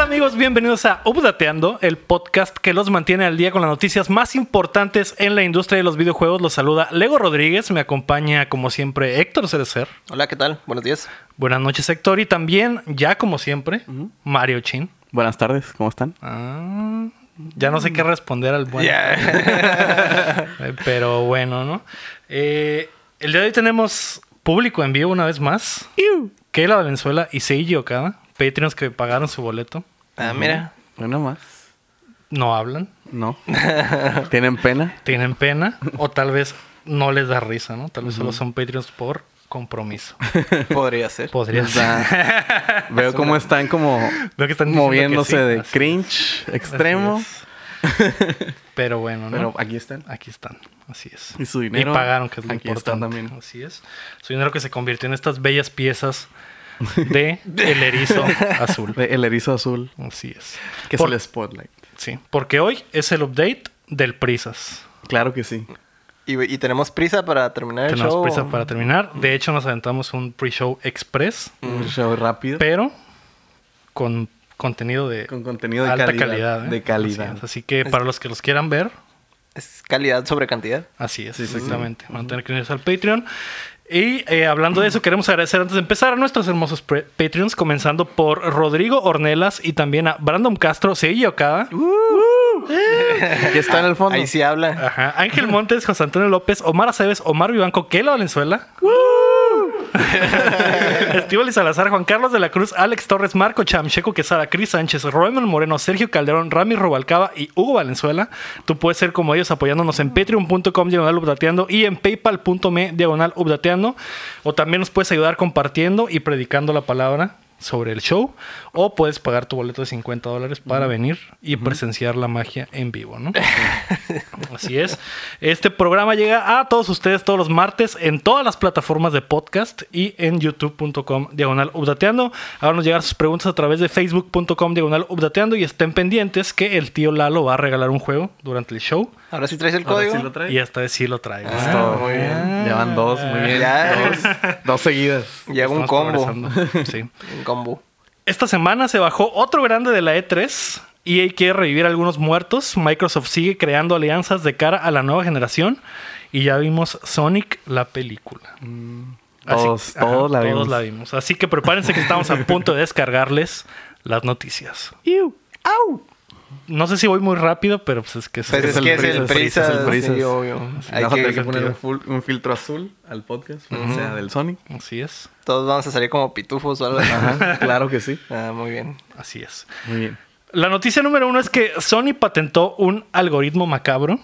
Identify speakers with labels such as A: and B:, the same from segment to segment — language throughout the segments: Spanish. A: amigos, bienvenidos a Updateando, el podcast que los mantiene al día con las noticias más importantes en la industria de los videojuegos. Los saluda Lego Rodríguez, me acompaña como siempre Héctor Cerecer.
B: Hola, ¿qué tal? Buenos días.
A: Buenas noches Héctor y también, ya como siempre, Mario Chin.
C: Buenas tardes, ¿cómo están?
A: Ah, ya no sé qué responder al bueno. Eh, Pero bueno, ¿no? Eh, el día de hoy tenemos público en vivo una vez más. Keila Valenzuela y Seiji Okada, Patreons que pagaron su boleto.
B: Ah, mira.
C: Bueno, más.
A: No hablan,
C: No. ¿Tienen pena?
A: tienen pena o tal vez no les da risa, ¿no? Tal vez solo son Patreons por compromiso.
B: Podría ser.
A: Podría
C: O
A: ser.
C: sea, veo cómo están como
A: Veo que están diciendo que
C: moviéndose
A: sí,
C: de
A: así
C: cringe extremo.
A: Así es. Pero bueno, ¿no?
C: Pero aquí están.
A: Aquí están, así es.
C: Y su dinero,
A: Y pagaron, que es lo
C: aquí está
A: importante.
C: también.
A: Así es. Su dinero que se convirtió en estas bellas piezas de El Erizo Azul.
C: De El erizo azul,
A: Así es.
C: que
A: Por-
C: es el spotlight.
A: Sí, porque hoy es el update del Prisas.
C: Claro que sí.
B: Y, y tenemos prisa para terminar el
A: Tenemos
B: show.
A: prisa para terminar. De hecho, nos aventamos un pre-show express,
C: Un show rápido.
A: pero con contenido de
C: Con contenido de
A: alta
C: calidad,
A: calidad. ¿eh?
C: de calidad.
A: Así, es. Así que para los que los quieran ver,
B: Es calidad sobre cantidad.
A: Así es,
C: Sí, sí, sí.
A: exactamente. Van a tener que unirse al Patreon. Y eh, hablando de eso, queremos agradecer antes de empezar a nuestros hermosos pre- Patreons, comenzando por Rodrigo Ornelas y también a Brandon Castro, Seiji Okada,
C: que está en el fondo.
B: Ahí sí habla.
A: ajá, Ángel Montes, José Antonio López, Omar Aceves, Omar Vivanco, Kela Valenzuela, Estíbal Salazar, Juan Carlos de la Cruz, Alex Torres, Marco Chamcheco Quesada, Cris Sánchez, Roemel Moreno, Sergio Calderón, Rami Rubalcaba y Hugo Valenzuela. Tú puedes ser como ellos apoyándonos en patreon.com diagonal updateando y en paypal.me diagonal updateando. O también nos puedes ayudar compartiendo y predicando la palabra sobre el show. O puedes pagar tu boleto de 50 dólares para venir y presenciar la magia en vivo, ¿no? Así es. Este programa llega a todos ustedes todos los martes en todas las plataformas de podcast y en youtube.com diagonal updateando. Ahora nos llegan sus preguntas a través de facebook.com diagonal updateando y estén pendientes que el tío Lalo va a regalar un juego durante el show.
B: Ahora sí traes el
C: Ahora
B: código.
C: sí lo trae.
A: Y esta vez sí lo traigo.
B: Ah,
C: Es todo.
B: muy bien.
C: Ya van dos, muy bien.
B: Ya.
C: Dos, dos seguidas.
B: Y hago un
A: Estamos
B: combo.
A: progresando. Sí.
B: Un combo.
A: Esta semana se bajó otro grande de la E E3. EA quiere revivir algunos muertos. Microsoft sigue creando alianzas de cara a la nueva generación. Y ya vimos Sonic, la película.
C: Todos, todos la vimos.
A: Así que prepárense que estamos a punto de descargarles las noticias. No sé si voy muy rápido, pero pues es que
B: Pues es,
C: el
B: que es el
C: Prisas,
B: prisa.
C: es el Prisas.
B: Sí, obvio. Hay
C: Vas a
B: que-
C: tener que
A: sentido.
C: poner un, full- un filtro azul al podcast, o sea, del Sonic.
A: Así es,
B: Todos vamos a salir como pitufos o algo.
C: Ajá, claro que sí.
B: Ah, muy bien.
A: así es.
C: Muy bien.
A: La noticia número uno es que Sony patentó un algoritmo macabro.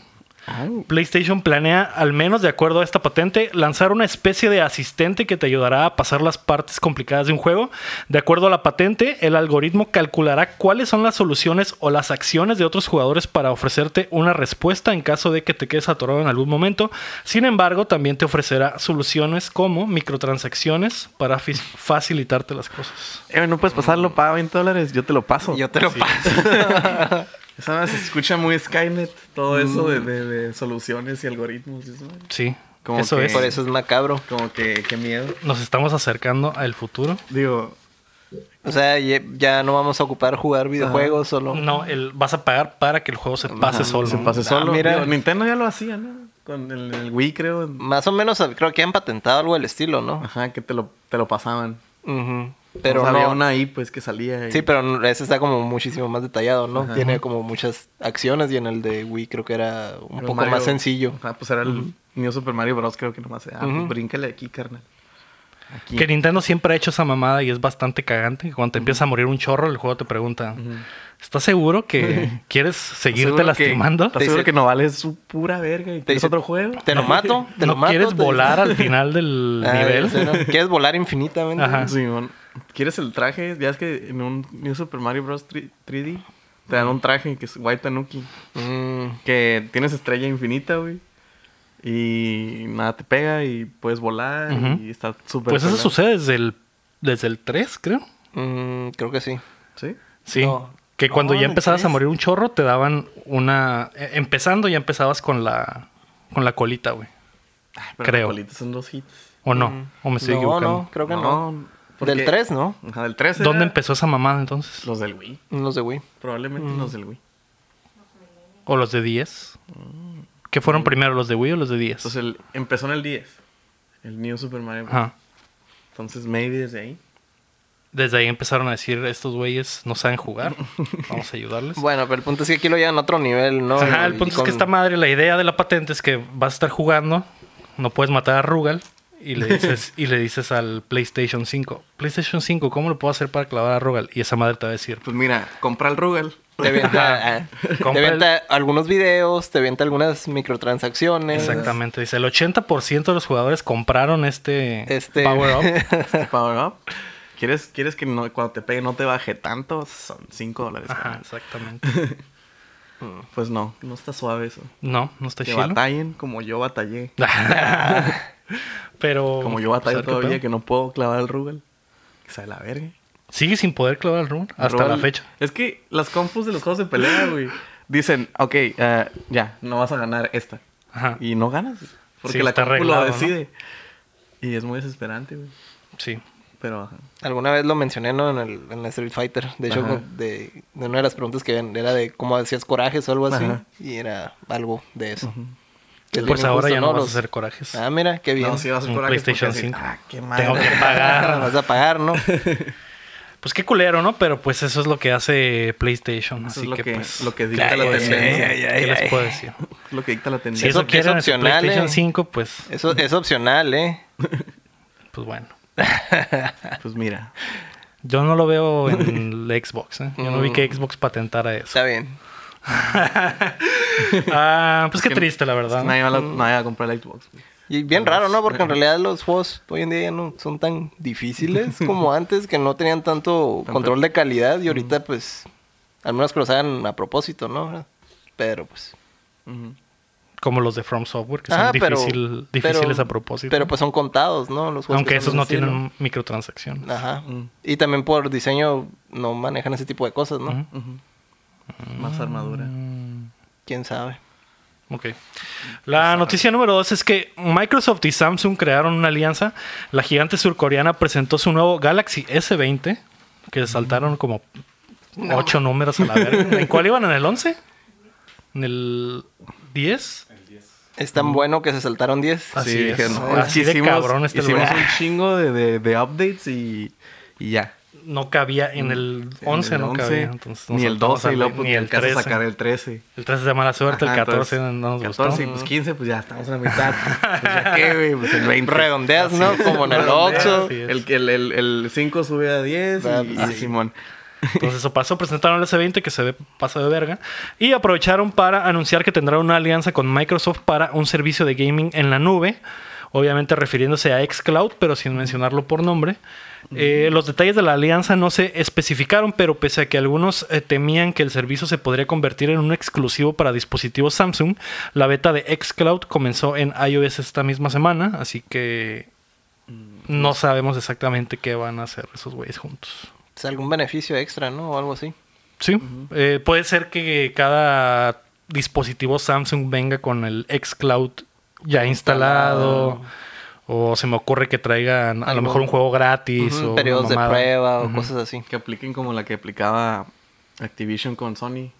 A: PlayStation planea, al menos de acuerdo a esta patente, lanzar una especie de asistente que te ayudará a pasar las partes complicadas de un juego. De acuerdo a la patente, el algoritmo calculará cuáles son las soluciones o las acciones de otros jugadores para ofrecerte una respuesta en caso de que te quedes atorado en algún momento. Sin embargo, también te ofrecerá soluciones como microtransacciones para fis- facilitarte las cosas.
C: Eh, no puedes pasarlo, paga 20 dólares, yo te lo paso.
B: Yo te lo paso.
C: Esa vez se escucha muy Skynet, todo eso de, de- de soluciones y algoritmos. y eso.
A: Sí,
C: Como
A: eso
C: que-
A: es.
B: Por eso es macabro.
C: Como que, qué miedo.
A: Nos estamos acercando al futuro.
C: Digo,
B: O sea, ye- ya no vamos a ocupar jugar videojuegos solo.
A: No, el, vas a pagar para que el juego se pase solo.
C: se pase
B: Ah,
C: solo.
B: mira.
C: Digo, Nintendo ya lo hacía, ¿no? Con el, el Wii, creo.
B: Más o menos creo que han patentado algo del estilo, ¿no?
C: Ajá, que te lo, te lo pasaban.
B: Ujú.
C: Pero
B: Pero
C: había
B: no.
C: una ahí, pues, que salía. y-
B: Sí, pero no- ese está como muchísimo más detallado, ¿no?
C: Ajá.
B: Tiene como muchas acciones y en el de Wii creo que era un
C: Era
B: poco
C: Mario-
B: más sencillo.
C: Ajá, pues era el New Super Mario Bros. Creo que nomás. Ah, pues, bríncale aquí, carnal. Aquí.
A: Que Nintendo siempre ha hecho esa mamada y es bastante cagante. que Cuando te empieza a morir un chorro, el juego te pregunta: ¿Estás seguro que quieres seguirte
C: ¿Seguro que-
A: lastimando?
C: ¿Estás seguro
B: dice-
C: que no vale su pura verga y
B: Te
C: es
B: dice,
C: otro juego?
B: Te lo mato, te lo
A: ¿No
B: mato.
A: quieres
B: te-
A: volar al final del
B: Ah,
A: nivel?
B: sí, ¿no? ¿Quieres volar infinitamente?
A: Ajá.
C: Ah. Simón, ¿quieres el traje? Ya es que en un New Super Mario Bros. 3- 3D te dan un traje que es White Tanuki.
B: Mm,
C: Que tienes estrella infinita, güey. Y nada te pega y puedes volar
A: Ujú.
C: y está súper.
A: Pues eso
C: pelado.
A: sucede desde el, desde el 3, creo.
B: mm, creo que sí.
C: ¿Sí?
A: Sí.
B: No.
A: Que cuando
C: No,
A: ya
C: en el
A: empezabas a
C: 3.
A: morir un chorro, te daban una. eh, Empezando, ya empezabas con la, con la colita, güey.
C: Ay,
A: Creo.
C: Los bolitos son dos hits.
A: ¿O no?
B: Mm.
A: ¿O me estoy
B: no,
A: equivocando?
B: no, creo que no.
C: No, Porque-
B: Del 3, ¿no?
C: Ajá, del 3.
A: ¿Dónde
C: era
A: empezó esa mamada entonces?
C: Los del Wii.
B: Los de Wii.
C: Probablemente
B: Mm.
C: los del Wii.
A: ¿O los de 10?
B: Mm.
A: ¿Qué fueron primero, los de Wii o los de 10?
C: Entonces el- empezó en el 10. El New Super Mario Bros.
A: Ajá.
C: Entonces, maybe desde ahí.
A: Desde ahí empezaron a decir, estos güeyes no saben jugar, vamos a ayudarles.
B: Bueno, pero el punto es que aquí lo llevan a otro nivel, ¿no?
A: Ajá, el
B: Y
A: punto es
B: con-
A: que esta madre, la idea de la patente es que vas a estar jugando, no puedes matar a Rugal y le dices, y le dices al PlayStation 5, PlayStation 5, ¿cómo lo puedo hacer para clavar a Rugal? Y esa madre te va a decir,
C: Pues mira, compra el Rugal.
B: Te venta, ah, te
A: Compra el-
B: venta algunos videos, te venta algunas
C: Pues,
B: microtransacciones.
A: exactamente, dice, el 80% de los jugadores compraron este,
B: Este-
A: Power Up.
C: Este Power Up. ¿Quieres, quieres que no- cuando te pegue no te baje tanto? Son 5 dólares.
A: Ajá, exactamente.
C: Pues no, no está suave eso.
A: No, no está
C: Que
A: chido.
C: batallen como yo batallé.
A: Pero...
C: Como yo
A: pues, a
C: batallé
A: ver qué
C: todavía
A: pedo.
C: que no puedo clavar el Rugal. Que sabe la verga.
A: Sigue sin poder clavar al Rugal hasta
C: Rugal-
A: la fecha.
C: Es que las confus de los juegos de pelea, güey. Dicen, ok, eh, ya, no vas a ganar esta.
A: Ajá,
C: Y no ganas. Porque
A: Sí,
C: la
A: está
C: compu
A: arreglado,
C: lo
A: ¿no?
C: decide. Y es muy desesperante, güey.
A: sí.
C: Pero ajá.
B: Alguna vez lo mencioné, ¿no? En el, en el Street Fighter. De hecho,
C: Ajá.
B: de, de una de las preguntas que ven era de cómo hacías corajes o algo así.
C: Ajá.
B: Y era algo de eso. Que es
A: Pues
B: bien
A: ahora
B: injusto,
A: ya no,
B: ¿no?
A: vas
B: Los-
A: a hacer corajes.
B: Ah, mira, qué bien.
C: No, sí vas a
A: Un
C: coraje porque
A: PlayStation
C: así,
A: 5.
C: Ah, qué
A: Tengo
C: madre.
A: que pagar.
B: Vas a pagar, ¿no?
A: Pues qué culero, ¿no? Pero pues eso es lo que hace PlayStation. así
C: Eso es lo
A: que,
C: que-
A: pues.
C: lo que dicta la
A: pues,
C: tendencia.
A: ¿no? ¿Qué les puedo decir?
C: Lo que dicta la
A: Si
C: tendencia.
A: eso,
B: Eso que es
A: quieren en su
B: opcional,
A: PlayStation
B: eh.
A: 5, pues,
B: Eso es opcional, ¿eh?
A: pues bueno.
C: Pues mira.
A: Yo no lo veo en el Xbox, ¿eh? Yo no vi que Xbox patentara eso.
B: Está bien.
A: Ah, pues qué
C: que no-
A: triste, la verdad. ¿no?
C: Nadie va, a la- nadie va a comprar el Xbox. pues. güey.
B: Y bien raro, ¿no? Porque en realidad los juegos hoy en día ya no son tan difíciles como antes, que no tenían tanto control de calidad y ahorita pues al menos que los hagan a propósito, ¿no? Pero pues...
C: Ujú.
A: Como los de From Software, que son
B: Ajá, Ah, pero-
A: difícil-
B: pero-
A: difíciles a propósito.
B: Pero pues son contados, ¿no? Los juegos
A: Aunque
B: que
A: esos
B: son
A: no
B: así,
A: tienen microtransacciones.
B: Ajá.
C: Mm.
B: Y también por diseño no manejan ese tipo de cosas, ¿no?
A: Ujú.
C: Ujú. Más armadura.
B: ¿Quién sabe?
A: Ok.
C: Pues,
A: La noticia número dos es que Microsoft y Samsung crearon una alianza. La gigante surcoreana presentó su nuevo Galaxy S20, que saltaron como ocho números a la verga. ¿En cuál iban? ¿En el 11? ¿En el 10?
B: Es tan bueno que se saltaron 10.
A: Mm. Así es.
C: dije, no,
A: Así
C: es
A: de
C: que hicimos,
A: cabrón este
C: hicimos
A: lugar.
C: un chingo de, de- de updates y, y ya.
A: No cabía en el 11,
C: En el
A: no
C: 11,
A: cabía. Entonces, nos
C: ni el
A: saltamos
C: 12 y
A: al-
C: luego pues,
A: ni el
C: alcanzas a
A: 13.
C: sacar el 13.
A: El 13 de mala suerte,
C: Ajá,
A: el 14
C: entonces,
A: no nos
C: 14 y
A: gustó.
C: pues 15, pues ya estamos en la mitad. pues ya qué, güey, pues el 20.
B: Redondeas, ¿no? Como en el
C: Redondeas,
B: 8.
A: sí. pues,
C: El, el, el, el 5 sube a 10 y,
B: Ah,
C: y
B: sí.
C: Simón.
A: Entonces eso pasó, presentaron el S20 que se ve paso de verga y aprovecharon para anunciar que tendrán una alianza con Microsoft para un servicio de gaming en la nube, obviamente refiriéndose a xCloud, pero sin mencionarlo por nombre. Eh, los detalles de la alianza no se especificaron, pero pese a que algunos eh, temían que el servicio se podría convertir en un exclusivo para dispositivos Samsung, la beta de xCloud comenzó en iOS esta misma semana, así que no sabemos exactamente qué van a hacer esos güeyes juntos.
B: Pues, algún beneficio extra, ¿no? O algo así.
A: Sí, eh, puede ser que cada dispositivo Samsung venga con el xCloud ya instalado. O se me ocurre que traigan a lo
B: Algo-
A: mejor un juego gratis.
B: Ujú,
A: o
B: periodos de
A: una mamada.
B: prueba o cosas así.
C: Que apliquen como la que aplicaba Activision con Sony.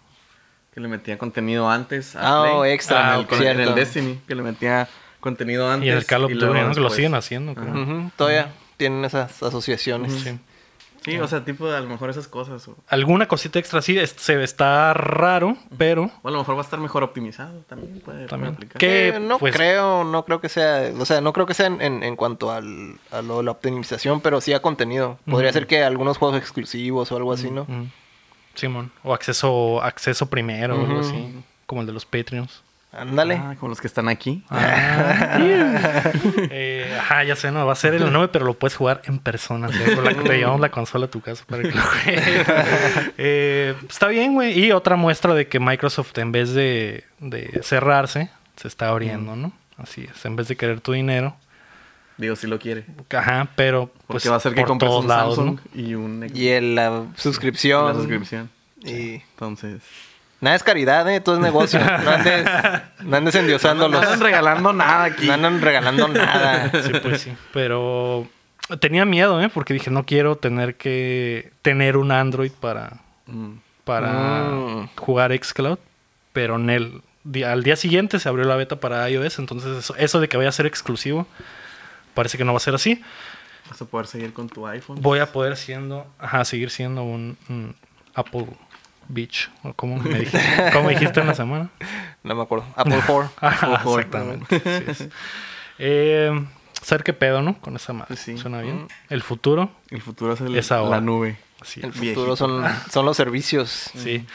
C: Que le metía contenido antes.
B: Ah,
C: Play.
B: oh, extra,
C: En el, con- en
B: cierto.
C: el Destiny. Que le metía contenido antes.
A: Y el Call of
C: luego
A: Duty, ¿no? que lo
C: después.
A: siguen haciendo. creo.
B: Ujú, Todavía tienen esas asociaciones.
A: Sí.
C: Sí, o sea, tipo, a lo mejor esas cosas. O,
A: Alguna cosita extra sí es- se está raro, pero
C: o a lo mejor va a estar mejor optimizado también. Puede,
A: También.
C: puede aplicar.
A: ¿Qué? que,
B: Eh, no
A: pues-
B: creo, no creo que sea, o sea, no creo que sea en, en- en cuanto al, a lo de la optimización, pero sí a contenido. Podría ser que algunos juegos exclusivos o algo así, ¿no?
A: mm, Simón. O acceso, acceso primero, o algo
B: Ujú.
A: así. Como el de los Patreons.
B: Ándale.
C: Ah, como los que están aquí. Ah.
A: Eh, ajá, ya sé, no, va a ser en la nube, pero lo puedes jugar en persona. ¿sí? Con la que te llevamos la consola a tu casa para que lo juegues. Eh, está bien, güey. Y otra muestra de que Microsoft, en vez de, de cerrarse, se está abriendo, ¿no? Así es, en vez de querer tu dinero.
C: Digo, si lo quiere.
A: Ajá, pero
C: Porque
A: pues
C: va a ser que
A: por
C: compres
A: todos
C: un
A: lados,
C: Samsung
A: ¿no?
C: y un Xbox,
B: Y el, la suscripción.
C: la suscripción.
B: Y
C: Entonces.
B: nada es caridad, ¿eh? Todo es negocio. No andes, no andes
C: No
B: endiosándolos.
C: andan regalando nada aquí.
B: No andan regalando nada.
A: Sí, pues sí. Pero Tenía miedo, ¿eh? Porque dije, no quiero tener que tener un Android para,
C: Mm.
A: para
B: Mm.
A: jugar xCloud. Pero en el, di- al día siguiente se abrió la beta para iOS. Entonces, eso, eso de que vaya a ser exclusivo, parece que no va a ser así.
C: Vas a poder seguir con tu iPhone.
A: Voy a poder siendo, ajá, seguir siendo un, un Apple Beach. ¿o ¿Cómo me dijiste, cómo dijiste en la semana?
B: No me acuerdo. Apple 4.
A: Ajá,
C: Ojo,
A: exactamente. así es. Eh, saber qué pedo, ¿no? Con esa madre.
C: Pues sí.
A: Suena bien. El futuro.
C: El futuro es, el-
A: Es ahora.
C: la nube.
A: Así
B: El
A: es.
B: futuro son, son los servicios.
A: Sí.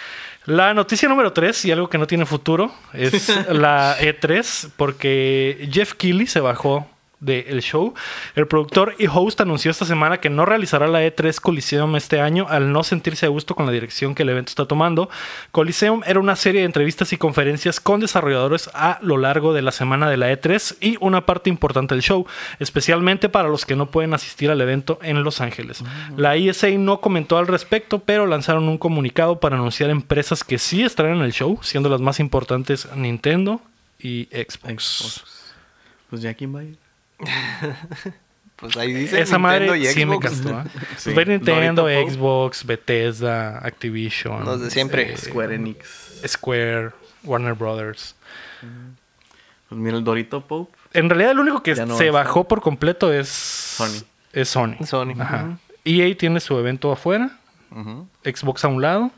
A: La noticia número 3, y algo que no tiene futuro, es la E3, porque Jeff Keighley se bajó del show. El productor y host anunció esta semana que no realizará la E3 Coliseum este año al no sentirse a gusto con la dirección que el evento está tomando. Coliseum era una serie de entrevistas y conferencias con desarrolladores a lo largo de la semana de la E3 y una parte importante del show, especialmente para los que no pueden asistir al evento en Los Ángeles. La ESA no comentó al respecto, pero lanzaron un comunicado para anunciar empresas que sí estarán en el show, siendo las más importantes Nintendo y Xbox.
C: Xbox. Pues ya quién va a ir.
B: Pues ahí dice
A: Esa
B: Nintendo
A: madre
B: y
A: sí me
B: Xbox.
A: castó. ¿ah?
C: Sí.
A: Pues ve Nintendo,
C: Lorita Pop.
A: Xbox, Bethesda, Activision.
B: Los de siempre.
C: Square Enix.
A: Square, Warner Brothers.
C: Pues mira, el Dorito Pope.
A: En realidad el único que
C: Ya no
A: se
C: va a
A: bajó por completo es
C: Sony.
A: Es Sony.
B: Sony.
A: Ajá. EA tiene su evento afuera,
C: Ujú.
A: Xbox a un lado.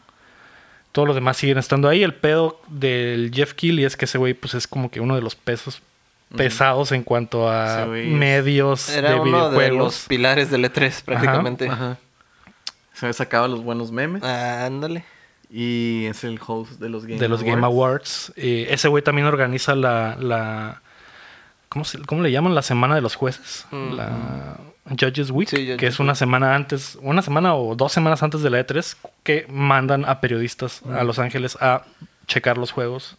A: Todos los demás siguen estando ahí. El pedo del Jeff Keighley es que ese güey pues es como que uno de los pesos pesados en cuanto a
C: Ese güey es-
A: medios de
B: Era uno de los
A: videojuegos.
B: pilares del E3 prácticamente.
C: Ajá. Se me sacaba los buenos memes.
B: Ah, ándale.
C: Y es el host de los Game
A: de los Game Awards. Eh, ese güey también organiza la... la- ¿cómo, se- cómo le llaman? La semana de los jueces. La Judges Week.
B: Mm. Sí, Judges
A: que es una semana antes, una semana o dos semanas antes de la E3, que mandan a periodistas
B: Mm.
A: a Los Ángeles a checar los juegos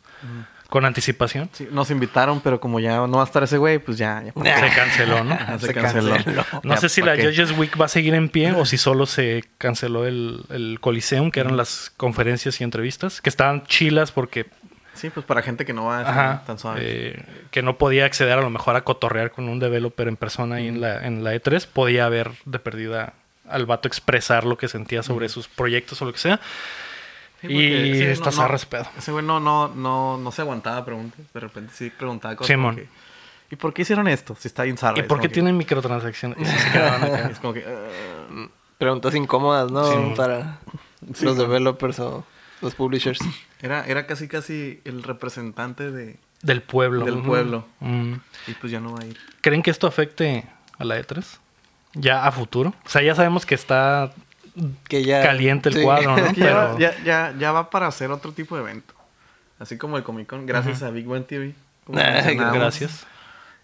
A: con anticipación.
C: Sí, nos invitaron, pero como ya no va a estar ese güey, pues ya. ya.
B: Ah.
A: Se canceló, ¿no?
C: Ya
B: se canceló. Mm.
A: No
C: Ya,
A: sé si
C: ¿pa'
A: la
C: qué?
A: Judges Week va a seguir en pie o si solo se canceló el, el Coliseum, que eran las conferencias y entrevistas, que estaban chilas porque
C: Sí, pues para gente que no va a estar
A: Ajá.
C: tan suave.
A: Eh, que no podía acceder a lo mejor a cotorrear con un developer en persona ahí en la, en la E3. Podía haber de perdida al vato expresar lo que sentía sobre sus proyectos o lo que sea.
C: Sí,
A: y
C: porque ese güey
A: está
C: no,
A: a
C: no-
A: respeto.
C: Ese güey no, no, no, no se aguantaba preguntas. De repente sí preguntaba cosas.
A: Simón.
C: como que, ¿Y por qué hicieron esto? Si está bien zarra,
A: ¿Y
C: es
A: por
C: como
A: qué
C: que-
A: tienen microtransacciones? Y se quedaban acá.
C: Es como que. "Ah".
B: Preguntas incómodas, ¿no?
A: Sí.
B: Para
C: Sí.
B: los developers o los publishers.
C: Era, era casi casi el representante de.
A: Del pueblo.
C: Del
A: Ujú.
C: pueblo.
A: Mm.
C: Y pues ya no va a ir.
A: ¿Creen que esto afecte a la E3? Ya a futuro. O sea, ya sabemos que está
B: Que ya,
A: caliente el
B: sí.
A: cuadro, ¿no?
C: Es que ya,
A: Pero-
C: va- ya, ya, ya va para hacer otro tipo de evento. Así como el Comic Con, gracias a Big One TV. como
B: Ay,
C: mencionábamos.
A: Ah, Gracias.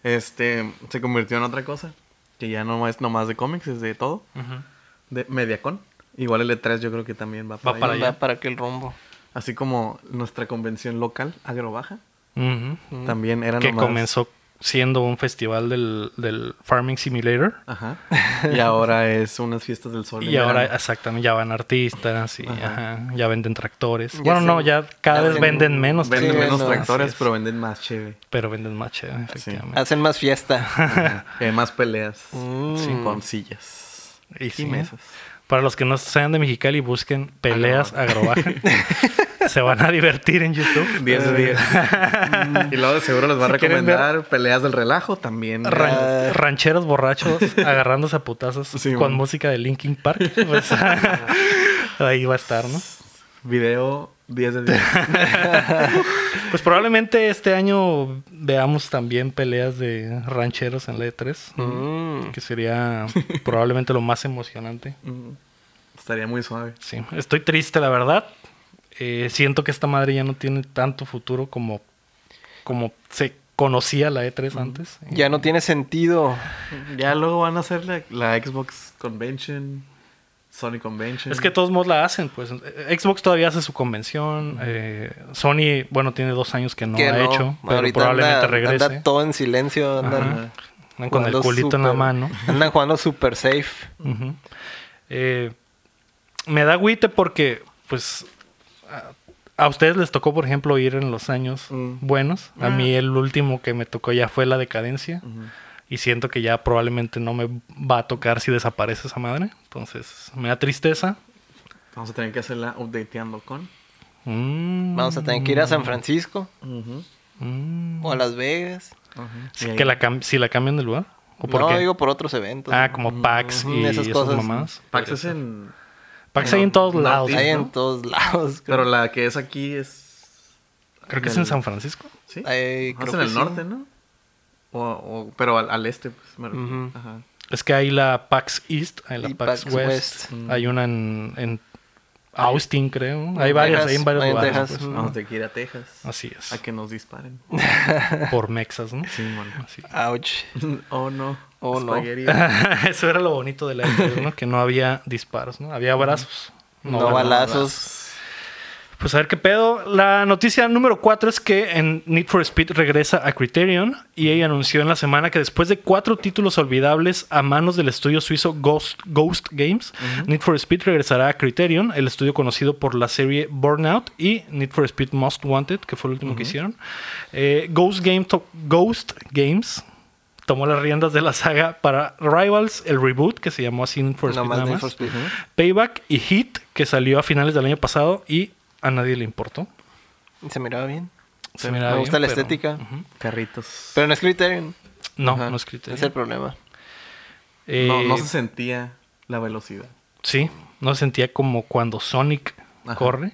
C: Este, se convirtió en otra cosa. Que ya no es nomás de cómics, es de todo.
A: Ujú.
C: De Mediacon. Igual el E3 yo creo que también va para,
A: para
C: allá.
A: allá.
B: Va para aquel rumbo.
C: Así como nuestra convención local, Agrobaja,
A: Ujú.
C: también era
A: Mm. Que
C: nomás...
A: comenzó siendo un festival del, del Farming Simulator.
C: Ajá. Y ahora es unas fiestas del sol. en
A: Y ahora,
C: verano.
A: exactamente, ya van artistas y
C: Ajá.
A: ajá, ya venden tractores.
B: Ya
A: bueno,
B: sé.
A: no, ya cada
B: Ya
A: vez
B: sé.
A: venden menos
B: Sí,
C: Venden
A: tractores.
C: menos
B: bueno,
C: tractores, Ah,
A: Así es.
C: pero venden más chévere.
A: Pero venden más chévere, efectivamente.
B: Hacen más fiesta.
C: Y hay Eh, más peleas.
B: Mm.
C: Sí, con sillas.
A: Y sí.
C: mesas.
A: Para los que no sean de Mexicali, busquen
C: Ah,
A: peleas agrobaja. Se van a divertir en YouTube.
C: 10 de 10. y luego de seguro les va a
A: Si quieren ver-
C: recomendar peleas del relajo también.
B: Ah.
A: Ran- rancheros borrachos agarrándose a putazos
C: Sí,
A: con
C: man.
A: música de Linkin Park. Pues, ahí va a estar, ¿no?
C: Video 10 de 10.
A: Pues probablemente este año veamos también peleas de rancheros en E la E3.
B: Mm.
A: que sería probablemente lo más emocionante.
C: Mm. Estaría muy suave.
A: Sí, estoy triste, la verdad. Eh, siento que esta madre ya no tiene tanto futuro como, como se conocía la E3 antes. Eh,
B: Ya no tiene sentido.
C: Ya luego van a hacer la, la Xbox Convention, Sony Convention.
A: Es que de todos modos la hacen, pues. Eh, Xbox todavía hace su convención. eh, Sony, bueno, tiene dos años que no
B: que
A: la ha
B: no.
A: hecho, pero
B: Ahorita
A: probablemente
B: anda-
A: regrese.
B: Anda todo en silencio. Andan,
A: Ajá. Andan con el
B: jugando
A: culito en la
B: súper-
A: mano.
B: Andan jugando super safe.
A: Ujú. Eh, me da agüite porque, pues, a, a ustedes les tocó, por ejemplo, ir en los años
C: Mm.
A: buenos. A mí el último que me tocó ya fue la decadencia. Y siento que ya probablemente no me va a tocar si desaparece esa madre. Entonces, me da tristeza.
C: Vamos a tener que hacerla updateando con.
A: Mm,
B: Vamos a tener que ir a San Francisco
C: Ujú,
A: mm.
B: o a Las Vegas.
C: ajá.
A: Sí,
C: Y
A: que
C: ahí-
A: la cam- si la cambian de lugar. ¿O por
B: no,
A: qué?
B: digo por otros eventos.
A: ah, como PAX
B: Ujú,
A: y
B: esas
A: esas,
B: cosas. mm,
A: mamás.
C: Pax es en.
A: PAX hay en todos
C: No,
A: lados.
B: Hay
C: ¿no?
B: en todos lados. creo.
C: Pero la que es aquí es.
A: Creo que es en San Francisco.
C: ¿Sí?
B: Eh,
C: Más
B: creo
C: en
B: que
C: el
B: sí.
C: norte, ¿no? O, o- pero al, al este, pues. me refiero.
B: Ujú.
C: Ajá.
A: Es que hay la PAX East, hay la
B: Y
A: PAX,
B: PAX
A: West.
B: West.
C: Mm.
A: Hay una en, en Austin, creo. Hay varias,
B: Texas,
A: hay en varios
B: hay en
A: lugares.
B: Texas.
A: pues.
B: Mm.
C: Vamos de que ir a Texas.
A: Así es.
C: A que nos disparen.
A: Por mexas, ¿no?
C: Sí, bueno.
A: Así.
B: Ouch.
C: Oh, no.
B: Oh, no.
C: Spaghetti.
A: Eso era lo bonito de la E3, ¿no? Que no había disparos, ¿no? Había abrazos.
B: No,
A: balazos.
B: balazos.
A: Pues a ver qué pedo. La noticia número 4 es que en Need for Speed regresa a Criterion y ella anunció en la semana que después de cuatro títulos olvidables a manos del estudio suizo Ghost, Ghost Games, Need for Speed regresará a Criterion, el estudio conocido por la serie Burnout y Need for Speed Most Wanted, que fue el último que hicieron. Eh, Ghost, Game to- Ghost Games tomó las riendas de la saga para Rivals, el reboot, que se llamó así Need for Speed.
B: Nomás
A: nada más.
B: Need for Speed.
A: Payback y Hit, que salió a finales del año pasado y a nadie le importó.
B: Se miraba bien.
A: Se miraba
B: Me
A: bien,
B: gusta la
A: pero-
B: estética.
C: Carritos.
B: Pero no es Criterion.
A: No,
C: Ajá.
A: no es
B: Ese
A: criterio.
B: es el problema.
A: Eh,
C: No, no se sentía la velocidad
A: Sí, no se sentía como cuando Sonic
C: Ajá.
A: corre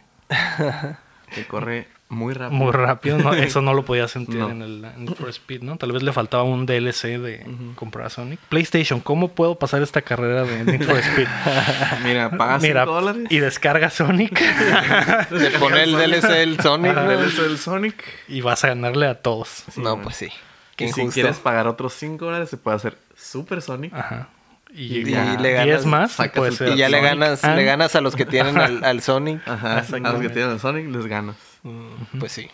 C: que corre muy rápido.
A: muy rápido. ¿no? Eso no lo podía sentir
C: No.
A: en el en Need for Speed, ¿no? Tal vez le faltaba un DLC de comprar a Sonic. PlayStation, ¿cómo puedo pasar esta carrera de Need for Speed?
C: Mira, pagas
A: Mira,
C: 5 dólares.
A: y descarga Sonic
B: Se pone el DLC del Sonic.
C: El
B: ¿no?
C: DLC del Sonic.
A: y vas a ganarle a todos.
B: No, pues sí. Qué
C: Y si
B: injusto. Ah,
C: quieres pagar otros 5 dólares, se puede hacer Super Sonic.
A: Ajá.
B: Y-
A: Y,
B: y
A: ya
B: le ganas-
A: 10 más y
C: sacas
A: puede
C: el-
A: ser
B: y ya le
A: Sonic Ah,
B: ganas,
A: and-
B: le ganas a los que tienen al, al Sonic.
C: Ajá. A los
A: Exactamente.
C: que tienen el Sonic les ganas.
B: Mm, Pues sí.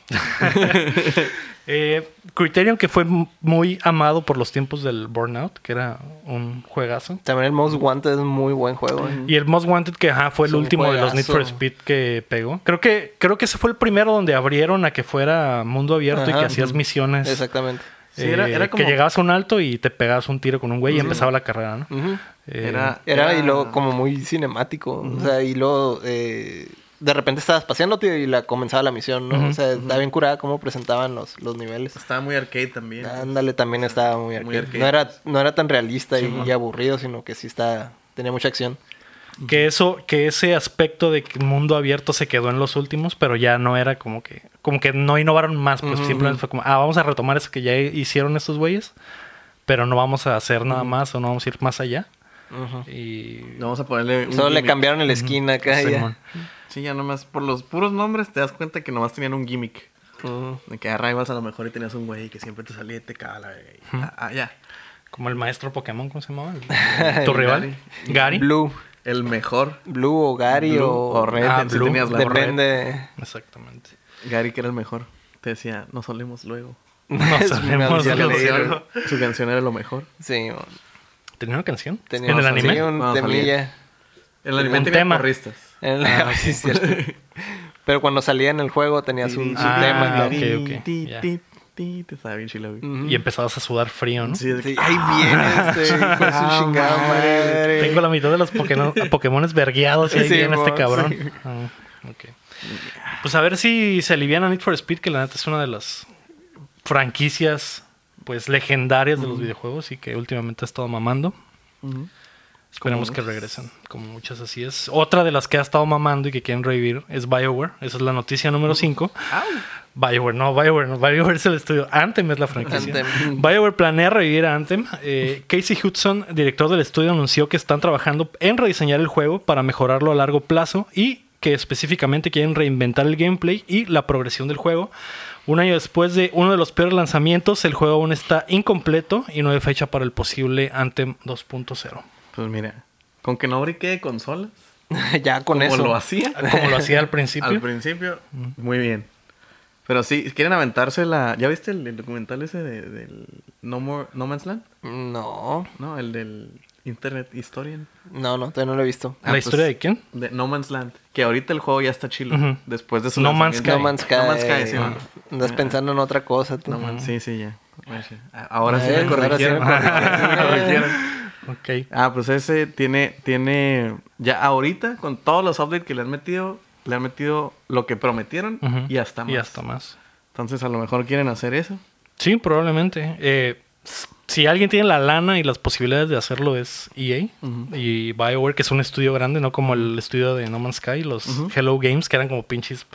A: Eh, Criterion, que fue m- muy amado por los tiempos del Burnout, que era un juegazo.
B: También el Most Wanted es un muy buen juego. ¿eh?
A: Y el Most Wanted, que ajá, fue el
B: Es un
A: último de los Need for
B: juegazo.
A: Speed que pegó. Creo que, creo que ese fue el primero donde abrieron a que fuera mundo abierto y
B: Ajá,
A: que hacías
B: ujú.
A: misiones.
B: Exactamente.
A: eh,
C: Sí, era- era como-
A: Que llegabas a un alto y te pegabas un tiro con un güey y empezaba la carrera, ¿no?
B: Ujú.
A: Eh,
C: Era,
B: Era y
C: Ah.
B: luego como muy cinemático. O sea, y luego eh, de repente estabas paseando, tío, y la comenzaba la misión, ¿no? O sea, estaba bien curada cómo presentaban los, los niveles.
C: Estaba muy arcade también.
B: Ándale, también estaba muy arcade.
C: Muy arcade.
B: No era, no era tan realista y, y aburrido, sino que sí está, tenía mucha acción.
A: Que eso, que ese aspecto de que mundo abierto se quedó en los últimos, pero ya no era como que, como que no innovaron más, pues simplemente fue como, ah, vamos a retomar eso que ya hicieron estos güeyes, pero no vamos a hacer nada más o no vamos a ir más allá. Y
C: No, Vamos a ponerle un
B: Solo le
C: gimmick.
B: cambiaron el skin
A: Ah,
B: acá. y ya.
A: Simón.
C: Sí, ya nomás por los puros nombres te das cuenta que nomás tenían un gimmick.
B: Ujú.
C: De que a Rivals a lo mejor y tenías un güey que siempre te salía y te cagaba la verga. y- Ah, ah, ya.
A: como el maestro Pokémon, ¿cómo se llamaba? El- Tu rival, Gary.
B: Blue.
C: El mejor.
B: Blue o Gary
C: Blue
B: o,
C: o Red.
A: Ah,
C: si
A: Blue.
C: tenías la Red.
B: Depende.
A: Exactamente.
C: Gary, que era el mejor, te decía, nos solemos luego.
A: No
B: Es
A: sabemos.
B: una
C: Su
B: Ya lo
C: canción, su canción era lo mejor.
B: Sí, mo.
A: ¿Tenía una canción?
B: tenía
A: ¿En el
B: sí,
A: anime?
B: un
C: Cuando salía.
B: temilla.
C: El anime
A: Un
C: tenía
A: tema.
C: porristas.
B: En la- sí, es cierto. Pero cuando salía en el juego tenía su, su
A: Ah,
B: tema. ¿no?
A: ok,
C: Ti,
A: ok,
C: ti,
A: ya.
C: ti, ti, Te estaba bien chila, güey.
B: Ujú.
A: Y empezabas a sudar frío, ¿no?
C: Sí, de que-
B: Sí, ahí viene este hijo de su
C: Ah,
B: chingada madre.
A: Tengo la mitad de los Pokémon, Pokémones vergueados y ahí
B: Sí,
A: viene este
B: mo,
A: cabrón.
B: sí.
A: Ah, ok. Pues a ver si se aliviana Need for Speed, que la neta es una de las franquicias pues legendarias de
B: Mm.
A: los videojuegos y que últimamente ha estado mamando.
C: Ujú.
A: Esperemos
C: Como
A: que regresen, como muchas así es. Otra de las que ha estado mamando y que quieren revivir es BioWare. Esa es la noticia número 5. BioWare, no, BioWare, no. BioWare es el estudio. Anthem es la franquicia.
B: Anthem.
A: BioWare planea revivir a Anthem. Eh, Casey Hudson, director del estudio, anunció que están trabajando en rediseñar el juego para mejorarlo a largo plazo y que específicamente quieren reinventar el gameplay y la progresión del juego. Un año después de uno de los peores lanzamientos, el juego aún está incompleto y no hay fecha para el posible Anthem 2.0.
C: Pues mira, con que no briquee consolas,
B: ya con
C: como
B: eso.
C: lo hacía
A: Como lo hacía al principio.
C: al principio, muy bien. Pero sí, quieren aventarse la... ¿Ya viste el, el documental ese de- del no, More, no Man's Land?
B: No,
C: No, el del Internet Historian.
B: no, no, todavía no lo he visto.
A: ¿La
C: ah,
A: historia
C: pues,
A: de quién?
C: De No Man's Land. Que ahorita el juego ya está chilo.
A: Ujú.
C: Después de su
A: No Man's
C: lanzamiento.
A: Sky.
B: No Man's Sky.
C: No Man's Sky, sí,
B: eh,
C: bueno.
B: Andas pensando en otra cosa. tú.
C: No Man's- Sí, sí, ya. Ahora sí
B: Eh,
C: me
B: ahora sí me
C: corrigieron. Ahora sí me corrigieron.
A: Ok.
C: Ah, pues ese tiene, tiene, ya ahorita con todos los updates que le han metido, le han metido lo que prometieron
A: Ujú.
C: y hasta más.
A: Y hasta más.
C: Entonces a lo mejor quieren hacer eso.
A: Sí, probablemente. Eh, s- si alguien tiene la lana y las posibilidades de hacerlo es EA y BioWare, que es un estudio grande, no como el estudio de No Man's Sky, los Hello Games, que eran como pinches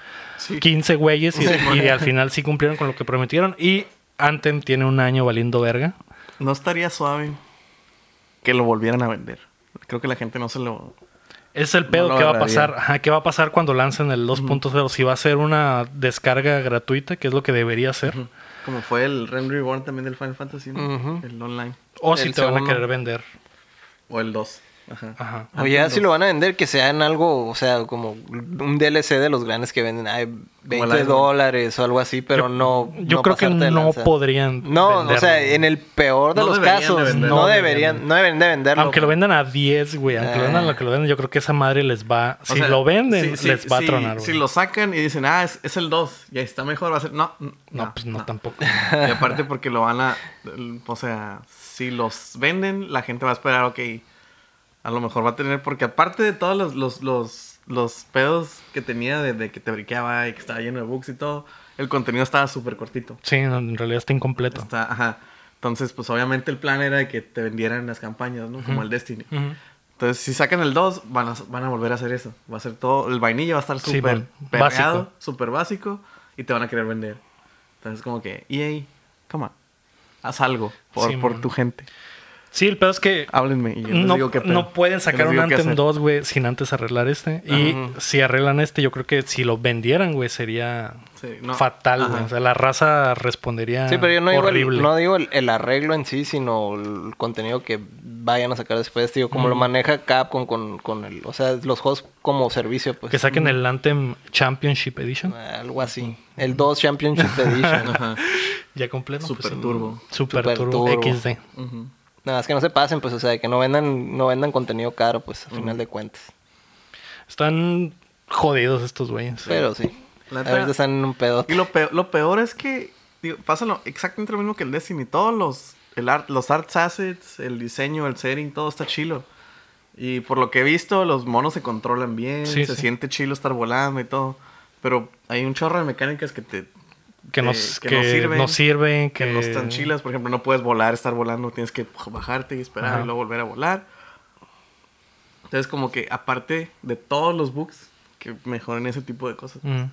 A: 15 güeyes y, y al final sí cumplieron con lo que prometieron. Y Anthem tiene un año valiendo verga.
C: No estaría suave que lo volvieran a vender. Creo que la gente no se lo...
A: Es el pedo
C: lo
A: que va a
C: agarraría.
A: pasar. Ajá, ¿Qué va a pasar cuando lancen el 2.0? Si va a ser una descarga gratuita, que es lo que debería ser.
C: Como fue el Realm Reborn también del Final Fantasy, ¿no? el online.
A: O si
B: El
A: te van a
B: segundo.
A: querer vender.
C: O el 2. Ajá.
A: Ajá.
B: O ya si lo van a vender, que sea en algo, o sea, como un DLC de los grandes que venden, ay, 20
C: iPhone.
B: dólares o algo así,
A: Yo-
B: pero no.
A: Yo
B: no
A: creo que
B: pasarte de
A: no
B: lanza.
A: podrían.
B: No, o sea,
A: venderlo.
B: en el peor de
C: No
B: los
C: deberían de
B: casos,
C: venderlo.
B: no
A: No
B: deberían, no deberían de venderlo.
A: Aunque lo vendan a 10, güey. Aunque lo vendan a lo que lo venden, yo creo que esa madre les va.
C: O
A: Si
C: sea,
A: lo venden,
C: sí, sí,
A: les va
C: sí,
A: a tronar, güey.
C: Si lo sacan y dicen, ah, es, es el 2, ya está mejor, va a ser... No, no,
A: No, pues no, tampoco.
C: Y aparte porque lo van a... O sea, si los venden, la gente va a esperar, ok. A lo mejor va a tener... Porque aparte de todos los, los, los, los pedos que tenía de, de que te briqueaba y que estaba lleno de bugs y todo, el contenido estaba súper cortito.
A: Sí, no, en realidad está incompleto.
C: Está- ajá. Entonces, pues obviamente el plan era de que te vendieran las campañas, ¿no? Como el Destiny.
A: Ujú.
C: Entonces, si sacan el 2, van a, van a volver a hacer eso. Va a ser todo... El vainilla va a estar
A: Sí,
C: súper
A: bueno,
C: perreado,
A: básico.
C: súper básico, y te van a querer vender. Entonces, como que, EA, come on. Haz algo por,
A: Sí,
C: por
A: man.
C: tu gente.
A: Sí, el pedo es que
C: Háblenme y Ah, yo les
A: no,
C: digo qué pedo.
A: no pueden
C: Yo
A: sacar
C: les
A: un
C: digo qué
A: Anthem
C: hacer.
A: 2, güey, sin antes arreglar este. Y si arreglan este, yo creo que si lo vendieran, güey, sería
C: Sí, no.
A: fatal, güey.
C: Ajá.
A: O sea, la raza respondería
B: Sí, pero yo no digo,
A: horrible.
B: el, no digo el, el arreglo en sí, sino el contenido que vayan a sacar después, digo, como
A: Mm.
B: lo maneja Capcom con, con el, o sea, los juegos como servicio, pues.
A: Que saquen el Anthem Championship Edition.
B: Algo así. El 2 Championship Edition.
C: Ajá.
A: Ya completo.
C: Super
A: sí.
C: turbo.
A: Super,
B: Super
A: turbo,
B: turbo.
A: XD.
C: Ujú.
B: Nada, es que no se pasen, pues, o sea, que no vendan, no vendan contenido caro, pues, a
A: Mm.
B: final de cuentas.
A: Están jodidos estos güeyes.
B: Pero sí.
C: La neta-
B: Ahorita están en un pedo.
C: Y lo peor, lo peor es que digo, pasa lo- exactamente lo mismo que el Destiny. Todos los, el art, los arts assets, el diseño, el setting, todo está chilo. Y por lo que he visto, los monos se controlan bien,
A: Sí,
C: se
A: sí.
C: siente chilo estar volando y todo. Pero hay un chorro de mecánicas que te
A: que,
C: eh,
A: nos, que,
C: que no sirven,
A: nos sirven, que,
C: que no están chilas. Por ejemplo, no puedes volar, estar volando, tienes que bajarte y esperar
A: Ajá.
C: y luego volver a volar. Entonces, como que aparte de todos los bugs, que mejoren ese tipo de cosas.
A: Mm.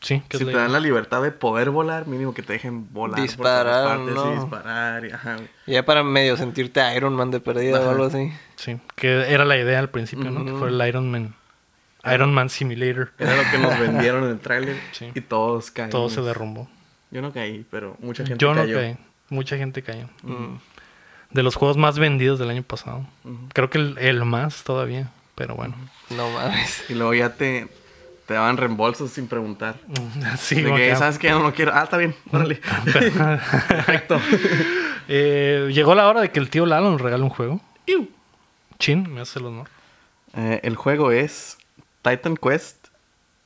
A: Sí, que
C: Si
A: es
C: te
A: la-
C: dan la libertad de poder volar, mínimo que te dejen volar. por
B: Disparar,
C: todas partes y
B: ¿no?
C: disparar. y- ajá, güey.
B: Ya para medio sentirte Iron Man de perdida o algo así.
A: sí, que era la idea al principio, ¿no? Que fuera el Iron Man. Iron Man Simulator.
C: Era lo que nos vendieron en el tráiler.
A: Sí.
C: Y todos caen.
A: Todo se derrumbó.
C: Yo no caí, pero mucha gente
A: Yo no
C: cayó. Mm.
A: caí. Mucha gente cayó. Mm. De los juegos más vendidos del año pasado. Creo que el, el más todavía. Pero bueno.
B: No mames.
C: Y luego ya te, te daban reembolsos sin preguntar.
A: Sí, Mm.
C: De
A: como
C: que,
A: que-
C: ¿Sabes qué? No lo quiero. Ah, está bien. Órale. Perfecto.
A: Eh, llegó la hora de que el tío Lalo nos regale un juego.
C: Iu.
A: Chin, me hace el honor.
C: Eh, el juego es Titan Quest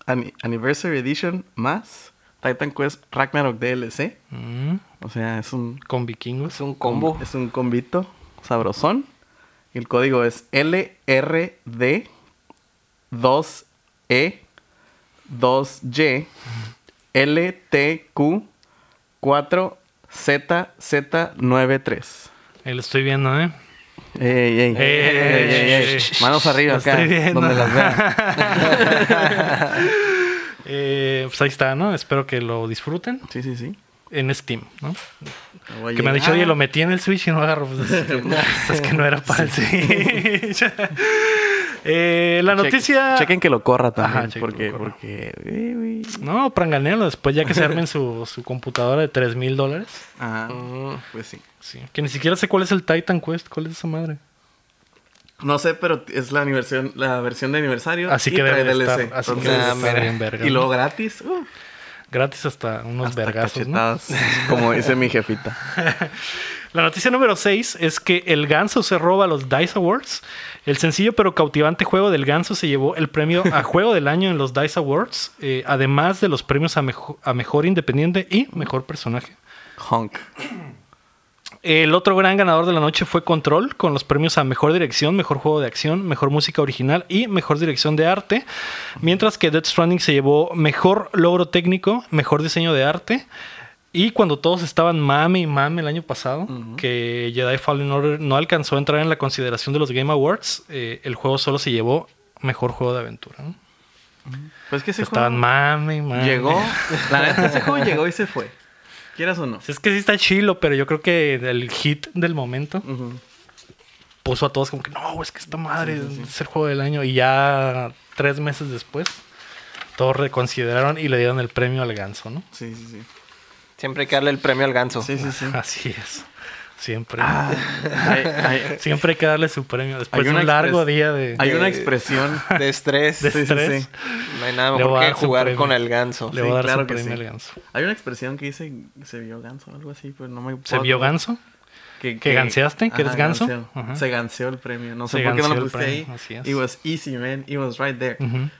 C: An- Anniversary Edition más Titan Quest Ragnarok DLC.
A: Mm,
C: O sea, es un
A: Con
B: Es
A: vikingos.
B: un combo.
C: Es un combito sabrosón. Y el código es E LRD2E2G LTQ4ZZ93.
A: Ahí lo estoy viendo, ¿eh?
C: Ey, ey, ey,
A: Ey,
C: ey, ey, ey.
A: ey.
C: Manos arriba
A: Lo
C: acá,
A: estoy viendo.
C: donde las vean.
A: Eh, pues ahí está, ¿no? Espero que lo disfruten
C: Sí, sí, sí.
A: en Steam, ¿no?
C: Lo voy a
A: Que me han dicho,
C: llegar.
A: oye, lo metí en el Switch y no agarro. Pues, es, que, es que no era para el Switch. Eh, la
C: Che-
A: noticia.
C: Chequen que lo corra también.
A: Ajá, chequen que
C: porque,
A: lo corra.
C: porque. eh, güey.
A: No, pranganelo después, ya que se armen su, su computadora de 3 mil dólares.
C: Ajá.
B: Mm.
C: Pues sí.
A: Sí. Que ni siquiera sé cuál es el Titan Quest, cuál es esa madre.
C: No sé, pero es la versión, la versión de aniversario.
A: Así
C: y
A: que
C: trae
A: debe de
C: DLC.
A: estar, así que
C: Entonces,
A: debe de
B: Ah,
A: estar
B: mira.
A: bien verga.
C: y
A: ¿no?
C: luego gratis. Uh,
A: Gratis hasta unos
C: hasta
A: vergazos, ¿no?
C: cachetadas, Como dice mi jefita.
A: La noticia número 6 es que El Ganso se roba los DICE Awards. El sencillo pero cautivante juego del Ganso se llevó el premio a Juego del Año en los DICE Awards, eh, además de los premios a, mejo- a Mejor Independiente y Mejor Personaje.
C: Honk.
A: El otro gran ganador de la noche fue Control, con los premios a Mejor Dirección, Mejor Juego de Acción, Mejor Música Original y Mejor Dirección de Arte. Mientras que Dead Stranding se llevó Mejor Logro Técnico, Mejor Diseño de Arte. Y cuando todos estaban mame y mame el año pasado, que Jedi Fallen Order no alcanzó a entrar en la consideración de los Game Awards, eh, el juego solo se llevó Mejor Juego de Aventura. ¿no?
C: Pues que ese
A: Estaban
C: juego
A: mame y mame.
C: llegó. La neta, ese juego llegó y se fue. Quieras o no.
A: Si Es que sí está chilo, pero yo creo que el hit del momento
C: Ujú.
A: puso a todos como que no, es que esta madre es el juego del año. Y ya tres meses después, todos reconsideraron y le dieron el premio al ganso, ¿no?
C: Sí, sí, sí.
B: Siempre hay que darle el premio al ganso.
C: Sí, sí, sí.
A: Así es. Siempre.
C: Hay, hay-
A: Siempre hay que darle su premio después
C: Hay
A: de
C: una
A: un largo
C: expres-
A: día de,
C: hay una expresión.
B: De estrés.
A: de
C: sí, sí,
A: estrés.
C: sí.
B: No hay nada
A: Le voy a
B: mejor que
A: dar su
B: jugar
A: premio.
B: con el ganso.
A: Le voy a dar
C: claro
A: su
C: que
A: premio
C: sí.
A: al ganso.
C: Hay una expresión que dice se vio ganso o algo así, pero no me
A: ¿Se
C: puedo-
A: vio ganso?
C: que,
A: ganseaste? ¿Que eres ganso?
C: ganseo.
A: Ajá.
C: Se ganseó el premio. No sé
A: Se
C: por qué no lo
A: ganseó el
C: puse
A: premio,
C: ahí.
A: así es.
C: It was easy, man. It was right there.
A: Ujú.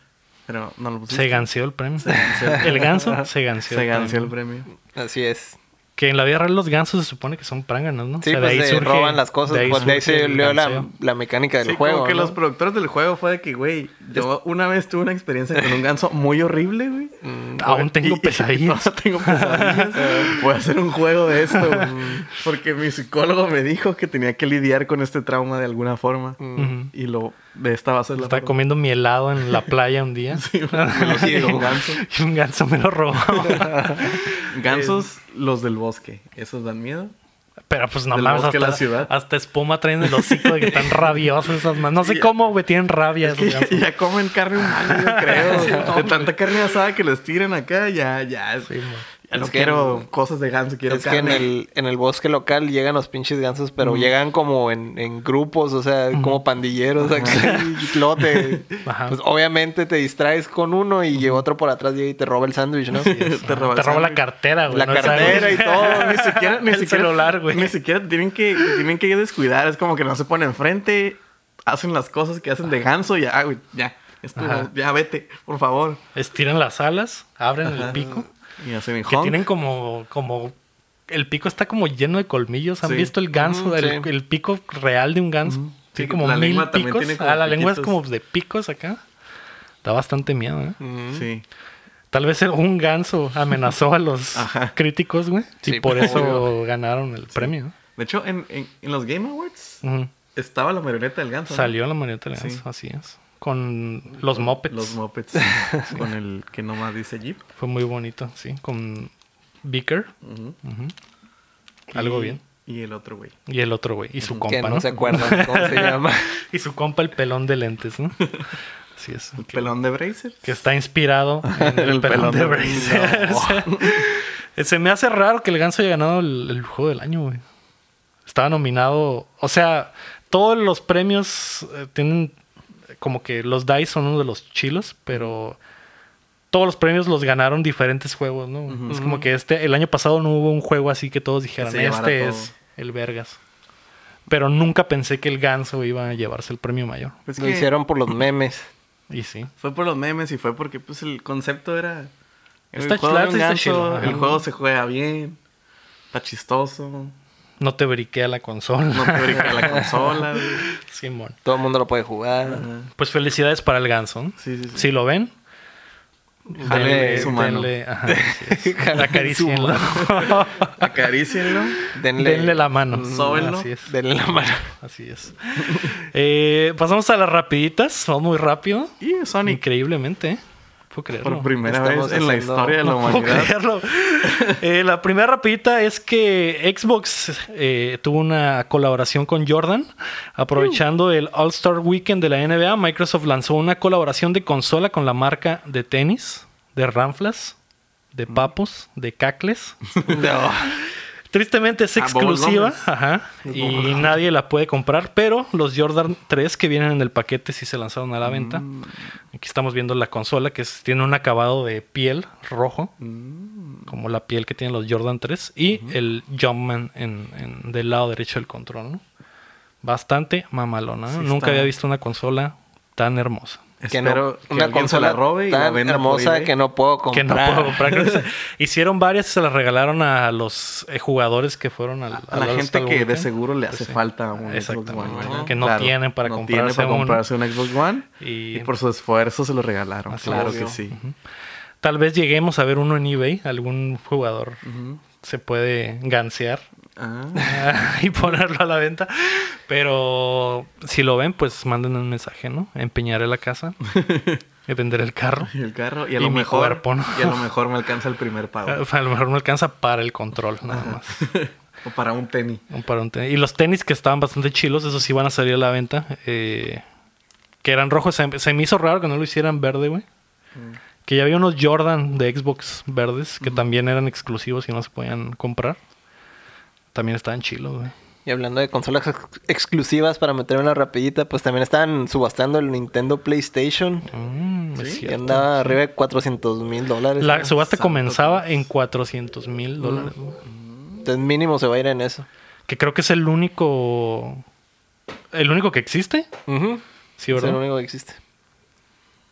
C: Pero no lo puse.
A: Se ganseó el premio.
C: ganseó
A: El ganso
C: Ajá.
A: se ganseó.
C: Se
A: el
C: ganseó
A: premio.
C: el premio.
B: Así es.
A: Que en la vida real los gansos se supone que son pránganos, ¿no?
B: Sí,
A: O sea,
B: pues se
A: surge-
B: roban las cosas. pues, De ahí,
A: surge
B: se
A: el
B: leo la,
A: ganseo.
B: la mecánica del
C: Sí,
B: juego.
C: como que
B: ¿no?
C: los productores del juego fue de que, güey, yo una vez tuve una experiencia con un ganso muy horrible, güey.
B: Mm,
A: Aún tengo
C: Y- y-
A: pesadillas.
C: Ahora tengo pesadillas. Voy a hacer un juego de esto, güey. Porque mi psicólogo me dijo que tenía que lidiar con este trauma de alguna forma.
A: Ujú.
C: Y lo de esta va a ser la
A: Estaba
C: forma.
A: comiendo mi helado en la playa un día.
C: Me lo sigue un ganso.
A: y un ganso me lo robó.
C: Gansos, los del bosque. Esos dan miedo.
A: Pero pues no
C: Del
A: mames,
C: bosque
A: hasta,
C: a la ciudad.
A: hasta espuma traen en el hocico de que están rabiosos esas manos. No sé cómo, güey, tienen rabia. esos gansos.
C: Y ya comen carne humana, yo creo. de tanta carne asada que les tiran acá, ya, ya.
A: Sí, mo.
C: ya no
B: Es que
C: quiero cosas de ganso, quiero
B: es que
C: carne.
B: en el, en el bosque local llegan los pinches gansos, pero
A: Mm.
B: llegan como en, en grupos, o sea, como pandilleros. Aquí, y luego te-
A: Ajá.
B: pues, obviamente te distraes con uno y llega otro por atrás llega y te roba el sándwich, ¿no?
C: te roba
A: Te
C: el
A: robo la
C: sándwich.
A: cartera, güey.
B: La
A: no sabes.
B: cartera y todo,
C: ni siquiera, ni
A: El
C: siquiera-
A: celular, güey.
C: Ni siquiera tienen que, tienen que descuidar. Es como que no se ponen enfrente, hacen las cosas que hacen de ganso y ya, ah, güey, ya. Es como,
A: Ajá.
C: ya vete, por favor.
A: Estiran las alas, abren el pico.
C: Y hacen el
A: Que
C: honk.
A: tienen como, como. El pico está como lleno de colmillos. ¿Han
C: Sí.
A: visto el ganso?
B: Mm,
A: el,
B: sí.
A: el pico real de un ganso. Tiene
C: Sí,
A: como
C: la
A: mil
C: lengua también
A: picos.
C: tiene como
A: Ah, la lengua es
C: piquitos.
A: como de picos acá. Da bastante miedo, ¿eh?
B: Ujú.
C: Sí.
A: Tal vez un ganso amenazó a los
C: Ajá.
A: críticos, güey. y
B: Sí,
A: por eso
B: obvio.
A: ganaron el premio.
C: De hecho, en, en- en los Game Awards
A: Ujú.
C: estaba la marioneta del ganso. ¿no?
A: Salió la marioneta del
C: Sí.
A: ganso, así es. Con los mopeds.
C: Los Muppets. con el que nomás dice Jeep.
A: Fue muy bonito, sí. Con Beaker.
C: Ujú.
A: Ujú. Algo
C: Y-
A: bien.
C: Y el otro, güey.
A: Y el otro, güey. Y su
B: Que
A: compa,
B: no,
A: ¿no?
B: se acuerdan cómo se llama.
A: Y su compa, el pelón de lentes, ¿no? Así es.
C: El
A: Que,
C: pelón de Brazers.
A: que está inspirado en el,
C: El
A: pelón,
C: pelón
A: de
C: de-
A: Brazers. eh, Se me hace raro que el ganso haya ganado el, el juego del año, güey. Estaba nominado. O sea, todos los premios eh, tienen. eh, Como que los DICE son uno de los chilos, pero. Todos los premios los ganaron diferentes juegos, ¿no? Es como que este. El año pasado no hubo un juego así que todos dijeran,
C: se llevara
A: este
C: todo".
A: es el Vergas. Pero nunca pensé que el ganso iba a llevarse el premio mayor.
C: Pues
B: Lo
C: que
B: hicieron por los memes.
A: Y sí.
C: Fue por los memes y fue porque pues el concepto era... El
A: Está
C: juego de un
A: chido, está
C: ganso,
A: chido, ajá.
C: el juego se juega bien, está chistoso,
A: No te briquea la consola.
C: no te brinca la consola. güey.
A: Simón.
B: Todo el mundo lo puede jugar.
C: Ajá.
A: Pues felicidades para el ganso. ¿no?
C: Sí, sí, sí.
A: Si lo ven,
C: Jalen
B: Denle-
C: su mano.
A: ajá, así es.
B: Jalen
A: Acarícienlo.
C: Acarícienlo.
B: Denle,
A: Denle la mano.
C: Sóbenlo.
A: Así es.
B: denle la mano.
A: Así es. Eh, pasamos a las rapiditas. Vamos muy rápido.
C: Y Sonic,
A: Increíblemente. ¿eh? Puedo
C: por
A: creerlo.
C: primera
B: Estamos
C: vez en la
B: haciendo-
C: historia de la
A: No puedo
C: humanidad.
A: creerlo. Eh, la primera rapidita es que Xbox eh, tuvo una colaboración con Jordan. Aprovechando el All Star Weekend de la NBA, Microsoft lanzó una colaboración de consola con la marca de tenis, de ranflas, de papos, de cacles.
B: No.
A: Tristemente es
C: Ah, Bubble
A: exclusiva
C: Gummers.
A: ajá, y nadie la puede comprar, pero los Jordan 3 que vienen en el paquete sí se lanzaron a la venta.
C: Mm.
A: Aquí estamos viendo la consola que es- tiene un acabado de piel rojo,
C: Mm.
A: como la piel que tienen los Jordan 3 y el Jumpman en, en- del lado derecho del control. ¿no? Bastante mamalona. ¿eh?
C: Sí,
A: Nunca
C: está.
A: había visto una consola tan hermosa.
B: que
C: Espero
B: no,
C: que alguien se la robe y la
B: tan
C: venda por
B: hermosa
C: eBay.
B: que no puedo
A: Que
B: comprar.
A: no puedo comprar. Creo que se- Hicieron varias y se las regalaron a los eh, jugadores que fueron al-
C: A
A: al
C: la gente
A: All-Star
C: que de
A: Weekend.
C: seguro le hace
A: Pues sí.
C: falta un Xbox
A: Exactamente.
C: One. ¿no?
A: Que no tienen para
C: no tiene
A: comprarse
C: para
A: uno.
C: comprarse un Xbox One.
A: Y-
C: Y, por su esfuerzo se lo regalaron.
A: Así
C: claro
B: es.
C: que sí.
A: Tal vez lleguemos a ver uno en eBay. Algún jugador se puede gansear
C: Ah,
A: ah, y ponerlo a la venta. Pero si lo ven, pues manden un mensaje, ¿no? Empeñaré la casa. y Venderé el carro.
C: y el carro. Y a
A: Y
C: lo
A: mi
C: mejor.
A: cuerpo, ¿no?
C: Y a lo mejor me alcanza el primer pago.
A: A lo mejor me alcanza para el control, nada más.
C: o para un tenis.
A: Un par de tenis. Y los tenis que estaban bastante chilos, esos sí van a salir a la venta. eh, que eran rojos. Se, se me hizo raro que no lo hicieran verde, güey. Que ya había unos Jordan de Xbox verdes que también eran exclusivos y no se podían comprar. También estaban chilos, güey.
B: Y hablando de consolas ex- exclusivas para meter una rapidita, pues también están subastando el Nintendo PlayStation.
A: Mm, es
B: que
A: cierto.
B: andaba arriba de 400 mil dólares.
A: La
B: ¿no?
A: subasta
C: Santo
A: comenzaba en 400 mil dólares. güey.
B: Entonces mínimo se va a ir en eso.
A: Que creo que es el único. El único que existe.
B: Ujú.
A: Sí,
B: Es lo
A: ¿verdad?
B: único que existe.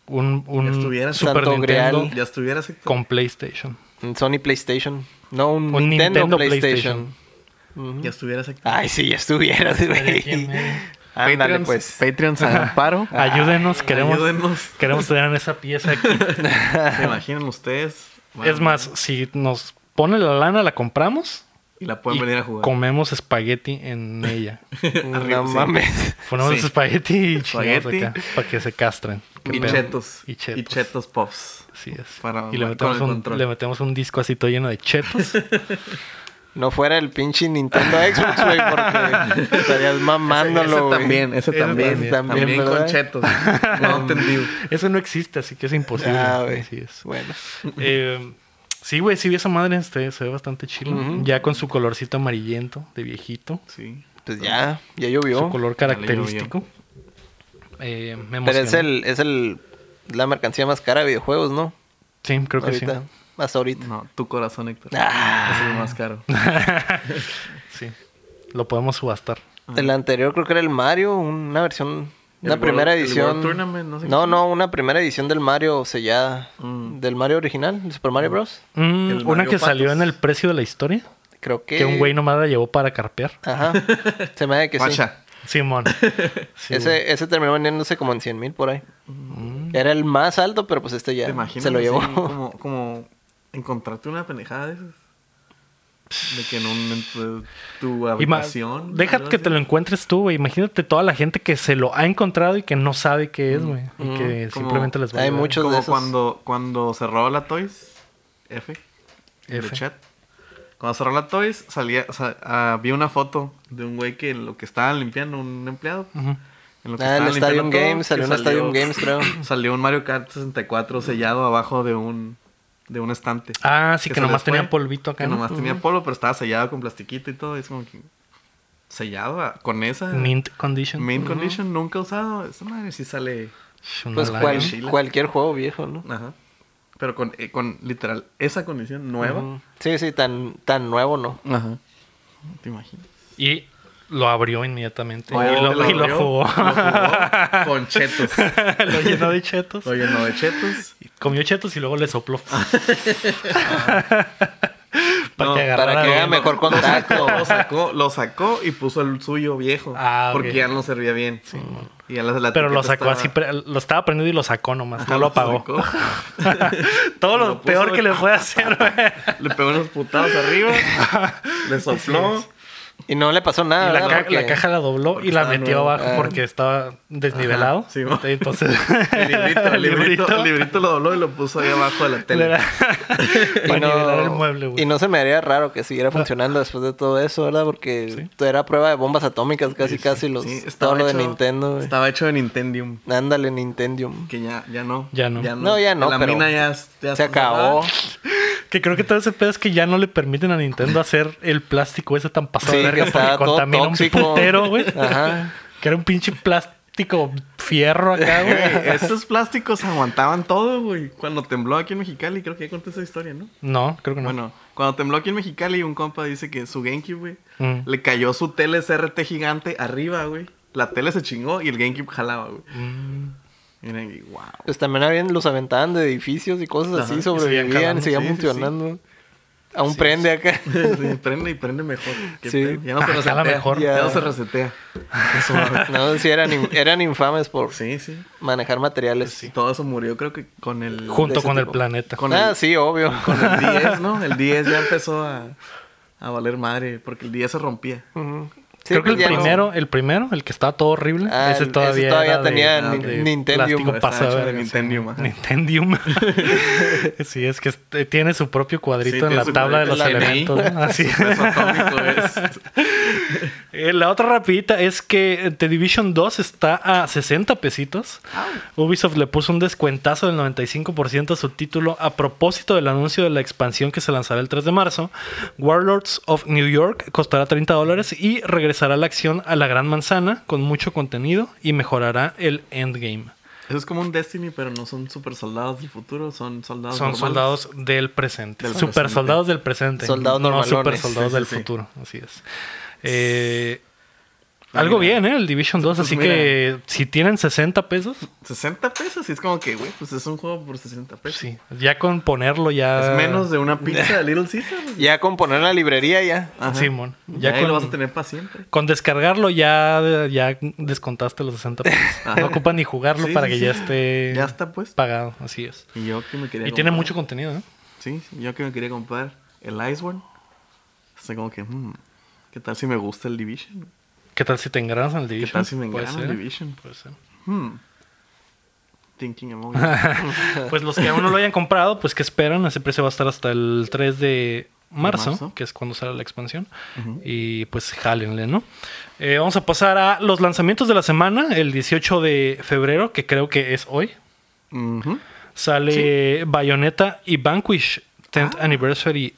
A: Un, un
C: Ya estuviera
A: Super
B: Santo
A: Nintendo
B: Grial.
C: Ya estuviera así.
A: con PlayStation.
B: Un Sony PlayStation. No, un,
A: Un
B: Nintendo,
A: Nintendo
B: PlayStation.
C: Ya estuviera así.
A: Ah,
B: Ay, si ya estuvieras,
A: quién,
B: güey.
A: eh.
B: Ándale,
C: Patreons,
B: pues.
C: Patreons al amparo.
B: Ah,
A: Ayúdenos, queremos,
C: Ayúdenos.
A: queremos tener esa pieza aquí.
C: ¿Se imaginan ustedes?
A: es más, si nos pone la lana, la compramos.
C: Y la pueden
A: y
C: venir a jugar.
A: Comemos espagueti en ella.
B: No
C: Arriba, sí.
B: mames.
A: Ponemos
C: Sí.
A: espagueti y chingamos
C: Espagueti.
A: acá para que se castren. Qué
C: Y
A: pedo.
C: chetos.
A: Y chetos.
C: Y chetos puffs.
A: Así es.
C: Para-
A: y le
C: con
A: metemos,
C: el
A: un,
C: control.
A: le metemos un disco así todo lleno de chetos.
B: No fuera el pinche Nintendo Xbox, güey, porque estarías
C: ese
B: mamándolo, güey.
C: también, ese
A: Ese
C: también.
A: también,
C: También,
B: también, ¿verdad?
C: con chetos. no entendí.
A: Eso no existe, así que es imposible.
B: Ah, güey.
A: Así es.
B: Bueno.
A: Eh, sí, güey, sí vi esa madre. Este, se ve bastante chilo. Ya con su colorcito amarillento de viejito.
C: Sí.
B: Pues ya, ya llovió.
A: Su color
C: Ya le
A: característico. Eh, me
B: Pero es
A: emocioné.
B: el, es el la mercancía más cara de videojuegos, ¿no?
A: Sí, creo que
B: ahorita. Hasta ahorita.
C: No, tu corazón, Héctor.
B: Ah.
C: Es el más caro.
A: sí. Sí. Lo podemos subastar.
B: El anterior creo que era el Mario, una versión,
C: El
B: una
C: World-
B: primera
C: el
B: edición.
C: World Tournament, no sé
B: no,
C: qué. Mm.
B: no, una primera edición del Mario sellada. Del Mario original, el Super Mario Bros.
A: Mm,
C: El
A: una
C: Mario
A: que salió
C: Patos.
A: en el precio de la historia.
B: Creo que.
A: Que un güey nomás la llevó para carpear.
B: Ajá. Se me hace que sí.
C: Guacha.
A: Simón. Sí, güey.
B: Ese, ese terminó vendiéndose como en 100 mil por ahí. Era el más alto, pero pues este ya
C: ¿Te imaginas?
B: se lo llevó.
C: así como, como encontrarte una pendejada de esas. De que en un, en tu, tu
A: Ima-
C: habitación.
A: Deja
C: algo
A: que
C: así.
A: te lo encuentres tú, güey. Imagínate toda la gente que se lo ha encontrado y que no sabe qué es, güey. Y que
C: Mm, Como-
A: simplemente les va
B: hay
A: a
B: mucho- muchos de
C: Como
B: esos.
C: cuando, cuando cerró la Toys. F. el
A: F.
C: chat. Cuando cerró la Toys, salía, sa- ah, vi una foto de un güey que en lo que estaban limpiando, un empleado. En lo
B: Ah, el
C: estaban
B: Stadium
C: limpiando todo,
B: Games, salió
C: que
B: un Stadium Games, creo.
C: Salió un Mario Kart 64 sellado abajo de un, de un estante.
A: Ah, sí, que
C: se les
A: nomás
C: fue,
A: tenía polvito acá,
C: Que
A: ¿no?
C: nomás tenía polvo, pero estaba sellado con plastiquito y todo. Es como que sellado ah, con esa
A: Mint condition.
C: mint condition nunca usado. Esa madre sí sale.
A: Una
B: Pues
A: lana.
B: cual-
C: mochila.
B: cualquier juego viejo, ¿no?
C: Ajá. Pero con, eh, con literal esa condición nueva.
B: Ujú. Mm. Sí, sí, tan, tan nuevo, ¿no?
C: Ajá. ¿Te imaginas?
A: Y lo abrió inmediatamente. y,
C: Obviamente
A: lo, y lo
C: abrió,
A: jugó.
C: lo jugó con chetos.
A: lo llenó de chetos.
C: Lo llenó de chetos.
A: Comió chetos y luego le sopló. para
C: Ah. No,
A: que agarrara.
B: para que haga
A: bien.
B: mejor contacto.
C: Lo sacó, lo sacó y puso el suyo viejo.
A: Ah, ok.
C: porque ya no servía bien. Y ya la- la
A: Pero lo
C: etiqueta
A: sacó
C: estaba-
A: así, pre- lo estaba prendido y lo sacó nomás,
C: Ajá,
A: no lo apagó.
C: sacó.
A: Todo lo,
C: Lo puso
A: peor
C: de-
A: que le puede hacer, güey.
C: Le pegó unos putados arriba. le sopló.
B: Y no le pasó nada.
A: Y la,
B: ¿verdad?
A: ca-
B: Porque-
A: la caja la dobló y
C: Ah, porque
A: la
C: estaba
A: metió
C: nuevo.
A: abajo
B: Ah.
A: porque estaba desnivelado.
C: Ajá, sí, mo.
A: Entonces,
C: El librito, el librito, el librito lo dobló y lo puso ahí abajo de la
A: le
C: tele.
A: era- para
B: Y no,
A: nivelar el mueble, güey. Ah.
B: y no se me haría raro que siguiera funcionando después de todo eso, ¿verdad? Porque todo era prueba de bombas atómicas casi, casi los,
C: Sí,
B: todo lo de
C: hecho-
B: Nintendo. güey.
C: Estaba hecho de Nintendium.
B: Ándale, Nintendium.
C: Que ya, ya no.
A: Ya no.
B: No, ya no,
C: La
B: pero
C: mina ya, es- ya
B: Se
C: está
B: acabó.
C: cerrada.
A: Que creo que todo ese pedo es que ya no le permiten a Nintendo hacer el plástico ese tan pasado
B: Sí,
A: de
B: que
A: verga porque
B: estaba todo
A: contamina un
B: tóxico.
A: putero, güey.
B: Ajá.
A: Que era un pinche plástico fierro acá, güey.
C: Güey, Esos plásticos aguantaban todo, güey. Cuando tembló aquí en Mexicali, creo que ya conté esa historia, ¿no?
A: No, creo que no.
C: Bueno, cuando tembló aquí en Mexicali, un compa dice que su GameCube, güey,
A: Mm.
C: le cayó su
A: Mm.
C: tele CRT gigante arriba, güey. La tele se chingó y el GameCube jalaba, güey. Mira, y wow.
B: Pues también habían, los aventaban de edificios y cosas
C: Ajá,
B: así,
C: y seguían
B: sobrevivían
C: jalando,
B: y seguían
C: sí, sí, sí.
B: funcionando. Aún
C: Sí,
B: prende acá.
C: Sí, prende y prende mejor. Qué
B: Sí.
C: pedo. Ya no se
A: Ah, jala
C: resetea.
A: mejor.
C: Ya.
B: Ya.
C: no se resetea. Eso,
B: no, sí, eran, in- eran infames por
C: sí, sí.
B: manejar materiales.
C: Sí, Todo eso murió, creo que con el.
B: de
A: Junto
B: ese
A: con el
B: tipo.
A: planeta.
C: Con
B: ah,
C: el,
B: sí, obvio.
C: con el 10, ¿no? El 10 ya empezó a, a valer madre, porque el 10 se rompía.
B: Ujú. Sí, pues
A: Creo que el
B: ya no-
A: primero, el primero, el que estaba todo horrible,
B: Ah,
A: ese
B: el- ese
A: todavía,
B: todavía
A: era de- de,
B: tenía Nin- Nintendium.
A: plástico
C: Estaba
A: pasado,
C: hecho de
A: verga, sí.
C: Nintendium, ajá.
A: Nintendium. sí, es que es- eh, tiene su propio cuadrito
C: Sí,
A: en
C: tiene
A: la
C: su
A: tabla de los
C: cuadrito. La
A: elementos.
C: NI.
A: ¿no? Así.
C: Su peso atómico es.
A: Eh, La otra rapidita es que The Division 2 está a 60 pesitos. Ubisoft le puso un descuentazo del 95% a su título a propósito del anuncio de la expansión que se lanzará el 3 de marzo. Warlords of New York costará 30 dólares y regresará la acción a la Gran Manzana con mucho contenido y mejorará el endgame.
C: Eso es como un Destiny, pero no son super soldados del futuro, son soldados.
A: Son
C: Ah, normales.
A: soldados del presente.
C: Del
A: super
C: presente.
A: soldados del presente.
B: Soldados
A: no
B: normalones.
A: super soldados
C: Sí, sí,
A: del
C: sí.
A: futuro. Así es. Eh,
C: Mira.
A: algo bien, ¿eh? El Division 2.
C: Pues
A: así
C: mira.
A: que si tienen 60 pesos,
C: 60 pesos, y es como que, güey, pues es un juego por 60 pesos.
A: sí. Ah. Ya con ponerlo ya.
C: Pues Es menos de una pizza de Little Caesar.
B: Ya con poner la librería ya.
C: Ajá.
A: Simón. Ya
C: Ya ahí lo
A: con-
C: vas a tener para siempre.
A: Con descargarlo ya, ya descontaste los 60 pesos.
C: Ajá.
A: No ocupa ni jugarlo
C: Ah. Sí,
A: para
C: sí,
A: que
C: sí.
A: ya esté
C: Ya está puesto.
A: pagado. Así es.
C: Y yo que me quería
A: Y tiene
C: comprar-
A: mucho contenido, ¿eh?
C: Sí, sí, yo que me quería comprar el Iceborne. Estoy como que, hmm, ¿qué tal si me gusta el Division?
A: ¿Qué tal si te engranas en el
C: ¿Qué
A: Division?
C: tal si me
A: Puede
C: engañan el
A: ser.
C: Division?
A: Puede ser.
C: Hmm. Thinking about it.
A: Pues los que aún no lo hayan comprado, pues que esperan. Ese precio va a estar hasta el 3 de marzo,
C: marzo.
A: que es cuando sale la expansión. Y pues jálenle, ¿no? Eh, vamos a pasar a los lanzamientos de la semana, el 18 de febrero, que creo que es hoy.
C: Ujú.
A: Sale Bayonetta y Vanquish 10th
B: Ah.
A: Anniversary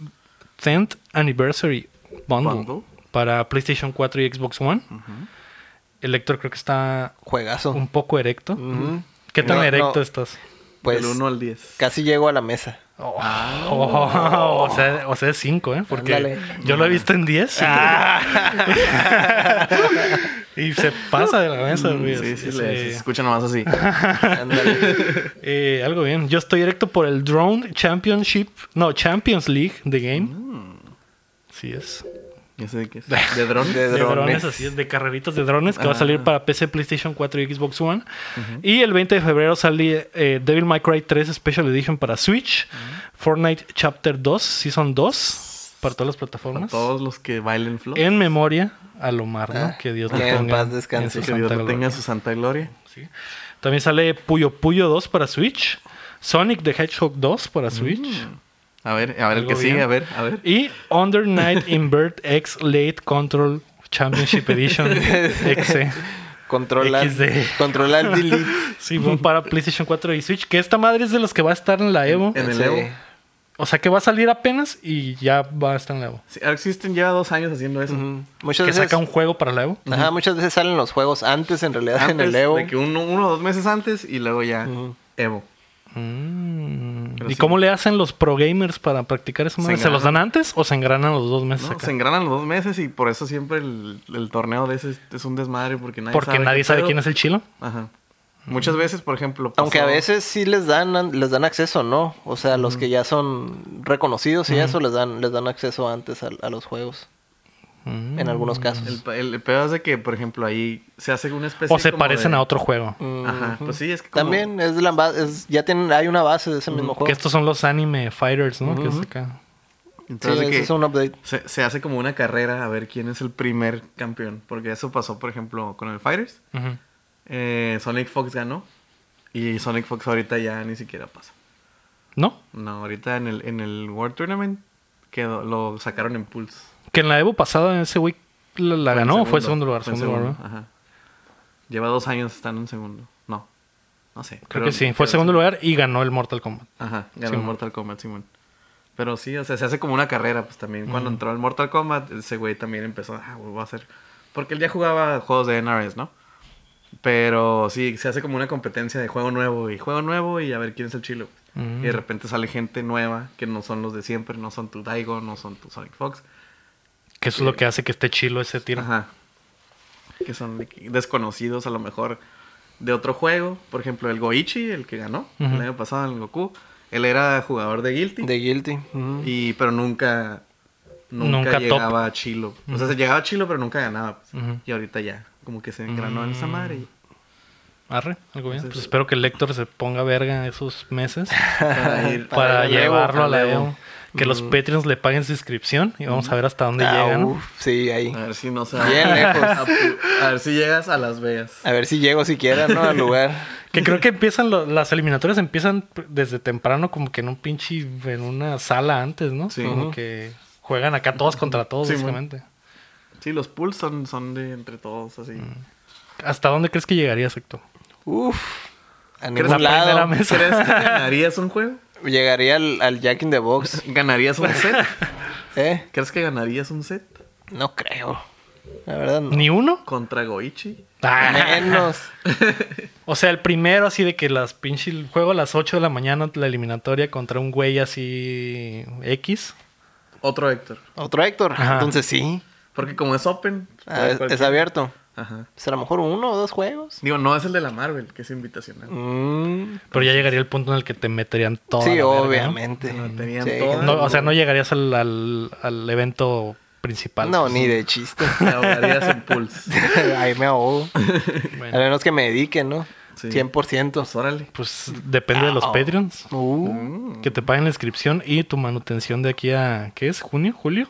A: 10th Anniversary Bundle,
C: Bundle.
A: para PlayStation 4 y Xbox One. El Héctor creo que está
B: Juegazo.
A: un poco erecto.
B: Ujú.
A: ¿Qué tan
B: No, no.
A: erecto estás?
B: Pues
C: Del 1 al 10.
B: casi llego a la mesa.
A: Oh, oh, o sea, o sea, es 5, ¿eh? Porque
B: Ándale.
A: yo lo he visto en 10. y se pasa de la mesa,
C: Mm,
A: güey.
C: sí, sí,
A: Ese-
C: le- se escucha nomás así.
B: Ándale.
A: eh, algo bien. Yo estoy directo por el Drone Championship. No, Champions League de Game.
C: Mm.
A: Sí es.
C: Ya sé de qué es. ¿De drones?
B: De
A: De drones.
B: drones.
A: así es, de carreritas de drones que va a
C: Ah.
A: salir para PC, PlayStation 4 y Xbox One. Y el 20 de febrero sale eh, Devil May Cry 3 Special Edition para Switch, Fortnite Chapter 2, Season 2, para todas las
C: Para
A: plataformas.
C: todos los que bailen flow.
A: En memoria a Lomar, ¿no?
B: Ah,
A: que Dios
B: que
A: le
B: en
A: ponga
B: paz descanse.
A: en su
C: que Dios
A: santa
C: lo
A: gloria.
C: tenga su santa gloria.
A: Sí. También sale Puyo Puyo 2 para Switch, Sonic the Hedgehog 2 para Switch.
C: A ver, a ver el
A: Algo
C: que sigue,
A: bien.
C: a ver, a ver.
A: Y Under Night Invert X Late Control Championship Edition E. XC.
B: Controla,
A: XD.
B: controla el delete.
A: Sí, bueno, para PlayStation 4 y Switch. Que esta madre es de los que va a estar en la Evo.
C: En el
B: Sí.
C: Evo.
A: O sea que va a salir apenas y ya va a estar en la Evo.
C: Sí, Arc System lleva dos años haciendo eso.
B: Ujú. Muchas
A: Que
B: veces,
A: saca un juego para la Evo.
B: ajá, muchas veces salen los juegos antes en realidad en
C: Antes
B: el Evo.
C: De que uno, uno o dos meses antes y luego ya Evo.
A: Mm.
C: Pero
A: ¿Y
C: sí.
A: cómo le hacen los pro gamers para practicar esa
C: Se
A: madre? ¿Se, los dan
C: engranan.
A: antes o se engranan los dos meses
C: ¿no?
A: acá?
C: Se engranan los dos meses y por eso siempre el, el torneo de ese es, es un desmadre porque nadie
A: Porque
C: sabe.
A: nadie
C: qué
A: sabe
C: pedo.
A: quién es el chilo.
C: Ajá. Muchas veces, por ejemplo. pasó-
B: Aunque a veces sí les dan les dan acceso, ¿no? O sea, los que ya son reconocidos y eso les dan les dan acceso antes a, a los juegos
A: Mm.
B: en algunos casos.
C: El, el- el pedo es de que, por ejemplo, ahí se hace una especie.
A: O se
C: Pues como
A: parecen
C: de-
A: a otro juego.
C: Ajá. Pues sí, es que. como-
B: También es la ba- es- ya tienen hay una base de ese mismo
A: Mm, Que
B: juego.
A: estos son los anime fighters, ¿no? Que es acá.
B: Sí,
C: entonces de
B: ese
C: que
B: es un update.
C: se, se hace como una carrera a ver quién es el primer campeón. Porque eso pasó, por ejemplo, con el Fighters.
A: Ujú.
C: Eh, Sonic Fox ganó. Y Sonic Fox ahorita ya ni siquiera pasa.
A: ¿No?
C: No, ahorita en el, en el World Tournament quedó, lo sacaron en Pulse.
A: Que en la Evo pasada, ese güey la, la
C: Fue en
A: ganó o fue segundo lugar.
C: Fue en
A: segundo lugar,
C: segundo, Ah, ajá. Lleva dos años estando en segundo. No, no sé.
A: Creo que sí, fue segundo lugar y ganó el Mortal Kombat.
C: Ajá, ganó
A: Simón.
C: el Mortal Kombat, Simón. Pero sí, o sea, se hace como una carrera, pues también. Cuando entró el Mortal Kombat, ese güey también empezó, ah, güey, voy a hacer. Porque él ya jugaba juegos de NRS, ¿no? Pero sí, se hace como una competencia de juego nuevo y juego nuevo y a ver quién es el chilo.
A: Mm.
C: Y de repente sale gente nueva que no son los de siempre, no son tu Daigo, no son tu Sonic Fox.
A: Que eso es lo que hace que esté chilo ese tiro.
C: Ajá. Que son de que- desconocidos a lo mejor de otro juego. Por ejemplo, el Goichi, el que ganó el
A: Ujú.
C: año pasado en Goku. Él era jugador de Guilty.
B: De Guilty. ujú.
C: Y, pero nunca, nunca,
A: Nunca top.
C: llegaba a Chilo. O sea, se llegaba a Chilo, pero nunca ganaba. pues.
A: Ujú.
C: Y ahorita ya, como que se engranó en esa madre. y-
A: Arre, algo bien. Pues
C: Entonces-
A: espero que el Lector se ponga verga esos meses
C: Para, ir-
A: para
B: la
A: llevarlo a la
C: Evo.
A: Evo. Que los Patreons le paguen su inscripción y vamos a ver hasta dónde
B: Ah,
A: llegan. Ah.
B: uf, sí, ahí.
C: A ver si no se va.
B: Bien lejos.
C: A, a ver si llegas a Las Vegas.
B: A ver si llego siquiera, ¿no? Al lugar.
A: Que creo que empiezan lo- las eliminatorias empiezan desde temprano como que en un pinche en una sala antes, ¿no?
C: Sí.
A: Como que juegan acá todos contra todos
C: Sí, man.
A: básicamente.
C: Sí, los pools son, son de entre todos, así.
A: ¿Hasta dónde crees que llegaría, Secto?
B: Uf. A
A: ¿Crees la
B: ningún lado.
A: primera mesa?
C: ¿Crees que ganarías un juego?
B: Llegaría al, al Jack in the Box.
C: ¿Ganarías un set?
B: ¿Eh?
C: ¿Crees que ganarías un set?
B: No creo. La verdad, no.
A: ¿Ni uno?
C: Contra Goichi.
A: Ah.
B: Menos.
A: O sea, el primero así de que las pinche el juego a las 8 de la mañana la eliminatoria contra un güey así X.
C: Otro Héctor.
B: Otro Héctor.
A: Ajá.
B: Entonces sí.
C: Porque como es open.
B: Ah, es,
C: puede
B: es
C: cualquier-
B: abierto.
C: Ajá.
B: Pues a lo mejor uno o dos juegos.
C: Digo, no es el de la Marvel, que es invitacional.
B: Mm,
A: Pero ya llegaría el punto en el que te meterían todo.
B: sí, obviamente.
C: No, tenían
B: Sí.
C: todo.
A: ¿no? o sea, no llegarías al, al- al evento principal.
B: No,
A: pues.
B: ni de chiste.
C: Te ahogarías en pools.
B: Ahí me ahogo.
A: Bueno,
B: A menos que me dediquen, ¿no?
C: Sí.
B: 100%.
C: Pues órale.
A: pues depende de los
B: Au.
A: Patreons.
B: Uh,
A: Que te paguen la inscripción y tu manutención de aquí a. ¿Qué es? ¿Junio? ¿Julio?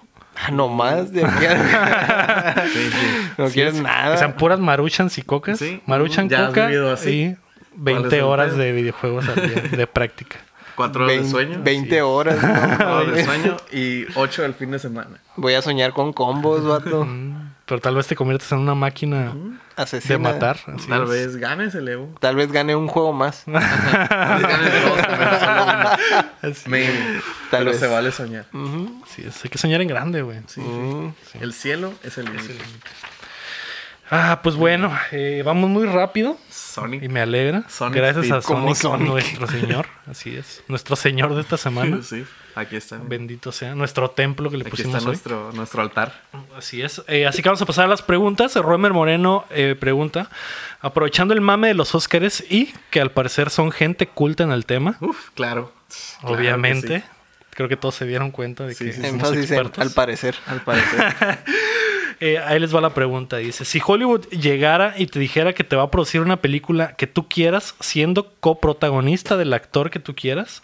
B: nomás ah, de aquí a-
C: Sí, sí.
B: No quieres
A: Que sean
B: nada.
A: puras maruchans y cocas.
C: Sí.
A: Maruchan,
C: Ya has
A: coca
C: vivido así.
A: y
C: ¿Cuál es
A: 20
C: el
A: horas
C: pedo?
A: de videojuegos al día de práctica.
C: Cuatro horas de
B: Vein-
C: sueño.
B: 20 horas.
C: Cuatro
B: ¿no?
C: horas de sueño y ocho el fin de semana.
B: Voy a soñar con combos, vato.
A: Mm, Pero tal vez te conviertas en una máquina
C: Mm.
B: Asesina.
A: de matar. así
C: Tal
A: es.
C: vez ganes el Evo.
B: Tal vez gane un juego más.
C: Tal vez ganes dos, al menos solo uno.
A: Así,
C: Maybe.
B: Tal
C: Pero
B: vez. Mm.
C: se vale soñar.
B: Ujú.
A: así es. Hay que soñar en grande, güey.
B: Mm.
C: El cielo es el límite.
A: Ah, pues bueno, eh, vamos muy rápido y
C: Sonic.
A: me alegra.
C: Sonic
A: Gracias a
C: Speed.
B: Como
A: Sonic,
B: Sonic.
A: nuestro señor. Así es. Nuestro señor de esta semana.
C: Sí, aquí está.
A: Bendito sea. Nuestro templo que le
C: Aquí está
A: pusimos hoy.
C: nuestro, nuestro altar.
A: Así es. Eh, así que vamos a pasar a las preguntas. Romer Moreno eh, pregunta, aprovechando el mame de los Óscares y que al parecer son gente culta en el tema,
C: Uf, claro. Claro que
A: obviamente.
C: sí.
A: Creo que todos se dieron cuenta de
C: Sí,
A: que
C: sí, sí.
A: somos
B: Énfasis en,
A: expertos.
B: al parecer.
C: Al parecer.
A: Eh, ahí les va la pregunta. Dice, si Hollywood llegara y te dijera que te va a producir una película que tú quieras, siendo coprotagonista del actor que tú quieras,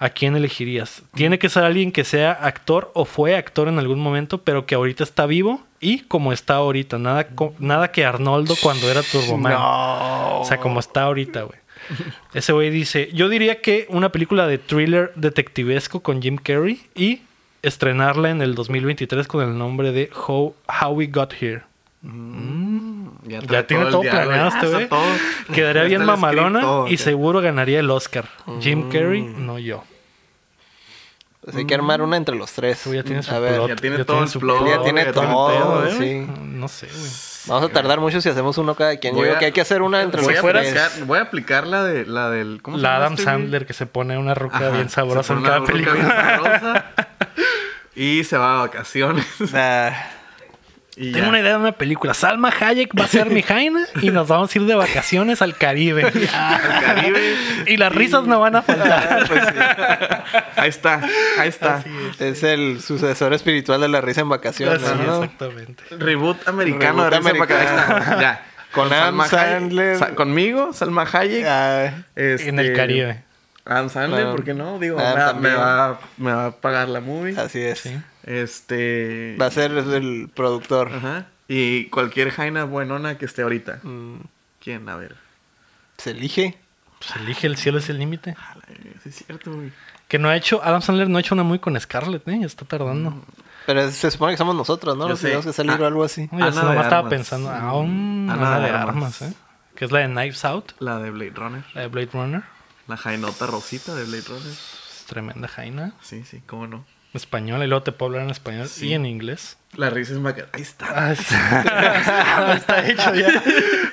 A: ¿a quién elegirías? Tiene que ser alguien que sea actor o fue actor en algún momento, pero que ahorita está vivo y como está ahorita. Nada, co- nada que Arnoldo cuando era Turboman. O sea, como está ahorita, güey. Ese güey dice, yo diría que una película de thriller detectivesco con Jim Carrey y estrenarla en el 2023 con el nombre de How, How We Got Here.
C: Ya,
A: Ya tiene todo planeado este güey. Quedaría bien mamalona y seguro ganaría el Oscar. Jim
C: Mm.
A: Carrey, no yo.
B: Pues hay que armar una entre los tres.
A: Mm. Tú Este ya tienes
B: a
A: su
B: ver,
A: plot,
C: ya tiene todo el
A: su
C: plot,
B: ya tiene todo,
A: pedo, ¿eh,
B: sí.
A: güey? No sé, güey.
B: vamos a tardar mucho si hacemos uno cada quien. Yo
C: Voy
B: creo
C: a-
B: que hay que hacer una entre
C: Voy,
B: los
C: a
B: tres.
C: aplicar, voy a aplicar la, de, la del. ¿cómo se
A: La
C: llama
A: Adam
C: este güey?
A: Sandler que se pone una ruca
C: Ajá,
A: bien
C: se
A: sabrosa
C: pone
A: en
C: una
A: cada
C: ruca bien
A: película.
C: sabrosa y se va a vacaciones.
B: Ah,
C: Y ya.
A: Tengo una idea de una película. Salma Hayek va a ser mi Jaina y nos vamos a ir de vacaciones al Caribe.
C: Al Caribe. Ah, pues,
A: y las risas no van a faltar.
C: Ahí está, ahí está.
B: es el sucesor espiritual de la risa en vacaciones,
A: Así,
B: ¿no?
A: exactamente.
C: Reboot americano
B: Reboot
C: de Risa para acá.
B: americano.
C: Ahí está, Ya.
B: Con Adam
C: Salma Hayek-
B: Sandler.
C: Sa- conmigo, Salma Hayek.
B: Ah,
C: este,
A: En el Caribe.
C: Adam Sandler,
B: Claro.
C: ¿por qué no? Digo,
B: Adam también.
C: me va- me, va, me va a pagar la movie.
B: así es.
A: Sí.
C: Este.
B: Va a ser el productor.
C: Ajá. Y cualquier Jaina buenona que esté ahorita.
B: Mm,
C: ¿Quién? A ver.
B: Se elige.
A: Pues elige el cielo es el límite.
C: A la verga, eh, Sí, es cierto, güey.
A: Que no ha hecho, Adam Sandler no ha hecho una muy con Scarlett, ¿eh? Ya está tardando.
C: Mm,
B: Pero es- se supone que somos nosotros, ¿no?
C: Yo
B: Los que
C: sé.
B: tenemos que salir
C: Ah.
B: o algo así.
A: No, ya
C: Ana
A: sé,
C: de
A: nomás estaba
C: Armas.
A: pensando. Ah, un-
C: Ana
A: Ana
C: de
A: de armas, ¿eh? Que es la de Knives Out,
C: La de Blade Runner.
A: la de Blade Runner.
C: La Jainota Rosita de Blade Runner.
A: Es tremenda jaina.
C: Sí, sí, cómo no.
A: Española, y luego te puedo hablar en español
C: Sí.
A: y en inglés.
C: La risa es maca. Ahí está.
A: Ah,
C: Ah,
A: está, está hecho ya.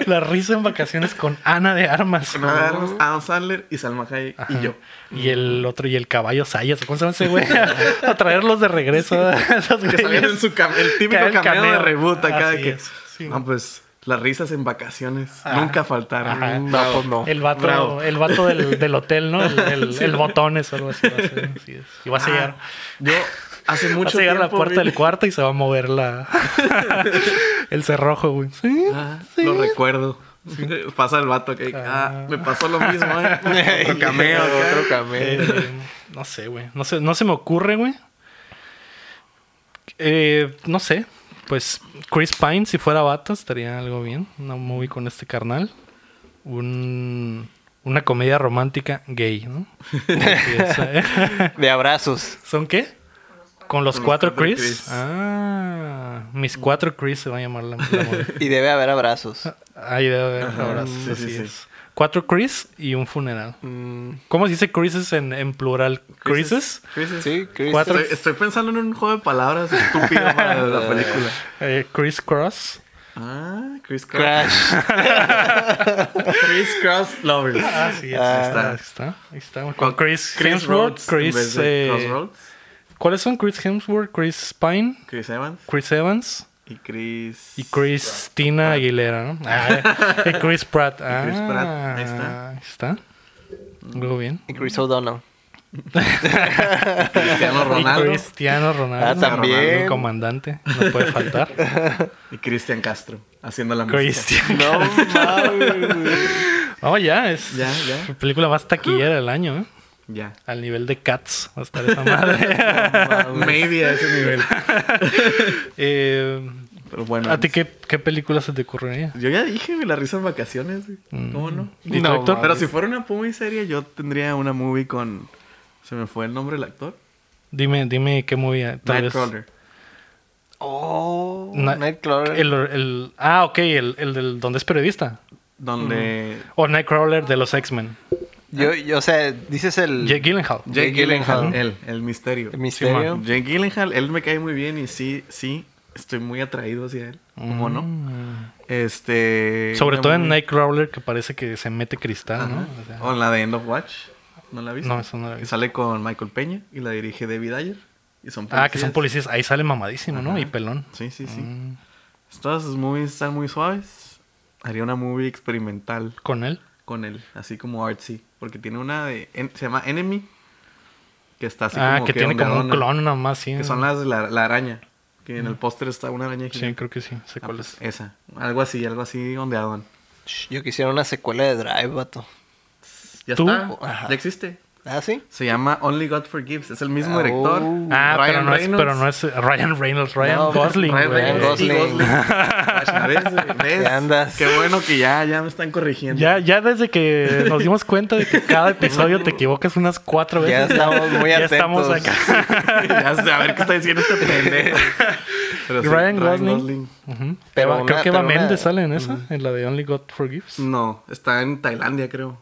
A: La risa en vacaciones con Ana de Armas.
C: Ana de Armas, Adam Sandler y Salma Hayek
A: Ajá.
C: y yo.
A: Y el otro, y el caballo Sayas. ¿Cómo se llama ese güey? A traerlos de regreso. a esos
C: Que salían
A: güeyes.
C: en su cam- el típico
A: Cae el
C: cameo,
A: cameo.
C: de reboot acá de
A: Así
C: que.
A: es, sí,
C: no,
A: güey.
C: pues Las risas en vacaciones nunca faltaron.
A: Ajá.
C: Mm,
B: No, pues no.
A: El vato,
C: Bravo.
A: el vato del, del hotel, ¿no? El, el, el botones o algo así. va a ser, así es. Y vas a llegar.
C: Ah, Yo hace mucho
A: vas a llegar a la
C: tiempo
A: puerta
C: vi-
A: del cuarto y se va a mover la el cerrojo, güey. Sí.
C: Ah, Lo recuerdo. Pasa el vato que ah,
A: Ah.
C: me pasó lo mismo, eh. Otro cameo, acá.
B: Otro cameo.
A: Eh, no sé, güey. No, sé, no se me ocurre, güey. Eh, no sé. Pues Chris Pine, si fuera vato, estaría algo bien. Una movie con este carnal. Un- una comedia romántica gay, ¿no? Sí, esa, ¿eh?
B: De abrazos.
A: ¿Son qué? Con los
C: Con los
A: cuatro
C: cuatro
A: Chris.
C: Chris.
A: Ah, mis
C: Mm.
A: cuatro Chris se va a llamar la, la movie.
B: Y debe haber abrazos.
C: Ah.
A: Ahí debe haber abrazos,
C: sí,
A: así
C: sí, sí.
A: es. Cuatro Chris y un funeral.
B: Mm,
A: ¿Cómo se dice Chrises en, en plural? Chrises.
C: Crisis.
B: sí, Chris.
A: Cuatro.
C: Estoy, estoy pensando en un juego de palabras estúpido para la película.
A: Eh, Chris Cross.
C: Ah, Chris Cross.
B: Crash.
C: Chris Cross Lovers.
A: Así es.
B: Ah.
A: Ah, ahí está. Ahí está. Ahí está. Con Chris,
C: Chris
A: Hemsworth.
C: Rhodes. en vez
A: Chris.
C: de
A: eh,
C: Crossroads.
A: ¿Cuáles son? Chris Hemsworth, Chris Pine,
C: Chris Evans.
A: Chris Evans
C: Y Chris.
A: y Christina Aguilera, ¿no? Ah, y Chris Pratt. Ah,
C: Chris Pratt, ahí está.
A: Ahí está. Luego bien.
B: Y Chris O'Donnell.
C: Cristiano
A: Y
C: Ronaldo.
A: Cristiano Ronaldo.
B: Ah, también.
A: El comandante. No puede faltar.
C: Y Cristian Castro. Haciendo la música.
A: Cristian.
B: No mames. güey.
A: Vamos ya. Es
C: Ya, ya.
A: la película más taquillera del año, ¿eh?
C: Ya.
A: Al nivel de Cats va a estar esa madre.
C: Maybe a ese nivel.
A: Eh,
C: Pero bueno.
A: ¿A ti qué, qué película se te ocurriría?
C: Yo ya dije, güey, la risa en vacaciones, güey. ¿Cómo no?
A: Mm. ¿Y
B: No,
A: tú, Héctor?
C: Pero si fuera una movie seria, yo tendría una movie con. Se me fue el nombre del actor.
A: Dime, dime qué movía. Tal vez.
C: Nightcrawler.
B: Oh,
A: Na-
B: Nightcrawler.
A: El, el- ah, ok, el, el del donde es periodista.
C: Donde.
A: O Nightcrawler de los X-Men.
B: Yo, yo, o sea, dices el.
A: Jake Gyllenhaal.
B: Ye-
C: Jake
B: Jake
C: Gyllenhaal.
B: Gyllenhaal.
C: Él, el misterio.
B: el misterio.
A: Simón.
C: Jake Gyllenhaal, él me cae muy bien y sí, sí, estoy muy atraído hacia él. ¿Cómo no? Este.
A: Mm. Sobre
C: una
A: todo en
C: movie-
A: Nightcrawler que parece que se mete cristal,
C: Ajá.
A: ¿no? O sea,
C: O en Oh, la de End of Watch. ¿No la viste?
A: No, esa no la he
C: Que
A: visto.
C: Sale con Michael Peña y la dirige David Ayer. Y son
A: ah, que son policías. Ahí sale mamadísimo, ¿no?
C: Ajá.
A: Y pelón.
C: Sí, sí, sí.
A: Mm,
C: Todas sus movies están muy suaves. Haría una movie experimental
A: Con él.
C: con él, así como artsy, porque tiene una de en- se llama Enemy que está así
A: ah,
C: como
A: que tiene como un
C: ondeadona,
A: clon nada más, sí.
C: que son las de la, la araña, que en el póster está una araña
A: Mm. Sí,
C: gigante.
A: creo que sí. Sé
C: Ah,
A: cuál
C: pues,
A: es.
C: esa, algo así, algo así ondeadón.
B: Yo quisiera una secuela de Drive, vato.
C: Ya
A: ¿Tú?
C: está,
B: Ajá.
C: ya existe.
B: ¿Ah, sí?
C: Se llama Only God Forgives, es el mismo director.
B: Oh.
A: Ah, pero
C: uh, Ryan
A: no, es,
C: Reynolds.
A: pero no es eh, Ryan Reynolds, Ryan
B: No,
A: Gosling.
C: Ryan
A: güey.
C: Reynolds y
B: Gosling.
C: Vaya, ¿Ves? ¿Ves?
B: Ya andas.
C: Qué bueno que ya, ya me están corrigiendo.
A: Ya, ya desde que nos dimos cuenta de que cada episodio te equivocas unas cuatro
B: Ya
A: veces.
B: estamos muy
A: Ya
B: atentos.
A: estamos acá.
C: Ya sé, a ver qué está diciendo este pendejo. Pero sí,
A: Ryan Gosling. Ujú. Eva-
B: Pero
A: creo
B: una-
A: que Eva
B: pero una-
A: Méndez sale en esa, en la de Only God Forgives.
C: No, está en Tailandia, creo.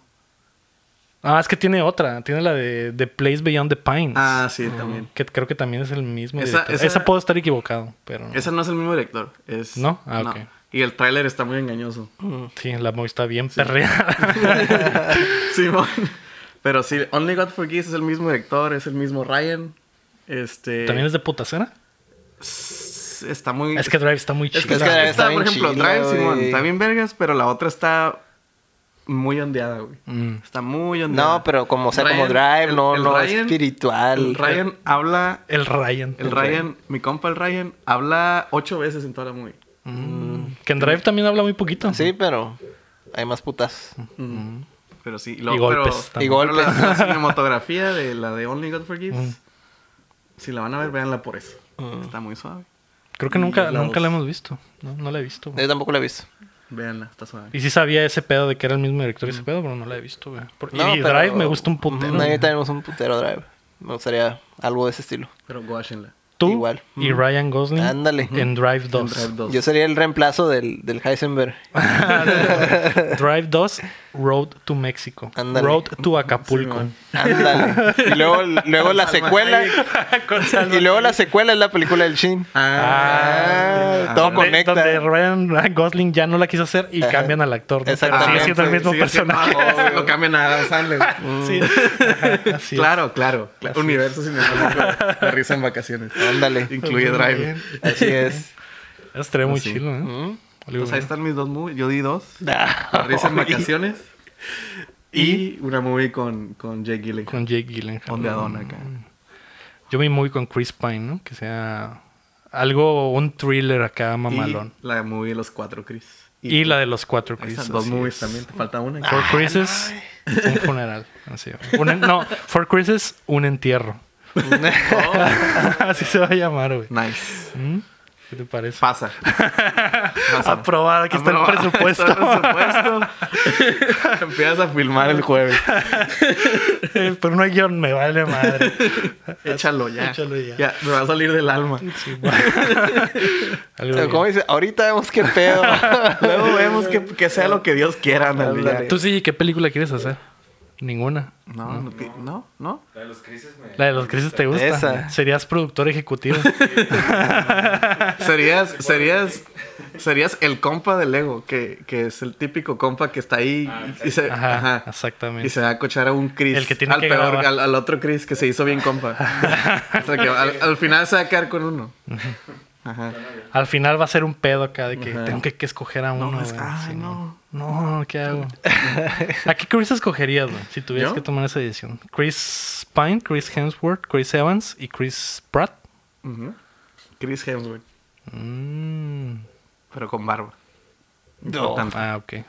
A: Ah, es que tiene otra. Tiene la de The Place Beyond the Pines.
C: Ah, sí, también.
A: Que creo que también es el mismo.
C: Esa-
A: director. Esa,
C: esa-
A: puedo estar equivocado, pero.
C: Ese no es el mismo director. Es...
A: Mm. ¿No? Ah, ok.
C: Y el tráiler está muy engañoso.
A: Sí, la movie está bien perreada.
C: Simón. Pero sí, Only God Forgives es el mismo director, es el mismo Ryan. Este...
A: ¿También es de putacera?
C: es... Está muy...
A: Es que Drive está muy
C: Es que
A: chido.
B: Es que
C: esta-
B: está
C: esta, por
B: bien
C: ejemplo,
B: chila,
C: Drive,
B: güey.
C: Simón, está bien vergas, pero la otra está muy ondeada, güey.
A: Mm.
C: Está muy ondeada.
B: No, pero como, o sea, como
C: Ryan-
B: Drive, no,
C: el- el
B: no
C: Ryan-
B: espiritual.
C: el Ryan habla
A: El Ryan.
C: El Ryan, mi compa el Ryan, habla ocho veces en toda la movie.
A: Mm. Que en Drive también habla muy poquito.
B: Sí, pero hay más putas.
C: Pero sí, lo,
A: Y golpes
C: Pero,
A: también. Mm.
B: Y golpes.
C: pero la, la cinematografía de la de Only God Forgives, si la van a ver, véanla por eso. Está muy suave.
A: Creo que nunca,
C: Y la
A: nunca
C: dos.
A: la hemos visto. No, no la he visto. güey.
B: Yo tampoco la he visto.
C: Véanla, está suave.
A: Y sí sabía ese pedo de que era el mismo director y ese pedo, pero no la he visto, güey. Por-
B: Mm. No,
A: y
B: pero-
A: Drive me gusta un
B: No,
A: putero.
B: yo también tenemos un putero Drive. Me gustaría algo de ese estilo.
C: Pero guáchenla.
A: Tú
B: Igual. Mm.
A: y Ryan Gosling
B: Ándale. Mm.
A: en Drive
C: En
A: 2.
C: Drive 2.
B: Yo sería el reemplazo del, del Heisenberg.
A: Drive 2, Road to México.
B: Ándale. Mm,
A: Road to Acapulco.
C: Sí,
B: Ándale. Y luego, luego la
C: Salma
B: secuela.
A: Con Salma
B: Y luego la secuela es la película del Shin.
A: Ah.
B: Ah, todo
A: Donde-
B: conecta.
A: Donde Ryan Gosling ya no la quiso hacer y cambian al actor. ¿no? Pero sigue
B: Exactamente.
A: siendo el mismo
C: Ah, Sigue siendo-
A: personaje.
C: Ah, lo cambian a Adam Sandler.
A: Sí. Ajá, así es.
C: Mm. Claro, claro. claro. Universo cinematográfico. La risa en vacaciones.
B: Ándale.
C: Incluye
A: Muy
C: Drive.
A: bien.
B: Así es.
A: Eso estaría muy
C: Así.
A: chido, ¿eh?
B: Mm.
C: Pues ahí están mis dos movies. Yo di dos.
B: Nah.
C: Risa en vacaciones. Y una movie con, con Jake Gyllenhaal.
A: Con Jake Gyllenhaal.
C: Ondeadona acá.
A: Yo me muy con Chris Pine, ¿no? Que sea algo, un thriller acá mamalón.
C: Y la movie de los cuatro Chris.
A: Y, la de los cuatro Chris.
C: Esas dos
A: así
C: movies
A: es.
C: también. Ah, eh. Te falta una.
A: Four Chris's, un funeral. Así. Un en- no, Four Chris's, un entierro. Así se va a llamar, güey.
C: Nice.
A: ¿Mm? ¿Qué te parece?
C: Pasa. Pasa.
A: Aprobada, aquí está el
C: Aprobado.
A: presupuesto.
C: el presupuesto. Empiezas a filmar el jueves.
A: Pero no hay guión, me vale madre.
C: Échalo ya.
A: Échalo ya.
C: me va a salir del alma.
A: Algo
B: Pero
A: bien.
B: como dice, ahorita vemos qué pedo.
C: Luego vemos que, que sea lo que Dios quiera, ándale, ya.
A: Tú sí, ¿qué película quieres hacer? Ninguna.
C: No, no, ti- no, no.
D: La de los crisis me...
A: La de los crisis te gusta.
B: Esa.
A: Serías productor ejecutivo.
C: Serías, serías, serías el compa del ego, que, que es el típico compa que está ahí y se,
A: Ah, Ajá,
C: ajá,
A: exactamente.
C: y se va a cochar a un Chris.
A: El que tiene
C: al
A: que
C: peor,
A: grabar.
C: al, al otro Chris que se hizo bien compa. O sea, que al, al final se va a quedar con uno. Ajá.
A: Al final va a ser un pedo acá de que
C: Ajá.
A: tengo que, que escoger a uno.
C: es-
A: güey.
C: ay,
A: Sí,
C: no.
A: No, ¿qué hago? ¿A qué Chris escogerías, güey? Si tuvieras
C: ¿Yo?
A: que tomar esa decisión. Chris Pine, Chris Hemsworth, Chris Evans y Chris Pratt.
C: Ujú. Chris Hemsworth,
A: Mm.
C: pero con barba.
B: No.
C: Importante.
A: Ah, ok.
C: si no,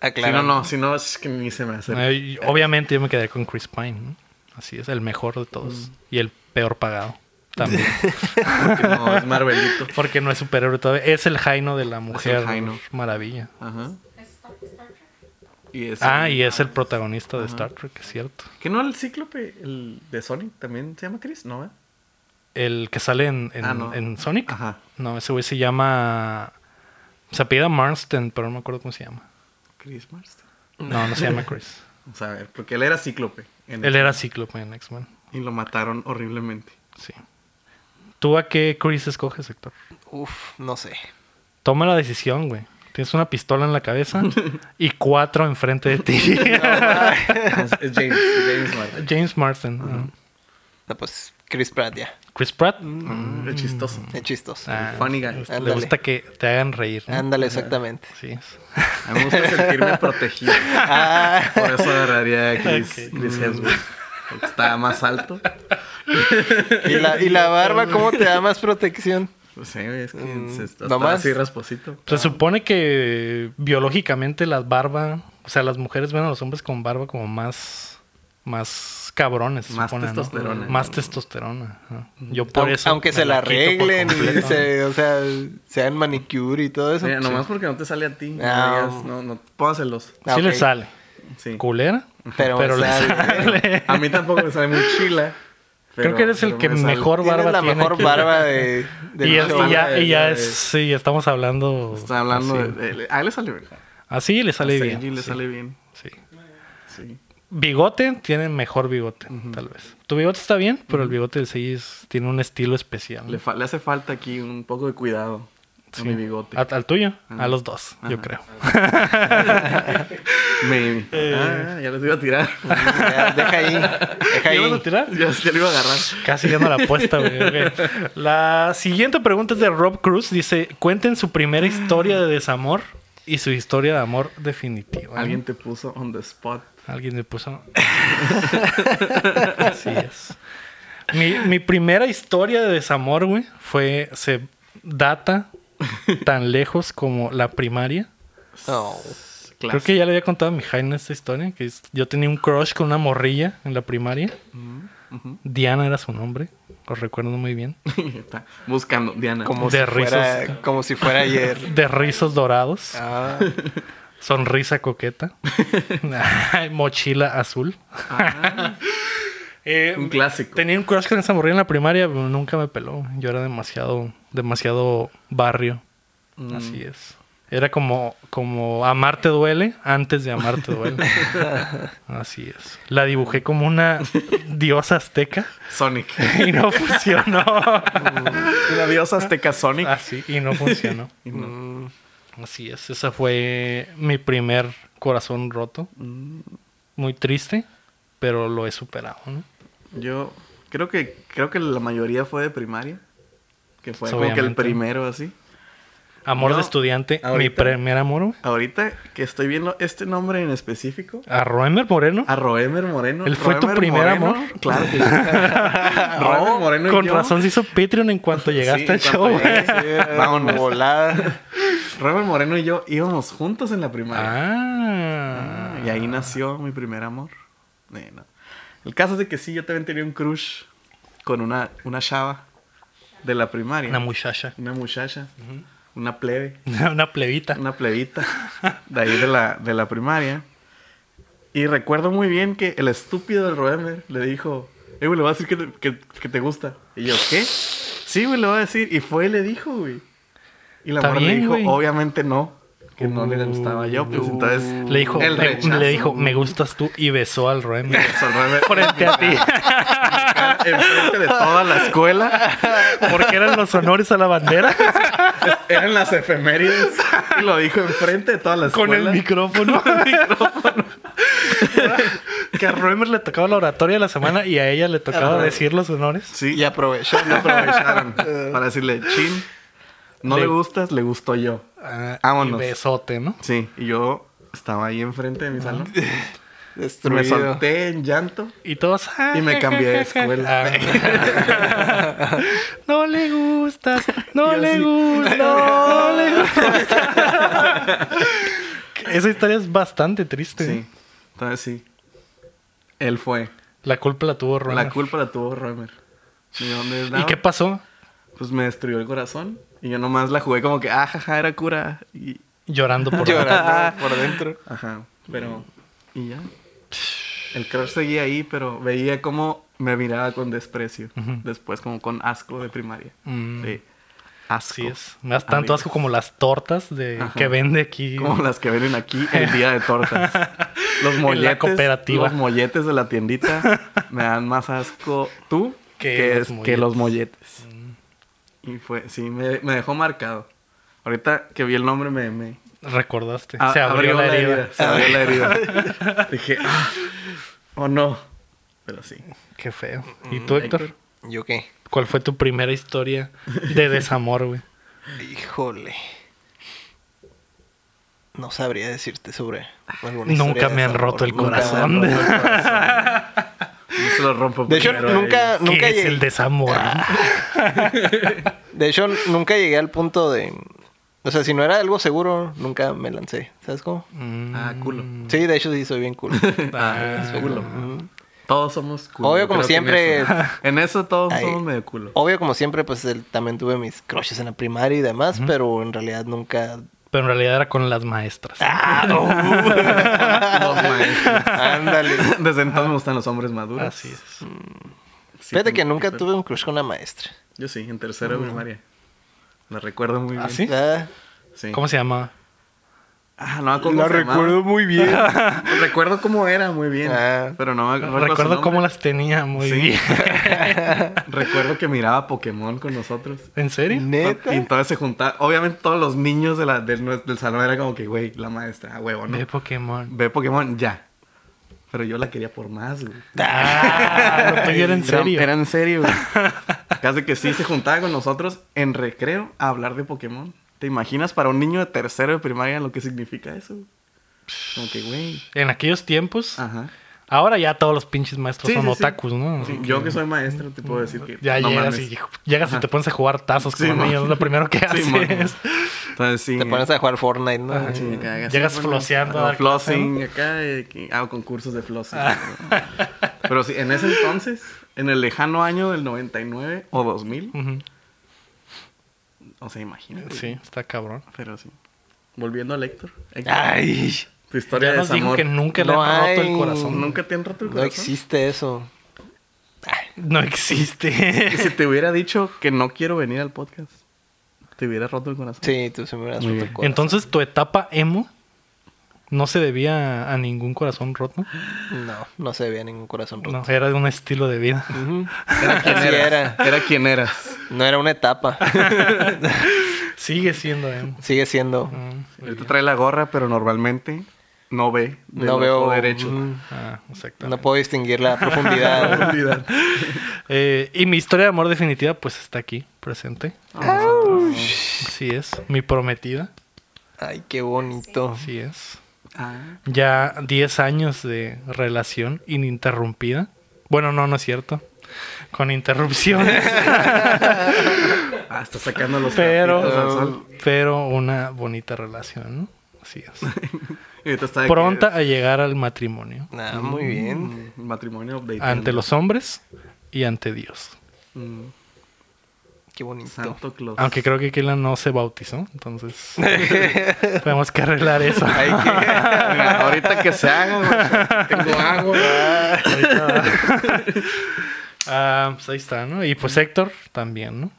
B: Aclarando.
C: no, si no, es que ni se me hace.
A: No, y- obviamente yo me quedaría con Chris Pine. ¿no? Así es, el mejor de todos.
C: Mm.
A: Y el peor pagado. También.
C: Porque no, es Marvelito.
A: Porque no es superhéroe todavía. Es el Jaino de la mujer.
C: Jaino.
A: Maravilla.
C: Ajá. Y es
A: Ah,
C: el-
A: y es el protagonista de Star Trek, es cierto.
C: ¿Que no el cíclope el de Sonic también se llama Chris? ¿No, eh?
A: El que sale en, en-
C: Ah, no.
A: en Sonic.
C: Ajá.
A: No, ese güey se llama. Se apellida Marston, pero no me acuerdo cómo se llama.
C: Chris Marston.
A: No, no se llama Chris.
C: Vamos a ver, porque él era cíclope. en
A: Él
C: el-
A: era Cíclope en X-Men.
C: Y lo mataron horriblemente.
A: Sí. ¿Tú a qué Chris escoges, Héctor?
B: Uf, no sé.
A: Toma la decisión, güey. Tienes una pistola en la cabeza y cuatro enfrente de ti.
C: Ah, es- es James, James Marston.
A: James Marston. ¿no?
B: No, pues Chris Pratt ya.
A: Chris Pratt.
C: Es chistoso.
B: Es chistoso.
A: Ah,
C: Mm. Funny guy.
A: Le
B: Ándale.
A: gusta que te hagan reír. ¿no?
B: Ándale, exactamente.
A: Sí. es.
C: A mí me gusta sentirme protegido.
B: Ah,
C: Por eso agarraría a Chris,
A: Ok.
C: Chris Hemsworth. Porque estaba más alto.
B: y, la, y la barba, ¿cómo te da más protección?
C: No sé, es que
A: Mm,
C: se está
B: nomás.
C: así rasposito.
A: Se supone que biológicamente las barba, o sea, las mujeres ven a los hombres con barba como más más cabrones, se
C: Más
A: supone, ¿no?
C: testosterona. Mm,
A: Más testosterona. ajá. Yo por
B: Aunque-
A: eso
B: Aunque
A: me
B: se la
A: quito por
B: arreglen y
A: completo.
B: se, o sea, sean manicure y todo eso.
A: pues,
B: pues,
C: Mira, nomás porque no te sale a ti. No,
B: Ah.
A: um,
C: digas, no, no, pónselos.
A: Sí le
B: ok.
A: sale.
C: Sí.
A: Culera, pero,
B: Pero
A: le
B: sale.
A: sale.
C: A mí tampoco me sale mochila.
A: Creo que eres el que mejor
B: Tienes
A: barba
B: la
A: tiene
B: mejor
A: aquí.
B: barba de, del
A: y, es-
B: show.
A: y ya,
C: de-
A: y ya
C: de-
A: es, sí, estamos hablando.
C: Está hablando
A: así.
C: de, de- A él le sale bien.
A: Así le sale
C: A
A: bien.
C: Seiji le
A: sí, Mm.
C: sale bien.
A: sí.
C: Sí.
A: Bigote tiene mejor bigote, tal vez. Tu bigote está bien, pero el bigote de Seiji es- tiene un estilo especial.
C: Le, fa- le hace falta aquí un poco de cuidado
A: Sí.
C: a mi bigote.
A: ¿A- al tuyo, a los dos, yo creo.
C: Maybe.
A: Eh.
C: Ah, ya les iba a tirar.
B: Ya, deja ahí. Deja
A: ¿Te ibas a
B: ahí.
A: tirar?
C: ya, ya lo iba a agarrar.
A: Casi ya no la apuesta, güey. ok. La siguiente pregunta es de Rob Cruz. Dice: Cuenten su primera historia de desamor y su historia de amor definitiva.
C: Alguien te puso on the spot.
A: Alguien le puso. Así es. Mi, mi primera historia de desamor, güey, fue. Se data tan lejos como la primaria.
B: No.
C: Claro.
A: Creo que ya le había contado a mi Jaina esta historia, que es- yo tenía un crush con una morrilla en la primaria. Diana era su nombre, lo recuerdo muy bien.
C: Está buscando. Diana.
B: Como
A: De
B: si
A: rizos.
B: fuera, como si fuera ayer.
A: De rizos dorados,
B: Ah,
A: sonrisa coqueta, mochila azul. Eh,
C: Un clásico.
A: tenía un crush con esa morrilla en la primaria, pero nunca me peló. Yo era demasiado, demasiado barrio.
C: Mm.
A: Así es. Era como, como amarte duele antes de amarte duele. Así es. La dibujé como una diosa azteca
C: Sonic.
A: y no funcionó.
C: La diosa azteca Sonic.
A: Así, y no funcionó. Mm.
C: Y no.
A: Así es. Esa fue mi primer corazón roto.
C: Mm.
A: Muy triste, pero lo he superado, ¿no?
C: Yo creo que creo que la mayoría fue de primaria. Que fue como que el
A: Obviamente.
C: primero así.
A: Amor
C: No,
A: de estudiante, mi
C: ahorita.
A: primer amor, güey.
C: Ahorita que estoy viendo este nombre en específico,
A: A Roemer Moreno.
C: a Roemer Moreno.
A: ¿Él fue tu
C: Roemer
A: primer
C: Moreno,
A: amor?
C: Claro que sí. Roemer Moreno y
A: Con
C: yo.
A: razón se hizo Patreon en cuanto llegaste al show, güey.
C: Vámonos.
B: Volada.
C: Robert Moreno y yo íbamos juntos en la primaria.
A: Ah.
C: Y ahí nació mi primer amor. Eh, no. El caso es de que sí, yo también tenía un crush con una, una chava de la primaria.
A: Una muchacha.
C: Una muchacha. Una plebe.
A: Una plebita.
C: Una plebita. De ahí de la, de la primaria. Y recuerdo muy bien que el estúpido del Roemer le dijo... Eh, güey, le voy a decir que te, que- que te gusta. Y yo, ¿qué? Sí, güey, le voy a decir. Y fue y le dijo, güey. Y la
A: Está
C: morra le
A: bien,
C: dijo,
A: güey.
C: obviamente no. Que no le gustaba yo. Pues entonces...
A: Le dijo,
C: El
A: me,
C: rechazo.
A: le dijo, me gustas tú y besó al Roemer.
C: Eso, el Roemer,
A: Frente a ti.
C: Enfrente de toda la escuela.
A: Porque eran los honores a la bandera.
C: Eran las efemérides. Y lo dijo enfrente de toda la
A: Con
C: escuela.
A: el micrófono. que a Roemer le tocaba la oratoria de la semana y a ella le tocaba
B: Ajá.
A: decir los honores.
C: Sí,
B: Y aproveché.
C: Lo aprovecharon para decirle, chin, no le,
A: Le-
C: gustas, le gustó yo.
A: Ah,
C: Vámonos.
A: Y besote, ¿no?
C: Sí, y yo estaba ahí enfrente de mi salón. Me
B: Destruido.
C: solté en llanto.
A: Y todos. ah,
C: Y me
A: ja,
C: cambié de
A: ja, ja, ja. Ah. no le gustas, no
C: Yo
A: le
C: sí.
A: gustas, no le gustas. Esa historia es bastante triste.
C: Sí, entonces sí. Él fue.
A: La culpa la tuvo Roemer.
C: La culpa la tuvo Roemer. ¿Y dónde
A: ¿Y
C: andaba?
A: qué pasó?
C: Pues me destruyó el corazón. Y yo nomás la jugué como que, ah, jaja, era cura. Y,
A: Llorando por
B: Llorando por dentro.
C: Ajá, pero... Y ya. El crush seguía ahí, pero veía cómo me miraba con desprecio. Después como con asco de primaria.
A: Mm.
C: Sí. Asco.
A: Así es. Me das tanto
C: Amigo.
A: asco como las tortas de
C: Ajá.
A: que vende aquí.
C: Como las que vienen aquí el día de tortas. Los
A: En la
C: molletes.
A: cooperativa.
C: Los molletes de la tiendita me dan más asco tú
A: Que
C: que,
A: los
C: es- que los molletes. Y fue, sí, me, me dejó marcado. Ahorita que vi el nombre me, me
A: Recordaste.
C: a-
A: Se abrió, la herida.
C: Se Ah, abrió la herida. Dije, "Ah, oh no. Pero sí.
A: Qué feo.
C: Mm,
A: ¿Y tú, Héctor?
B: ¿Yo qué?
A: ¿Cuál fue tu primera historia de desamor, güey?
B: Híjole. No sabría decirte sobre.
A: Nunca
B: alguna historia de
A: me han
B: desamor.
A: roto el
B: Nunca me han
A: corazón.
B: roto el corazón.
C: Yo se lo rompo
B: De hecho,
C: primero a
B: nunca,
C: ellos.
A: ¿Qué
B: nunca
A: es
B: llegué.
A: el desamor?
C: Ah.
B: De hecho, nunca llegué al punto de. O sea, si no era algo seguro, nunca me lancé. ¿Sabes cómo?
A: Mm.
C: Ah, culo.
B: Sí, de hecho, sí, soy bien cool.
A: Ah,
B: Soy
C: culo.
B: Ujú.
C: Todos somos culo.
B: Obvio,
C: yo
B: como
C: creo que en
B: siempre.
C: eso- En eso, todos
B: Ay.
C: somos medio culo.
B: Obvio, como siempre, pues el- también tuve mis crushes en la primaria y demás, pero en realidad nunca.
A: Pero en realidad era con las maestras.
B: ¡Ah! no!
C: Los maestros.
B: Ándale.
C: Desde entonces me gustan los hombres maduros.
A: Así es.
C: Sí,
B: Fíjate
C: tengo-
B: que nunca tuve un crush con una maestra.
C: Yo sí, en tercero de primaria. La recuerdo muy bien.
A: ¿Ah, sí?
B: Ah,
C: Sí.
A: ¿Cómo se llama?
C: Ah, no, ¿cómo se llamaba?
B: muy bien.
C: Recuerdo cómo era muy bien.
B: Ah.
C: Pero no, me- no
A: Recuerdo
C: su
A: cómo
C: nombre.
A: las tenía muy
C: Sí.
A: bien.
C: Recuerdo que miraba Pokémon con nosotros.
A: ¿En serio?
B: Neta.
C: Y entonces se juntaban. Obviamente, todos los niños de la, del, nue- del salón era como que, güey, la maestra, a huevo, ¿no?
A: De Pokémon.
C: Ve Pokémon, ya. Pero yo la quería por más, güey.
A: Ah, lo tuyo era en serio.
C: Era, en serio, güey. Casi que sí se juntaba con nosotros en recreo a hablar de Pokémon. ¿Te imaginas para un niño de tercero de primaria lo que significa eso? güey? Como que, güey.
A: En aquellos tiempos.
C: Ajá.
A: Ahora ya todos los pinches maestros
C: Ah. Sí,
A: son
C: sí, sí.
A: otakus, ¿no?
C: Sí, yo que soy maestro te puedo decir que.
A: Ya
C: no
A: llegas,
C: mames.
A: y, llegas y te pones a jugar tazos
C: Sí,
A: con
C: mon.
A: ellos. Lo primero que haces.
C: mon. Entonces sí. Ah,
B: Te pones a jugar Fortnite, ¿no?
C: Sí, que hagas-
A: Llegas
C: bueno,
A: floseando a
C: hago
A: dar Ah.
C: Flossing acá. eh, que hago concursos de flossing. Pero sí, en ese entonces, en el lejano año del 99 o 2000,
A: Ujú.
C: o sea, imagínate.
A: Sí, está cabrón.
C: Pero sí. Volviendo al Héctor. Héctor,
B: Ay,
C: tu historia
A: Ah, Ya
C: de
A: nos dijo
C: desamor.
A: que nunca le
B: No
A: han roto el
B: hay-
A: corazón.
C: Nunca te han roto el
B: no
C: corazón.
B: existe eso.
A: No existe.
C: Y si te hubiera dicho que no quiero venir al podcast, te hubiera roto el corazón.
B: Sí, tú se me hubieras
C: Muy
B: roto el
C: bien.
B: corazón.
A: Entonces, tu etapa emo no se debía a ningún corazón roto.
B: No, no se veía ningún corazón roto.
A: No, era de un estilo de vida.
B: Ujú.
C: Era quien
B: Así
C: eras.
B: era.
C: Era quien eras.
B: No era una etapa.
A: Sigue siendo ¿eh? emo.
B: Sigue siendo.
A: Mm,
C: Ahorita trae la gorra, pero normalmente no ve. del
B: no
C: ojo
B: veo.
C: derecho.
B: Ujú.
A: Ah, exactamente.
B: No puedo distinguir la profundidad.
C: Olvidar.
A: Eh, y mi historia de amor definitiva, pues está aquí, presente. Vamos a- Así es. Mi prometida.
B: Ay, qué bonito.
A: Así es.
C: Ah.
A: Ya 10 años de relación ininterrumpida. Bueno, no, no es cierto. Con interrupciones.
C: Ah, está sacando los trapitos al
A: pero,
C: sol.
A: pero una bonita relación, ¿no? Así es.
C: Y ahorita está de que-
A: Pronta a llegar al matrimonio.
B: Ah, muy bien.
C: Mm, Matrimonio update.
A: Ante los hombres y ante Dios.
C: Mm,
B: Qué bonito.
C: Santo Claus.
A: Aunque creo que Kila no se bautizó, entonces tenemos que arreglar eso.
B: Ay, qué- eh,
C: Mira, ahorita que se haga, güey, tengo agua.
A: Ah, pues ahí está, ¿no? Y pues Héctor también, ¿no?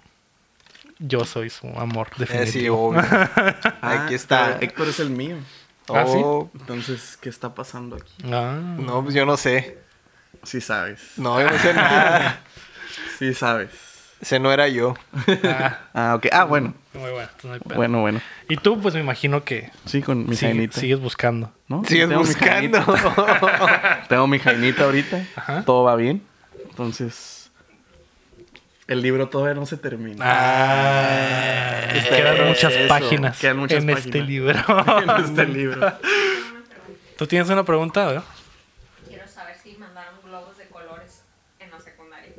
A: Yo soy su amor
B: Eh, sí,
A: definitivo.
B: obvio.
C: Ah,
B: Aquí está.
C: pero Héctor es el mío.
A: Ah, ¿sí?
B: Oh,
C: Entonces, ¿qué está pasando aquí?
A: Ah,
B: No, pues yo no sé.
C: Sí sabes.
B: No, yo no sé nada.
C: Sí sabes.
B: Ese no era yo.
A: ah,
C: Ah, ok. Ah, bueno.
A: muy bueno, entonces no hay pedo.
C: Bueno, bueno.
A: Y tú, pues me imagino que
C: Sí, con mi
A: sigue-
C: jainita.
A: sigues buscando.
C: ¿no?
B: Sigues
C: Tengo mi
B: buscando.
C: jainita. Tengo mi jainita ahorita.
A: Ajá.
C: Todo va bien. Entonces, el libro todavía no se termina.
A: Ah, quedan muchas
B: eso,
A: páginas
C: quedan muchas
A: en este
C: páginas.
A: libro.
C: En este libro.
A: Tú tienes una pregunta, ¿verdad?
D: Quiero saber si mandaron globos de colores en la secundaria.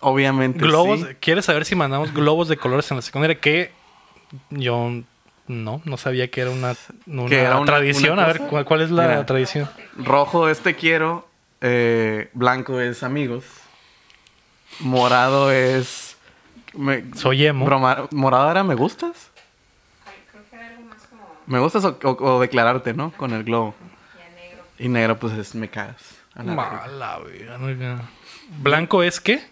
C: Obviamente.
A: Globos.
C: sí.
A: ¿Quieres saber si mandamos globos de colores en la secundaria? Que yo no, no sabía que era una, una
C: Que era una-
A: tradición.
C: una
A: A ver,
C: cosa.
A: ¿cuál, cuál es la
C: Mira.
A: tradición?
C: Rojo es te quiero. eh, blanco es amigos. Morado es. me-
A: Soy emo.
C: broma- morado era me gustas.
D: Ay, creo que era algo más como
C: Me gustas o, o- o declararte, ¿no? Con el globo.
D: ya negro.
C: Y negro, pues es me cagas. A la verga.
A: Mala, verga. Blanco es qué?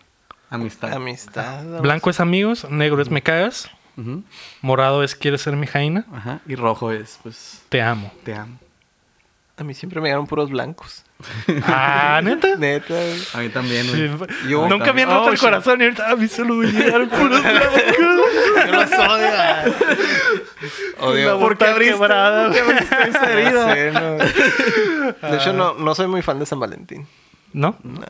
C: Amistad.
B: Amistad.
A: Blanco es amigos, negro es me cagas,
C: Ujú.
A: morado es quieres ser mi jaina,
C: Ajá. Y rojo es, pues,
A: te amo.
C: te amo.
B: A mí siempre me llegaron puros blancos.
A: Ah, neta.
B: Neta.
C: A mí también.
A: Sí,
C: güey.
B: Yo-
A: Nunca me han roto
C: Oh,
A: el
C: shit.
A: corazón y ahorita a mí solo me llegaron puros blancos.
B: Yo los odio.
A: La
B: Odio.
A: boca quebrada, güey.
B: No sé, no. De hecho, no, no soy muy fan de San Valentín.
A: ¿No?
B: No.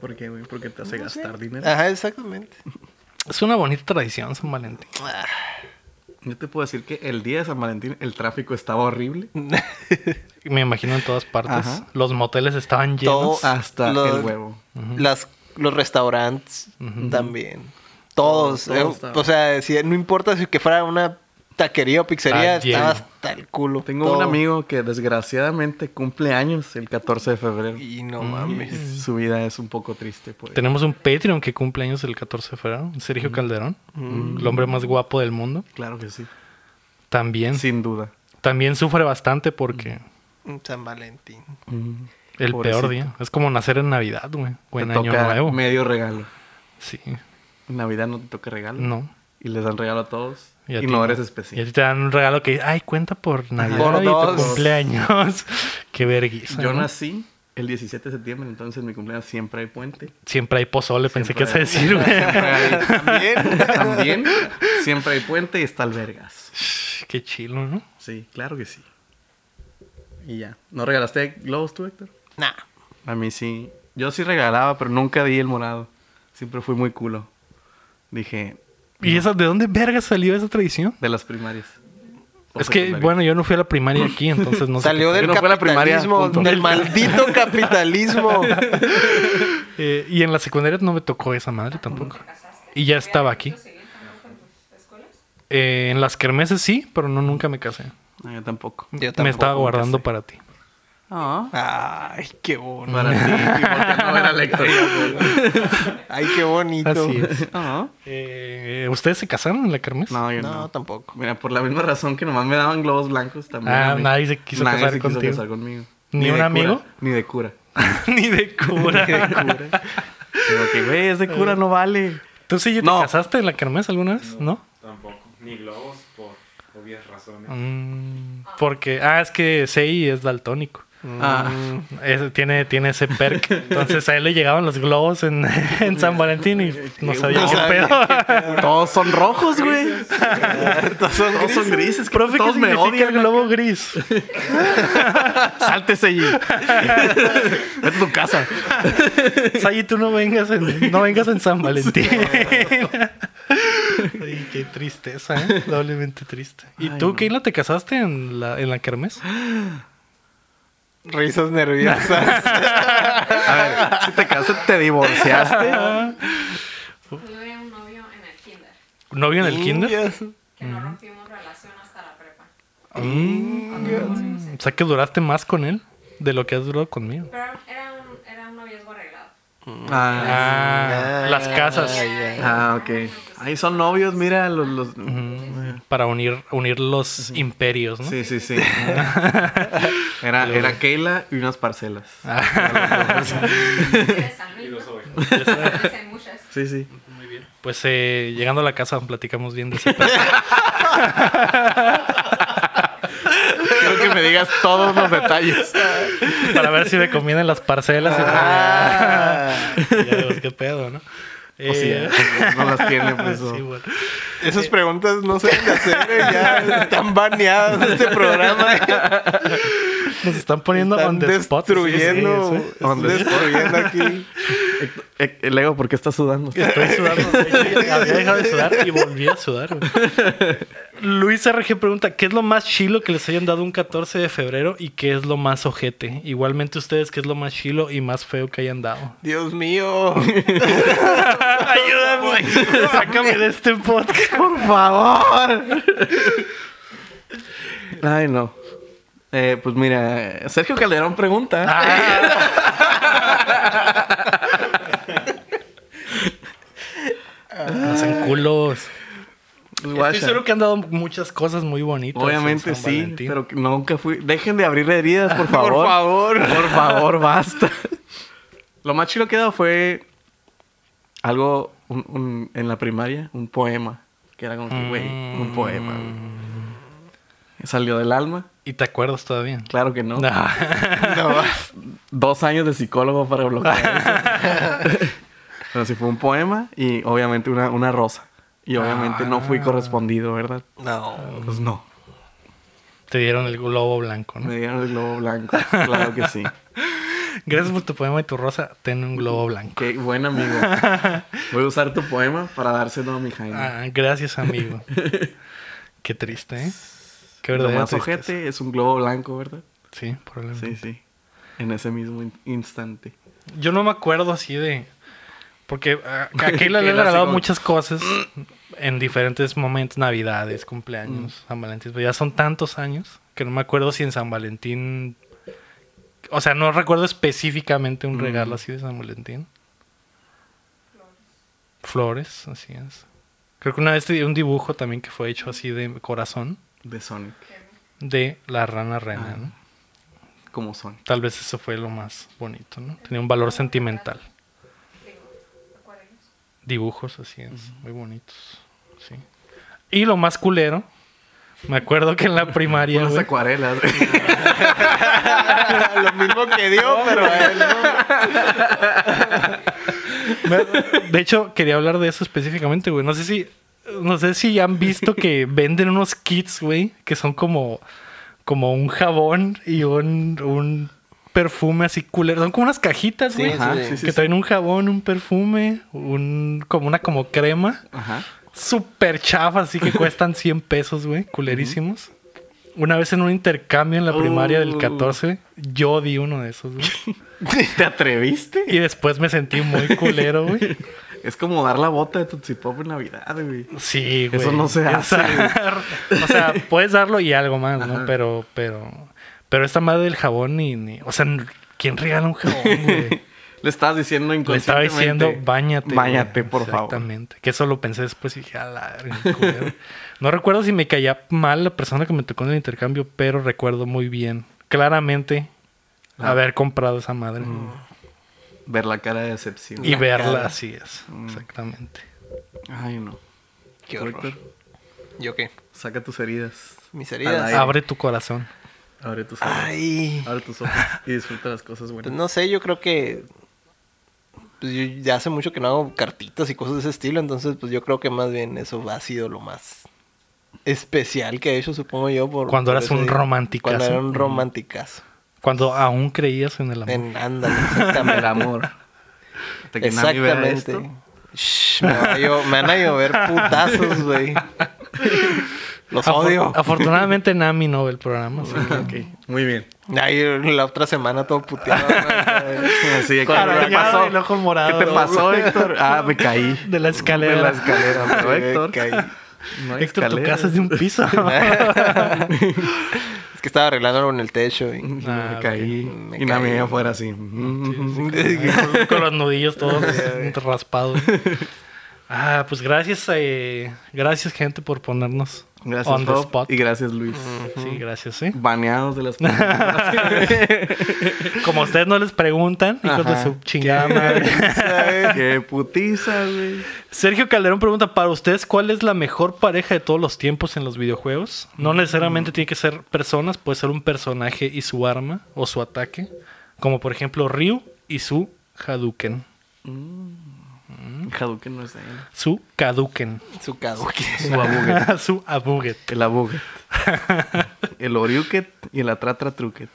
C: ¿Por qué, güey? Porque te hace gastar dinero.
B: Ajá, exactamente.
A: Es una bonita tradición San Valentín.
C: Yo te puedo decir que el día de San Valentín el tráfico estaba horrible.
A: Me imagino en todas partes.
C: Ajá.
A: Los moteles estaban llenos.
B: Todo-
C: Hasta
B: Lo-
C: el huevo.
B: Las, los restaurantes también. Todos.
C: Todos,
B: eh,
C: todos estaban.
B: o sea, si, no importa si que fuera una taquería o pizzería,
A: Está lleno.
B: estaba hasta el culo.
C: Ah, Tengo
B: todo.
C: un amigo que desgraciadamente cumple años el 14 de febrero. Y
B: Y no mames.
C: su vida es un poco triste. pues. Por ello.
A: Tenemos un Patreon que cumple años el 14 de febrero. Sergio
C: Mm.
A: Calderón, el hombre más guapo del mundo.
C: Claro que sí.
A: También,
C: Sin duda.
A: también sufre bastante porque
B: San Valentín.
A: el
C: Mm. Pobrecito.
A: peor día. Es como nacer en Navidad, güey. O en
C: Te
A: Año
C: toca
A: Nuevo.
C: medio regalo.
A: Sí,
C: En Navidad no te toca regalo.
A: no.
C: Y les dan regalo a todos. Y,
A: a ti
C: no, eres especial.
A: Y a ti te dan un regalo que, ay, cuenta por Navidad
B: Por
A: y tu
B: dos.
A: cumpleaños. Qué vergüenza.
C: Yo
A: ¿no?
C: nací el 17 de septiembre, entonces en mi cumpleaños siempre hay puente.
A: Siempre hay pozole, pensé que
C: Siempre
A: ibas a decir, güey.
C: Siempre hay-
B: También.
C: También siempre hay puente y está albergas.
A: Qué chilo, ¿no?
C: Sí, claro que sí. Y ya. ¿No regalaste globos tú, Héctor?
B: nah.
C: A mí sí. Yo sí regalaba, pero nunca di el morado. Siempre fui muy culo. Dije,
A: ¿Y eso, de dónde verga salió esa tradición?
C: de las primarias. O
A: Es que,
C: secundarias.
A: bueno, yo no fui a la primaria aquí, entonces no sé.
B: Salió
A: qué-
B: del
C: no fui a la primaria,
B: capitalismo,
C: punto.
B: del maldito capitalismo.
A: Eh, y en la secundaria no me tocó esa madre tampoco.
D: ¿Casaste?
A: Y ya estaba aquí.
D: ¿Había ciclo civil tampoco en tus escuelas?
A: Eh, en las kermeses sí, pero no nunca me casé.
C: No, yo tampoco.
B: Yo
A: Me estaba
B: tampoco
A: guardando para ti.
C: Ah.
B: Ay, qué bonito.
C: Para ti, y por qué no era Héctor.
B: Ay, qué bonito.
A: Así es.
C: Ah.
A: Eh, ¿Ustedes se casaron en la kermes?
C: No, yo no.
B: No, tampoco.
C: Mira, por la misma razón que nomás me daban globos blancos también.
A: Ah,
C: a mí.
A: nadie se quiso
C: Nadie
A: casar
C: se quiso
A: contigo.
C: casar conmigo.
A: ¿Ni
C: de
A: un
C: cura,
A: amigo?
C: Ni de cura.
A: Ni de cura.
C: Digo que, güey, es de cura, no vale.
A: ¿Tú sí te
C: No.
A: casaste en la kermes alguna vez? ¿No?
E: Tampoco. Ni globos por obvias razones.
A: Mm, porque, ah, es que Sei es daltónico.
C: Ah,
A: Ese tiene, tiene ese perk. Entonces a él le llegaban los globos en, en San Valentín y no sabía
B: No
A: qué
B: sabía
A: pedo.
C: todos son rojos, güey.
B: Todos son
C: Todos son
B: grises.
C: grises. que
A: Profe, ¿qué
C: todos me
A: significa el
C: odian.
A: globo gris?
C: Sáltese allí. Vete a tu casa.
A: Sayi, tú no vengas en, no vengas en San Valentín. Ay, qué tristeza, ¿eh? Doblemente triste. ¿Y
C: Ay,
A: tú,
C: no.
A: Keila, te casaste en la, en la kermés?
B: Risas nerviosas.
C: A ver, si te casaste, te divorciaste.
D: Tuve un novio en el kinder,
A: ¿Novio en el kinder?
B: Indias.
D: que no rompimos relación hasta la prepa.
A: O sea, que duraste más con él de lo que has durado conmigo.
D: Pero era un, era un noviazgo arreglado.
C: Ah,
A: Ah,
B: Ah,
A: las casas.
B: ya, ya.
C: ah, ok. Ahí son novios, mira. Los, los...
A: Para unir, unir los imperios, ¿no?
C: Sí, sí, sí. Era, era Keila y unas parcelas.
D: Interesante. Entonces hay muchas.
C: Sí, sí.
A: Pues eh, llegando a la casa platicamos bien de ese pedo.
C: Quiero que me digas todos los detalles.
A: para ver si me convienen las parcelas. y-
B: Ah.
A: Ya ves qué pedo, ¿no?
C: O
A: Eh,
C: sea, no las tiene, pues. o-
A: sí, bueno.
B: Esas preguntas no se deben de hacer, eh, ya están baneadas de este programa.
A: Nos están poniendo
B: están
A: on the spot, sí, ¿eh? sí,
B: destruyendo,
A: sí, sí.
B: están
C: On the spot.
B: destruyendo aquí.
C: Eh, eh, Lego, ¿por qué estás sudando?
A: Estoy sudando. de hecho, ya Había dejado de sudar y volví a sudar. güey. Luis RG pregunta, ¿qué es lo más chilo que les hayan dado un 14 de febrero y qué es lo más ojete? Igualmente ustedes, ¿qué es lo más chilo y más feo que hayan dado?
B: Dios mío.
A: Ayúdame, sácame de este podcast.
C: Por favor. Ay, no. Eh, pues mira, Sergio Calderón pregunta.
A: Hacen culos.
C: Pues, guacha.
A: Estoy seguro que han dado muchas cosas muy bonitas. en
C: Obviamente
A: San
C: sí,
A: Valentín.
C: pero que nunca fui. Dejen de abrir heridas, por favor.
B: Por favor.
C: Por favor, basta. Lo más chido que he dado fue algo un- un- en la primaria, un poema. Que era como que, güey, un poema. güey. Salió del alma.
A: ¿Y te acuerdas todavía?
C: Claro que no.
A: No.
B: No.
C: Dos años de psicólogo para bloquear eso. Pero sí fue un poema y obviamente una, una rosa. Y obviamente no fui correspondido, ¿verdad?
B: No.
C: Pues no.
A: Te dieron el globo blanco, ¿no?
C: Me dieron el globo blanco. Claro que sí.
A: Gracias por tu poema y tu rosa. Ten un globo blanco.
C: Qué buen amigo. Voy a usar tu poema para dárselo a mi Jaime.
A: Ah, gracias, amigo. Qué triste, ¿eh? Qué
C: Lo
A: verdadera
C: más
A: tristeza.
C: ojete es un globo blanco, ¿verdad?
A: Sí, probablemente.
C: Sí, sí. En ese mismo in- instante.
A: Yo no me acuerdo así de... Porque ah, a
C: Que
A: Keila le he
C: era así
A: regalado
C: como-
A: muchas cosas en diferentes momentos. Navidades, cumpleaños,
C: Mm.
A: San Valentín. Pero ya son tantos años que no me acuerdo si en San Valentín... O sea, no recuerdo específicamente
C: Mm.
A: un regalo así de San Valentín. Flores, así es. Creo que una vez te di un dibujo también que fue hecho así de corazón
C: De Sonic.
A: de la rana rena,
C: Ah.
A: ¿no?
C: Como Sonic.
A: Tal vez eso fue lo más bonito, ¿no? Tenía un valor sentimental. Dibujos así, es, muy bonitos. Sí. Y lo más culero, me acuerdo que en la primaria,
C: Unas
A: güey,
C: acuarelas.
B: Lo mismo que dio, pero a él no.
A: me- de hecho quería hablar de eso específicamente, güey. No sé si no sé si han visto que venden unos kits, güey, que son como como un jabón y un un perfume así culero, son como unas cajitas,
B: Sí,
A: güey.
C: Ajá,
B: sí,
C: sí, sí,
A: que traen un jabón, un perfume, un como una como crema,
C: Ajá.
A: súper chafa, así que cuestan 100 pesos, güey, culerísimos. Una vez en un intercambio en la primaria del
C: Uh.
A: 14, yo di uno de esos, güey.
C: ¿Te atreviste?
A: Y después me sentí muy culero, güey.
C: Es como dar la bota de Tootsie Pop en Navidad, güey.
A: Sí, güey.
C: Eso no se hace,
A: o sea, puedes darlo y algo más, ¿no? Pero, pero, pero esta madre del jabón ni, ni, o sea, ¿quién regala un jabón, güey?
C: Le estabas diciendo
A: Le estaba
C: inconscientemente.
A: diciendo, bañate.
C: Báñate, por favor.
A: Exactamente. Que eso lo pensé después y dije, a la verga, culero". No recuerdo si me caía mal la persona que me tocó en el intercambio, pero recuerdo muy bien, claramente, haber comprado esa madre
C: Ver la cara de decepción.
A: y verla
B: cara.
A: así es. Exactamente.
C: Ay, no.
B: Qué horror.
C: Héctor,
B: ¿Yo qué?
C: Saca tus heridas.
B: Mis heridas.
C: Al aire.
A: Abre tu corazón.
C: Abre tus ojos.
B: Ay.
C: Abre tus ojos y disfruta las
B: Pues
C: cosas buenas.
B: no sé, yo creo que. Pues yo ya hace mucho que no hago cartitas y cosas de ese estilo, entonces pues yo creo que más bien eso ha sido lo más especial que he hecho, supongo yo. Por,
A: Cuando
B: por
A: eras
B: ese
A: un
B: día.
A: romanticazo.
B: Cuando era un romanticazo.
A: Cuando aún creías en el amor.
B: En ándale,
C: El
B: exactamente.
C: amor. Hasta que Nami vea
B: Exactamente.
C: esto.
B: Shh, me, va a llo- me van a llover putazos, güey. Los
A: Afor-
B: odio.
A: Afortunadamente Nami no ve el programa. así que-
C: Ok, Muy bien.
B: Ay, la otra semana todo puteado. güey.
C: Así que, ¿qué
A: Con
C: te
A: arañado
C: pasó?
A: el ojo morado.
C: ¿Qué te pasó, Héctor? Ah, me caí.
A: De la escalera.
C: De la escalera, pero
B: Me
C: Héctor.
B: caí.
C: No hay
A: Héctor, tu
C: escalera.
A: casa es de un piso.
B: Es que estaba arreglándolo en el techo. Y...
A: Ah,
C: me caí.
B: ok. Me
C: y la
B: caí.
C: mía afuera Mm, así.
A: con, con los nudillos todos raspados. Ah, pues gracias, eh, gracias gente por ponernos
C: Gracias,
A: on the
C: Bob,
A: spot.
C: Y gracias, Luis.
A: Sí, gracias, sí.
C: Baneados de las
A: Como ustedes no les preguntan, hijos de
C: Ajá.
A: su chingada madre.
C: Qué putiza, güey.
A: Sergio Calderón pregunta, ¿para ustedes cuál es la mejor pareja de todos los tiempos en los videojuegos?
C: Mm.
A: No necesariamente tiene que ser personas, puede ser un personaje y su arma o su ataque. Como por ejemplo Ryu y su Hadouken.
C: Hadouken no es de él.
A: Su Kaduken.
B: Su caduque.
C: Su abuget.
A: su Abuget.
C: El abuget. El oriuket y el atratra truquet.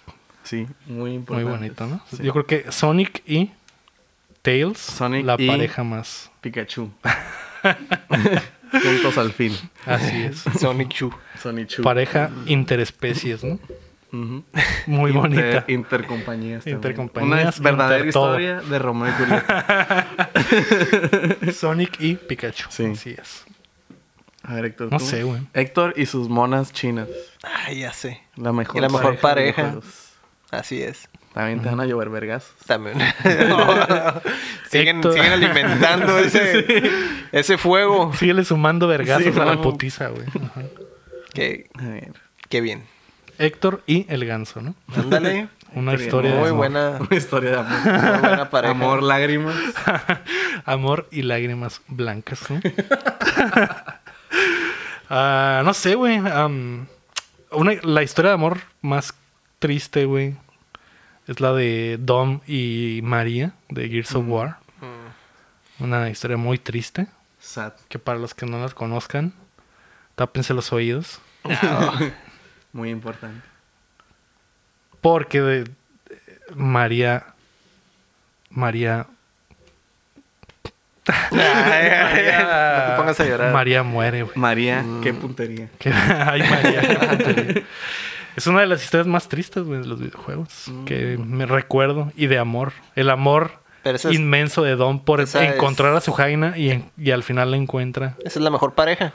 C: Sí, muy
A: Muy
C: importante.
A: bonito, ¿no?
C: Sí.
A: Yo creo que Sonic y Tails,
C: Sonic
A: la
C: y-
A: pareja más.
C: Pikachu. Juntos al fin.
A: Así es.
B: Sonic Chu.
C: Sonichu.
A: pareja interespecies, ¿no?
C: Ujú.
A: Muy bonita.
C: Inter- intercompañías. también. Una
A: Intercompañías,
C: verdadera
A: intertodo.
C: historia de Romeo y Julieta.
A: Sonic y Pikachu.
C: Sí.
A: Así es.
C: A ver, Héctor.
A: No
C: tú.
A: sé, güey.
C: Héctor y sus monas chinas.
B: Ay, Ah, ya sé.
C: La mejor
B: Y la mejor pareja.
C: de videojuegos.
B: Así es.
C: También te van a llover vergas.
B: También. siguen,
A: Héctor.
B: siguen alimentando ese, ese fuego.
A: Síguele sumando vergazos
C: Sí,
A: a la
C: no.
A: putiza, güey. Ajá.
B: Qué,
C: A ver.
B: qué bien.
A: Héctor y el ganso, ¿no?
B: Ándale.
A: Una
C: Qué bien.
A: historia de
B: Muy
A: amor.
B: buena,
C: Una historia de amor.
B: muy buena pareja.
C: Amor, lágrimas.
A: Amor y lágrimas blancas, ¿no? Ah, no sé, güey. am, una- la historia de amor más triste, güey, es la de Dom y María de Gears of War. Una historia muy triste
C: Sad.
A: que para los que no las conozcan, tápense los oídos.
C: Muy importante.
A: Porque de- eh, María... María...
B: Ah, Ay, ay, ay, no te pongas a llorar.
A: María muere, güey.
C: María,
A: Mm.
C: qué puntería.
A: Que- Ay, María, qué tontería. es una de las historias más tristes güey, de los videojuegos
B: Mm.
A: que me recuerdo y de amor. El amor
B: Pero esa es-
A: inmenso de Don por
B: esa es-
A: encontrar a su Jaina y, en- y al final la encuentra,
B: Esa es la mejor pareja.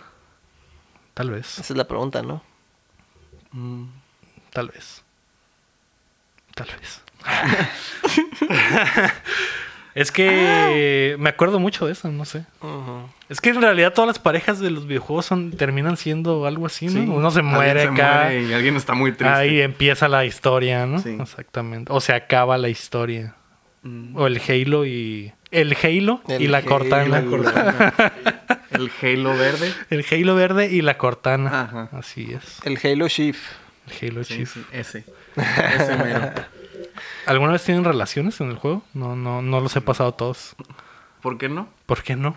A: tal vez,
B: Esa es la pregunta, ¿no?
A: tal vez, tal vez. es que me acuerdo mucho de eso, no sé.
B: Ujú.
A: Es que en realidad todas las parejas de los videojuegos son, terminan siendo algo así, ¿no?
C: Sí.
A: Uno se
C: Alguien
A: muere acá.
C: muere y alguien está muy triste.
A: Ahí empieza la historia, ¿no?
C: Sí.
A: Exactamente. O se acaba la historia.
C: Mm.
A: O el Halo y. El Halo
B: El
A: y la
B: Halo.
A: cortana.
C: La cortana. El Halo verde.
A: El Halo verde y la cortana.
C: Ajá.
A: Así es.
B: El Halo Shift.
A: El Halo
C: Sí,
A: Chief.
C: sí, ese. Ese mero.
A: ¿Alguna vez tienen relaciones en el juego? No, no, no los he pasado todos.
C: ¿Por qué no?
A: ¿Por qué no?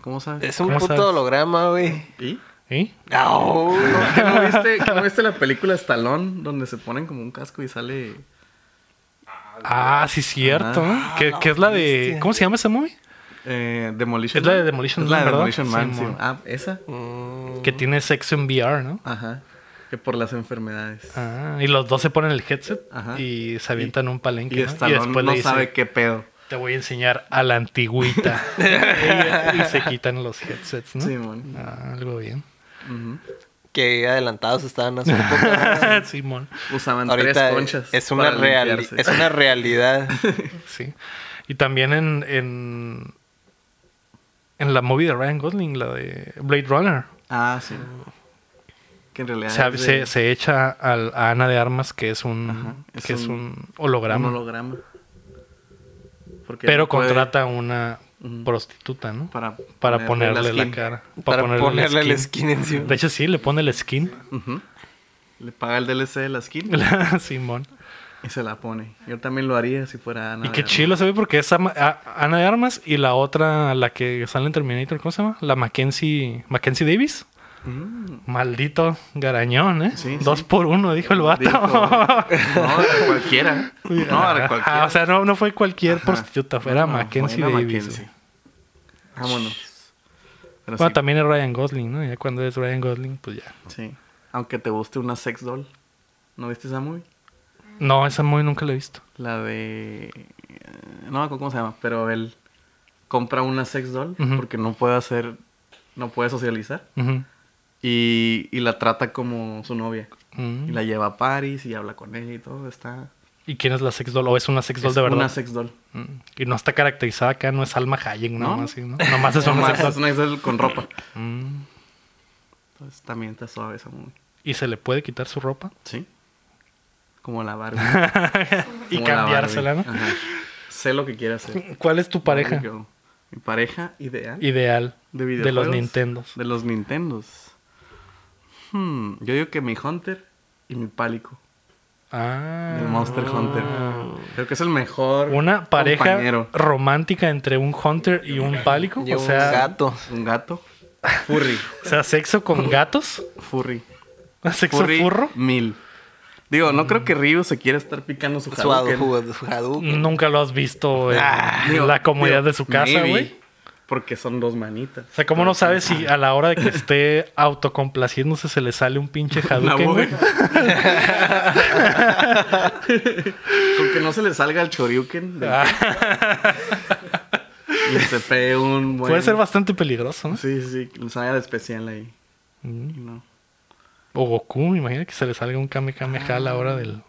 C: ¿Cómo sabes?
B: Es un
A: ¿Cómo
B: puto
A: sabes?
B: holograma, güey.
C: ¿Y?
A: ¿Eh?
B: No, no.
C: ¿Qué no, viste, qué no viste la película Stallone? Donde se ponen como un casco y sale...
A: Ah, sí, cierto.
C: Ah,
A: ¿eh? Que, que es la de.
B: bestia.
A: ¿Cómo se llama ese movie?
C: eh, Demolition
A: Es la de
C: Man.
A: Demolition
C: Es la
A: Man,
C: de
A: ¿verdad?
C: Demolition Man,
A: Simón.
C: sí. Ah, ¿esa?
B: Mm,
A: Que
C: Mm.
A: tiene sexo en VR, ¿no?
C: Ajá. Que por las enfermedades.
A: Ah, y los dos se ponen el headset
C: Ajá.
A: y se avientan un palenque.
C: Y
A: ¿no?
C: Stallone
A: después
C: no
A: le dice-
C: sabe qué pedo.
A: Te voy a enseñar a la antigüita. y, y se quitan los headsets, ¿no?
C: Simón.
A: Ah, algo bien.
C: Ujú.
B: Que adelantados estaban a su época.
A: Simón.
C: Usaban
B: Ahorita
C: tres conchas.
B: es una,
C: para
B: real-
C: limpiarse.
B: es una realidad.
A: Sí. Y también en, en. en la movie de Ryan Gosling, la de Blade Runner.
C: Ah, sí. Que en realidad
A: se,
C: es
A: se-
C: de
A: se echa al- a Ana de Armas, que es un.
C: Ajá. Es
A: que es
C: un-
A: un holograma.
C: un holograma. Porque
A: pero
C: no puede-
A: contrata a una
C: Ujú.
A: prostituta, ¿no?
C: para,
A: Para ponerle, la,
C: skin.
A: cara.
B: para ponerle, el skin encima.
A: De hecho, sí, le pone el skin.
C: Ujú. Le paga el DLC de la skin
A: Simón.
C: y se la pone. Yo también lo haría si fuera Ana.
A: Y qué
C: de
A: chido se ve porque es Ama- a- Ana de Armas y la otra, la que sale en Terminator, ¿cómo se llama? La Mackenzie, Mackenzie Davis.
C: Armas. Mm,
A: Maldito garañón, ¿eh?
C: Sí,
A: Dos
C: sí.
A: por uno, dijo el vato.
C: dijo, no, era cualquiera. No,
A: Ajá,
C: a cualquiera.
A: Ah, o sea, no, no fue cualquier
C: Ajá.
A: prostituta, fue era
C: No,
A: Mackenzie
C: fue la
A: Davis.
C: Mackenzie.
A: güey.
C: Vámonos. Pero
A: Bueno,
C: sí,
A: también es Ryan Gosling, ¿no? Ya cuando es Ryan Gosling, pues ya.
C: sí. Aunque te guste una sex doll. ¿No viste esa movie?
A: No, esa movie nunca la he visto.
C: La de. eh, No me acuerdo cómo se llama, pero él compra una sex doll
A: Ujú.
C: porque no puede hacer. No puede socializar.
A: Ujú.
C: Y, y la trata como su novia.
A: Mm.
C: Y la lleva a París y habla con ella y todo. Está.
A: ¿Y quién es la sex doll? ¿O es una sex doll
C: es
A: de verdad?
C: Una sex doll.
A: Mm. Y no está caracterizada acá, no es Alma Hayek, nada
C: No.
A: más, ¿sí, ¿no? Nomás es una
C: Nomás
A: sex
C: es
A: doll.
C: una sex doll con ropa.
A: Mm.
C: Entonces también está suave esa movie.
A: ¿Y se le puede quitar su ropa?
C: Sí. Como la Barbie.
A: Y
C: Como la
A: cambiársela,
C: Barbie.
A: ¿no?
C: Ajá. Sé lo que quiere hacer.
A: ¿Cuál es tu pareja
C: Yo- Mi pareja ideal.
A: ideal de,
C: De, videojuegos?
A: los Nintendos?
C: De los Nintendos. Hmm, yo digo que mi Hunter y mi Pálico.
A: Ah.
C: El Monster Hunter. Creo que es el mejor.
A: Una pareja
C: compañero.
A: romántica entre un hunter y un pálico.
B: Y
A: O
B: un
A: sea,
B: gato.
C: Un gato. Furry.
A: o sea, sexo con gatos.
C: Furry.
A: Sexo
C: Furry.
A: furro.
C: Mil. Digo, no creo que Ryu se quiera estar picando su
B: Su
C: Hadouken.
B: Hadou- su Hadouken.
A: Nunca lo has visto en
C: Ah, Digo,
A: la comodidad
C: digo,
A: de su casa,
C: maybe,
A: güey.
C: Porque son dos manitas.
A: O sea, ¿cómo no sabes si a la hora de que esté autocomplaciéndose se le sale un pinche Hadouken, güey?
C: boca. Con que no se le salga el choriuken. del-
A: Ah.
C: Y se pegue un buen...
A: Puede ser bastante peligroso, ¿no?
C: Sí, sí, que le salga de especial ahí.
A: Mm.
C: Y no.
A: O Goku, me imagino que se le salga un Kame Kame Ha a la hora del,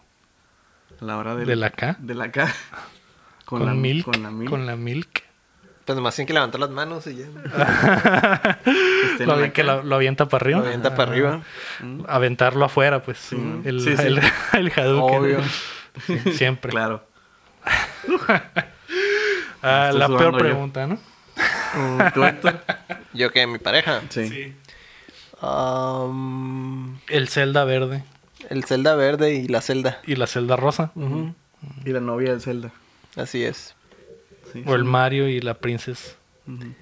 C: A la hora del-
A: de la K.
C: De la K.
A: Con,
C: Con, la
A: milk,
C: Con la milk.
A: milk.
B: Pues más bien que levantar las manos y ya.
C: Que esté en
A: Lo,
C: Este, la
A: avi- que
C: K.
A: lo, lo avienta para arriba.
B: Lo avienta para arriba.
A: Aventarlo afuera, pues.
C: ¿no?
A: El,
C: Sí, sí.
A: el- el Hadouken.
B: Obvio.
A: Sí, siempre.
C: Claro.
A: Ah,
C: Estoy
A: la
C: sudando
A: peor
C: yo.
A: pregunta, ¿no?
C: ¿Tú, Héctor?
B: Yo que mi pareja.
C: Sí.
B: Am,
A: El celda verde
B: el Zelda verde y la Zelda.
A: y la celda rosa.
C: Y la novia del Zelda.
B: Así es.
C: Sí,
A: O el
C: sí.
A: Mario y la princesa.
C: Ujú.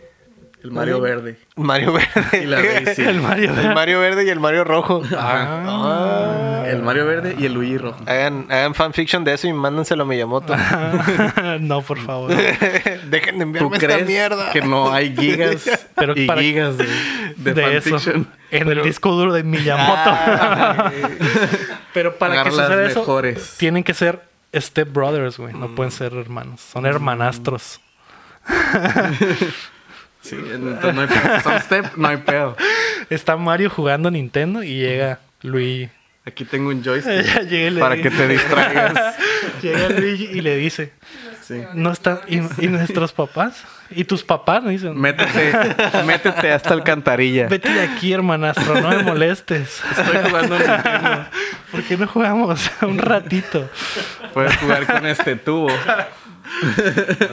C: El Mario Verde.
B: Mario verde.
C: Y la Daisy.
A: El Mario
B: El
A: verde.
B: Mario verde y el Mario rojo.
A: Ah.
B: Ah.
C: El Mario Verde y el Luigi Rojo.
B: Hagan, hagan fanfiction de eso y mándenselo a Miyamoto.
A: Ah. no, por favor.
B: Dejen de
C: ¿Tú
B: enviarme esta
C: crees
B: mierda.
C: que no hay gigas
A: Pero
C: y
A: para-
C: gigas de,
A: De,
C: de,
A: eso.
C: fanfiction?
A: En el disco duro de Miyamoto.
B: Ah,
A: Eh, Pero para que
C: Agarra las
A: suceda eso,
C: mejores. Mm.
A: tienen que ser step brothers, güey. No pueden ser hermanos. Son hermanastros.
C: Sí, entonces no hay pedo. Son step, no hay pedo. Mm.
A: Está Mario jugando a Nintendo y llega Luigi.
C: Aquí tengo un joystick
A: Ya llega y le
C: para
A: dice-
C: que te distraigas.
A: Llega Luigi y le dice,
C: Sí.
A: no está, y, y nuestros papás, y tus papás, me dicen,
C: Métete, métete hasta alcantarilla.
A: vete de aquí, hermanastro, no me molestes.
C: Estoy jugando Nintendo.
A: ¿Por qué no jugamos un ratito?
C: Puedes jugar con este tubo.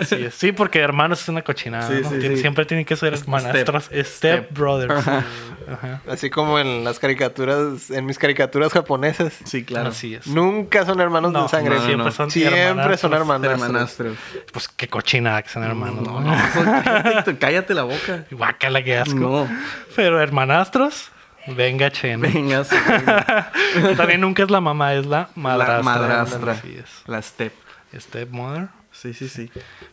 A: Así es. Sí, porque hermanos es una cochinada.
C: Sí,
A: ¿no?
C: sí,
A: Tiene-
C: sí.
A: Siempre tienen que ser hermanastros. Step,
C: Step.
A: brothers. Ajá.
B: Así como en las caricaturas, en mis caricaturas japonesas.
C: Sí, claro.
A: Así es.
B: Nunca son hermanos
A: No,
B: de sangre.
A: no, no, no.
B: Siempre son hermanos.
C: Hermanastros.
A: Pues qué cochinada que sean hermanos. No,
C: No, no, eso- cállate, cállate la boca.
A: Guácala, qué asco.
C: No.
A: Pero hermanastros, venga, che. ¿no?
C: Venga, sí, venga.
A: También nunca es la mamá, es la madrastra.
C: La madrastra.
A: Así es.
C: La step.
A: Stepmother.
C: Sí, sí, sí.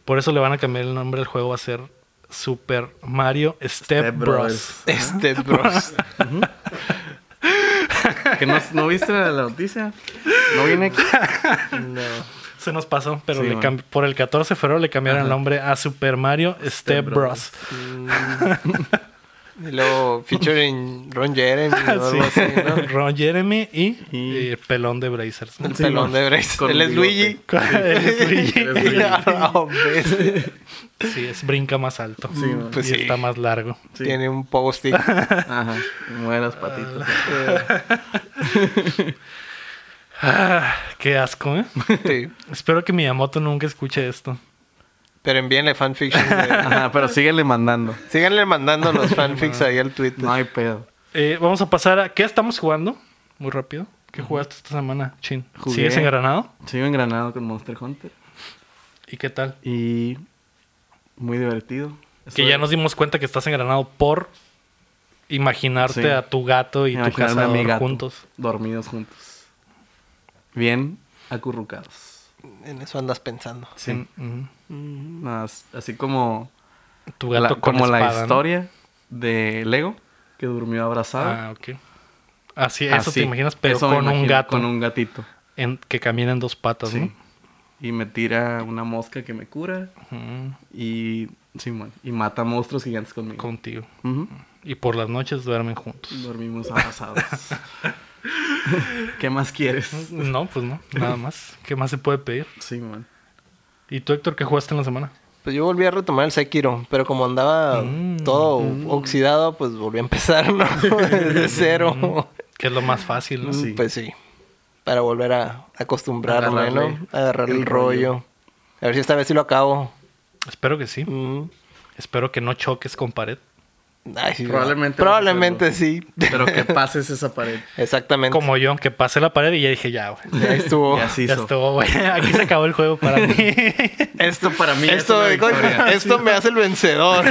A: Por eso le van a cambiar el nombre del juego a ser Super Mario Step,
C: Step
A: Bros.
C: Brothers.
B: Este bros.
C: ¿Que no, no viste la, la noticia? No viene aquí.
A: Se nos pasó, pero
C: Sí,
A: le
C: man.
A: cam- por el 14 de febrero le cambiaron el nombre a Super Mario Step, Bros.
C: Bros.
B: Y luego featuring Ron Jeremy
C: Ah,
B: o algo
A: Sí.
B: así, ¿no?
A: Ron Jeremy y,
C: Y-
A: eh, Pelón de Brazers.
B: El
C: Sí,
B: pelón
C: no.
B: de Brace.
C: Con
B: Él es
C: bigote.
B: Luigi.
A: Él es Luigi.
C: Él es Luigi.
B: Ah, no, bestia.
A: Sí, es brinca más alto.
C: Sí, man.
B: Pues
A: y
B: sí.
A: está más largo.
C: Sí.
B: Tiene un pogo stick.
C: Ajá. Y Mueve las patitas.
A: Ah, qué asco, ¿eh?
B: Sí.
A: Espero que Miyamoto nunca escuche esto.
B: Pero envíenle fanfiction. de-
C: Ajá, pero síguele mandando.
B: Síganle mandando los fanfics ahí al Twitter.
C: No hay pedo.
A: Eh, vamos a pasar a qué estamos jugando. Muy rápido. ¿Qué jugaste esta semana, Chin?
C: Jugué.
A: ¿Sigues engranado?
C: Sigo engranado con Monster Hunter.
A: ¿Y qué tal?
C: Y muy divertido.
A: Que ya nos dimos cuenta que estás engranado por imaginarte
C: Sí.
A: a tu gato y tu
C: Imaginarme a mi
A: cazador
C: gato
A: juntos.
C: Dormidos juntos. Bien acurrucados.
B: En eso andas pensando.
C: Sí.
A: Ujú.
C: Nada más, así como,
A: mm. Tu gato
C: la,
A: con
C: como la
A: espada, ¿no?
C: historia de Lego, que durmió abrazado.
A: Ah, ok. Así, eso
C: Así,
A: te imaginas, pero
C: eso me
A: con un
C: imagino,
A: gato Pues,
C: Con un gatito.
A: en- que camina en dos patas,
C: Sí. Y me tira una mosca que me cura.
A: ¿no? Ujú,
C: Y, sí, man, y mata monstruos gigantes conmigo.
A: Contigo.
C: Ujú.
A: Y por las noches duermen juntos.
C: Dormimos abrazados. ¿Qué más quieres?
A: No, pues no, nada más. ¿Qué más se puede pedir?
C: Sí, man.
A: ¿Y tú, Héctor, qué jugaste en la semana?
B: Pues yo volví a retomar el Sekiro, pero como andaba
A: Mm.
B: todo oxidado, pues volví a empezar, ¿no? Desde cero.
A: Que es lo más fácil, ¿no?
C: Mm. Sí.
B: Pues sí. Para volver a acostumbrarme,
C: Agarrarle
B: ¿no? A agarrar el
C: el rollo.
B: rollo. A ver si esta vez sí lo acabo.
A: Espero que sí.
B: Mm.
A: Espero que no choques con pared.
B: Ay, sí,
C: Probablemente
B: Probablemente
C: vas a
B: sí.
C: Pero que pases esa pared.
B: Exactamente.
A: Como yo, que pasé la pared y ya dije, ya, güey.
B: Ya estuvo.
C: Y así
A: Oh, Ya
C: hizo.
A: estuvo, güey. Aquí se acabó el juego para mí.
C: Esto para mí es
B: Esto,
C: una victoria.
B: esto me hace el vencedor.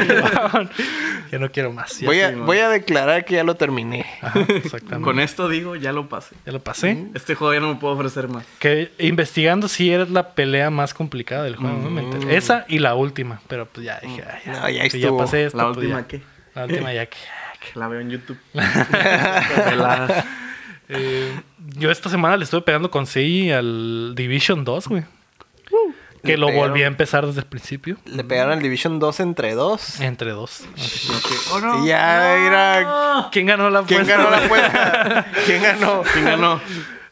A: ya no quiero más. Ya-
B: voy, a,
C: sí, man.
B: voy a declarar que ya lo terminé.
A: Ajá, exactamente.
C: Con esto digo, ya lo pasé.
A: Ya lo pasé.
C: Este juego ya no me puedo ofrecer más.
A: Que investigando si eres la pelea más complicada del juego. ¿no? Me enteré. Esa y la última. Pero pues ya dije, ay,
B: Mm. No, ya
A: si
B: estuvo.
A: pasé esto.
C: La
A: pues,
C: última
A: ya.
C: que
A: La última ya que.
C: la veo en YouTube. Pelada.
A: Eh, yo esta semana le estuve pegando con CI al Division 2, güey. Que
B: Le
A: lo volví a
B: pegaron.
A: empezar desde el principio.
B: Le pegaron al Division 2 entre dos.
A: Entre dos. Así.
C: Como que, oh, no.
B: Y ya era.
A: ¿Quién ganó la
B: ¿Quién
A: apuesta,
B: ganó la
A: güey?
B: apuesta? ¿Quién ganó?
C: ¿Quién ganó?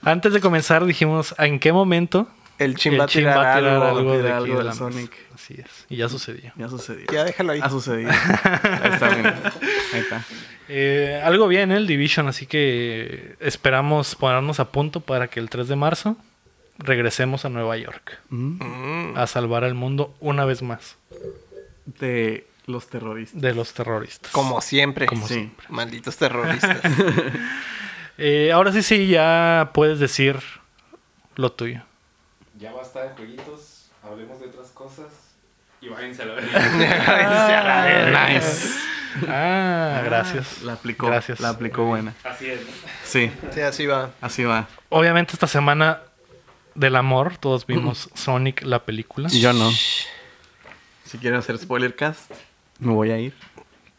A: Antes de comenzar dijimos, ¿en qué momento
B: El
A: el
B: chin va a
A: chin
B: tirar
A: va a tirar
B: algo.
A: algo, de,
C: tirar
A: aquí
C: algo
A: de
C: de
A: la mesa?
C: Sonic.
A: Así es. Y ya sucedió.
C: Ya sucedió.
B: Ya déjalo ahí.
C: Ha sucedido. Ahí está, mira. Ahí está.
A: Eh, algo bien en el Division, así que esperamos ponernos a punto para que el 3 de marzo regresemos a Nueva York
B: Mm.
A: a salvar al mundo una vez más
C: De los terroristas.
A: de los terroristas.
B: Como siempre.
A: Como
C: Sí.
A: siempre.
B: Malditos terroristas.
A: Eh, ahora sí, sí, ya puedes decir lo tuyo.
E: Ya basta de jueguitos, hablemos de otras cosas y váyanse a la verga.
C: Nice.
A: Ah, gracias.
C: La aplicó.
A: Gracias.
C: La aplicó buena.
E: Así es. ¿no?
C: Sí,
B: sí, así va.
C: así va.
A: Obviamente esta semana del amor todos vimos Sonic la película.
C: yo no. Si quieren hacer spoiler cast, me voy a ir.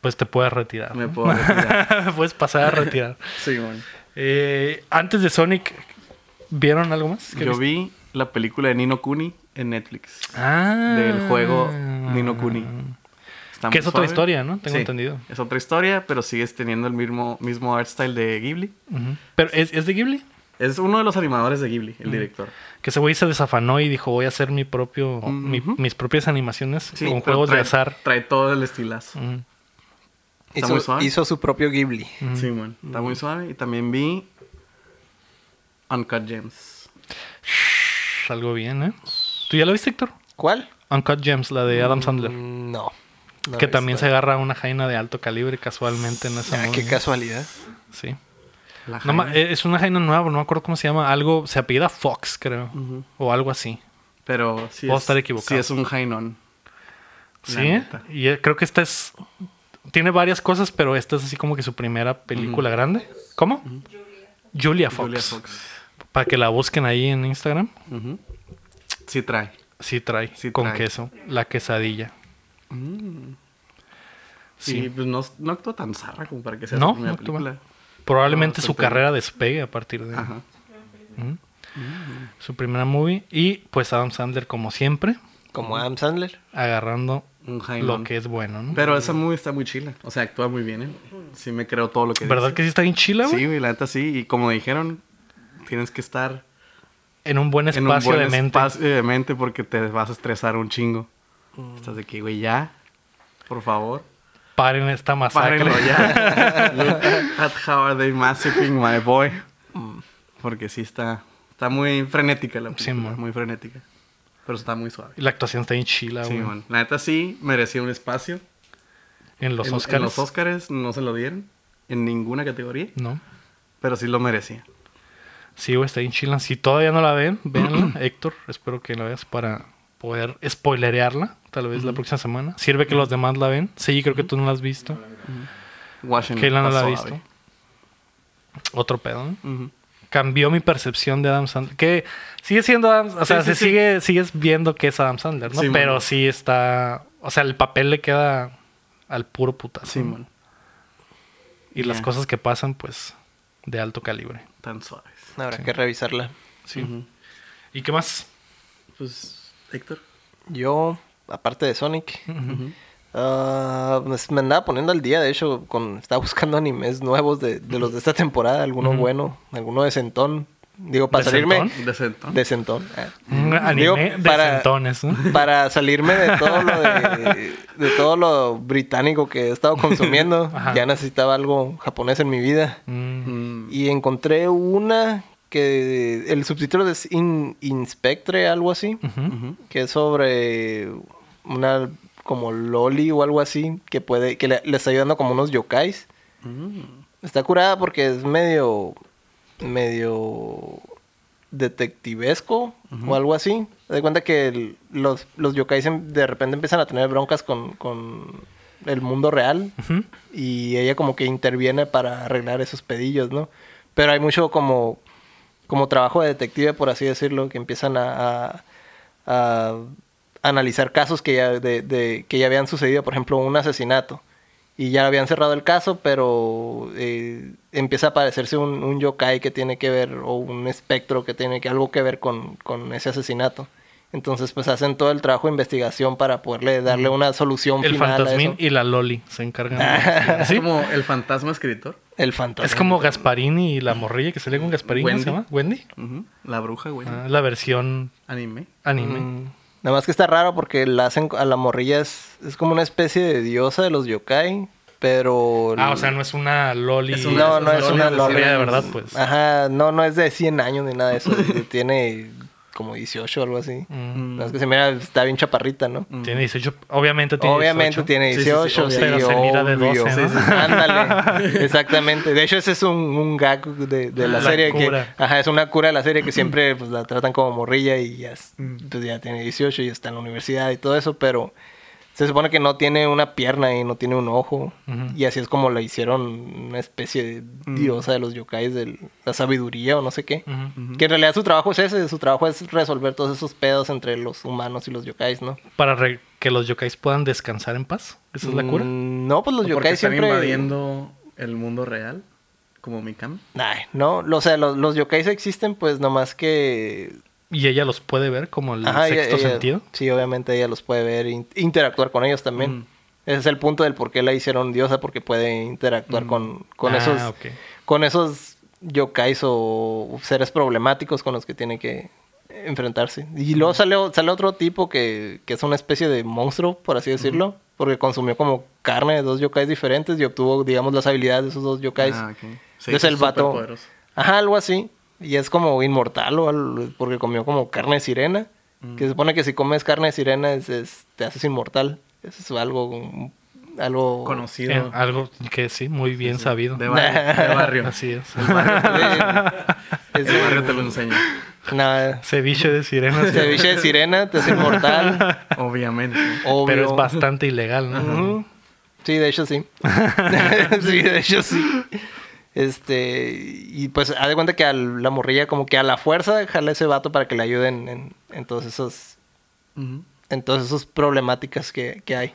A: Pues te puedes retirar.
C: Me
A: ¿no?
C: puedo retirar.
A: puedes pasar a retirar.
C: sí, bueno.
A: Eh, antes de Sonic, ¿vieron algo más? ¿Qué
C: Yo
A: viste?
C: vi la película de Nino Kuni en Netflix.
A: Ah.
C: Del juego Nino Kuni. Está
A: Que
C: muy
A: es otra
C: suave.
A: historia, ¿no? Tengo entendido.
C: Es otra historia, pero sigues teniendo el mismo, mismo art style de Ghibli.
A: Ujú. Pero ¿es, es de Ghibli.
C: Es uno de los animadores de Ghibli, el director.
A: Que ese güey se desafanó y dijo: Voy a hacer mi propio, mi-
C: Ujú.
A: mis propias animaciones con
C: pero
A: juegos
C: trae-
A: de azar.
C: Trae todo el estilazo.
A: Ujú.
C: Está muy
B: Hizo,
C: suave.
B: hizo su propio Ghibli.
C: Sí, man. Está muy suave. Y también vi Uncut Gems.
A: Shhh, Algo bien, ¿eh? ¿Tú ya lo viste, Héctor?
B: ¿Cuál? Mm,
A: Uncut Gems, la de
C: Mm,
A: Adam Sandler.
B: No. No
A: que
B: lo he
A: también se
B: visto.
C: este,
A: agarra una jaina de alto calibre casualmente en esa
B: Ah,
A: movie.
B: qué casualidad.
A: Sí.
C: La
A: No ma-
C: Jaime.
A: eh, es una jaina nueva, no me acuerdo cómo se llama. Algo, se apellida Fox, creo.
C: Ujú.
A: O algo así.
C: Pero sí
A: Puedo
C: es,
A: estar equivocado.
C: sí es un Jainon. La
A: Sí,
C: neta.
A: y eh, creo que esta es. Tiene varias cosas, pero esta es así como que su primera película grande. ¿Cómo? Julia Fox.
C: Julia Fox.
A: Para que la busquen ahí en Instagram.
C: Ujú. Sí trae.
A: Sí trae.
C: Sí
A: con
C: trae. Mm.
A: queso. La quesadilla. Sí.
C: Y pues no, no actúa tan zarra como para que sea
A: No,
C: su primera
A: no actúa.
C: película.
A: Probablemente
C: No,
A: su
C: perfecto.
A: carrera despegue a partir de
C: Ajá.
A: su primera movie. Y pues Adam Sandler, como siempre,
B: Como Adam Sandler.
A: agarrando
C: Un
A: lo
C: Jainon.
A: que es bueno, ¿no?
C: Pero esa movie está muy chila. O sea, actúa muy bien, ¿eh? Sí me creo todo lo que
A: ¿Verdad que sí está bien chila, güey?
C: Sí, güey, la neta sí. Y como dijeron, tienes que estar
A: En un buen
C: en un
A: espacio
C: buen
A: de mente.
C: espacio de mente porque te vas a estresar un chingo.
A: Mm.
C: Estás de que, güey, ya. Por favor.
A: Paren esta masacre.
C: Párenlo ya. Look at how are they massacring my boy. Porque sí está... Está muy frenética la
A: Mm. Sí,
C: película.
A: man.
C: muy frenética. Pero está muy suave.
A: Y La actuación está bien chila,
C: Sí,
A: güey.
C: man. La neta sí merecía un espacio.
A: en los
C: En-
A: Oscars.
C: En los Oscars no se lo dieron. En ninguna categoría.
A: No.
C: Pero sí lo merecía.
A: Sí, güey, está bien chila. Si todavía no la ven, véanla, Héctor. Espero que la veas para poder spoilerearla, tal vez la próxima semana. Sirve que los demás la ven. Sí, creo que tú no la has visto.
C: Washington.
A: Keila no la
C: está
A: ha
C: suave.
A: visto. Otro pedo, ¿no?
B: Ujú.
A: Cambió mi percepción de Adam Sandler. Que sigue siendo Adam... O sea,
C: Sí,
A: se
C: sí, sí.
A: sigue... Sigues viendo que es Adam Sandler, ¿no?
C: Sí,
A: Pero
C: man.
A: sí está... O sea, el papel le queda al puro putazo.
C: Sí,
A: ¿no?
C: man.
A: Y las
C: Ya.
A: cosas que pasan, pues... De alto calibre.
C: Tan suaves.
B: Habrá
A: Sí.
B: que revisarla.
A: Sí. ¿Y qué más?
C: Pues, Héctor.
B: Yo, aparte de Sonic,
C: Ujú.
B: ah, pues, me andaba poniendo al día, de hecho, con estaba buscando animes nuevos de, de los de esta temporada, alguno bueno, alguno de Centón. Digo, para salirme...
A: ¿Decentón?
C: Decento.
B: De Centón. ah.
A: Un
B: Digo,
A: anime de
B: para-
A: centones, ¿no?
B: para salirme de todo lo de, de todo lo británico que he estado consumiendo.
A: Ajá.
B: Ya necesitaba algo japonés en mi vida.
A: Mm.
C: Mm,
B: Y encontré una que el subtítulo es In- Inspectre, algo así,
C: ujú.
B: que es sobre una como loli o algo así que puede que le, le está ayudando como unos yokais.
C: Mm.
B: Está curada porque es medio. medio. detectivesco o algo así. Te das cuenta que el- los, los yokais em- de repente empiezan a tener broncas con, con el mundo real.
A: Ujú.
B: Y ella como que interviene para arreglar esos pedillos, ¿no? Pero hay mucho como. como trabajo de detective, por así decirlo, que empiezan a. a- a analizar casos que ya, de- de- que ya habían sucedido, por ejemplo, un asesinato y ya habían cerrado el caso, pero eh, empieza a aparecerse un, un yokai que tiene que ver, o un espectro que tiene que algo que ver con, con ese asesinato. Entonces, pues hacen todo el trabajo de investigación para poderle darle una solución
A: El
B: final a
A: fantasmín
B: eso.
A: y la Loli se encargan. de-
C: Es
A: ¿Sí?
C: como el fantasma escritor.
B: El fantasma.
A: Es como Gasparini y la morrilla que sale con Gasparini. ¿cómo se
C: Wendy.
A: llama? ¿Wendy?
C: Ujú. La bruja, güey.
A: Ah, la versión
C: Anime.
A: anime.
B: Mm, Nada más que está raro porque la hacen a la morrilla es, es como una especie de diosa de los yokai, pero...
A: Ah, o sea, no es una Loli.
C: Es
B: No, no es una
A: loli.
B: loli. Ah.
A: de verdad, pues.
B: Ajá, no, no es de 100 años ni nada de eso. tiene como 18 o algo así.
A: Mm.
B: No es que se mira, está bien chaparrita, ¿no?
A: Tiene 18. Obviamente tiene
B: Obviamente
A: 18.
B: tiene
C: Sí, sí, sí,
B: 18, sí,
A: obvio. Pero se mira de 12,
B: obvio.
A: ¿no? Sí, sí, sí.
B: Ándale, exactamente. De hecho, ese es un, un gag de, de la,
A: La
B: serie.
A: cura.
B: Que, ajá, es una cura de la serie que siempre pues, la tratan como morrilla y ya, es-
A: Mm.
B: pues, ya tiene 18 y está en la universidad y todo eso, pero se supone que no tiene una pierna y no tiene un ojo.
A: Ujú. Mm.
B: Y así es como la hicieron una especie de diosa de los yokais, de la sabiduría o no sé qué.
A: Ujú.
B: Que en realidad su trabajo es ese, su trabajo es resolver todos esos pedos entre los humanos y los yokais, ¿no?
A: Para re- que los yokais puedan descansar en paz. Esa es la cura.
B: Mm, No, pues los
C: porque
B: yokai
C: están
B: siempre.
C: invadiendo el mundo real, como Mikami.
B: Ay, no, lo- o sea, los, los yokais existen, pues nomás que.
A: Y ella los puede ver como el
B: Ajá, ella-
A: sexto
B: ella-
A: sentido.
B: Sí, obviamente ella los puede ver e in- interactuar con ellos también.
C: Mm.
B: Ese es el punto del por qué la hicieron diosa, porque puede
C: Mm.
B: interactuar con, con
A: Ah,
B: esos.
A: ok.
B: Con esos yokais o seres problemáticos con los que tiene que enfrentarse. Y
A: Mm.
B: luego sale, o- sale otro tipo que, que es una especie de monstruo, por así decirlo, porque consumió como carne de dos yokais diferentes y obtuvo, digamos, las habilidades de esos dos yokais.
C: Ah, ok. Sí,
B: Entonces el
C: es
B: vato.
C: superpoderoso.
B: Ajá, algo así. Y es como inmortal o algo, porque comió como carne de sirena.
A: Mm.
B: Que se supone que si comes carne de sirena es, es- te haces inmortal. Eso es algo. un- algo
C: Conocido.
A: Eh, algo que sí, muy bien sabido.
C: De barrio. De barrio.
A: Así es.
B: Es-
C: El barrio te lo enseña.
B: Nada.
A: Ceviche de sirenas.
B: Ceviche de sirena te hace inmortal.
C: Obviamente.
B: obvio.
A: Pero es bastante ilegal, ¿no?
B: Ujú. Sí, de hecho sí. sí, de hecho sí. Este, y pues haz de cuenta que a la morrilla como que a la fuerza jala ese vato para que le ayuden en, en todos esos
C: Ujú.
B: en todas esas problemáticas que, que hay.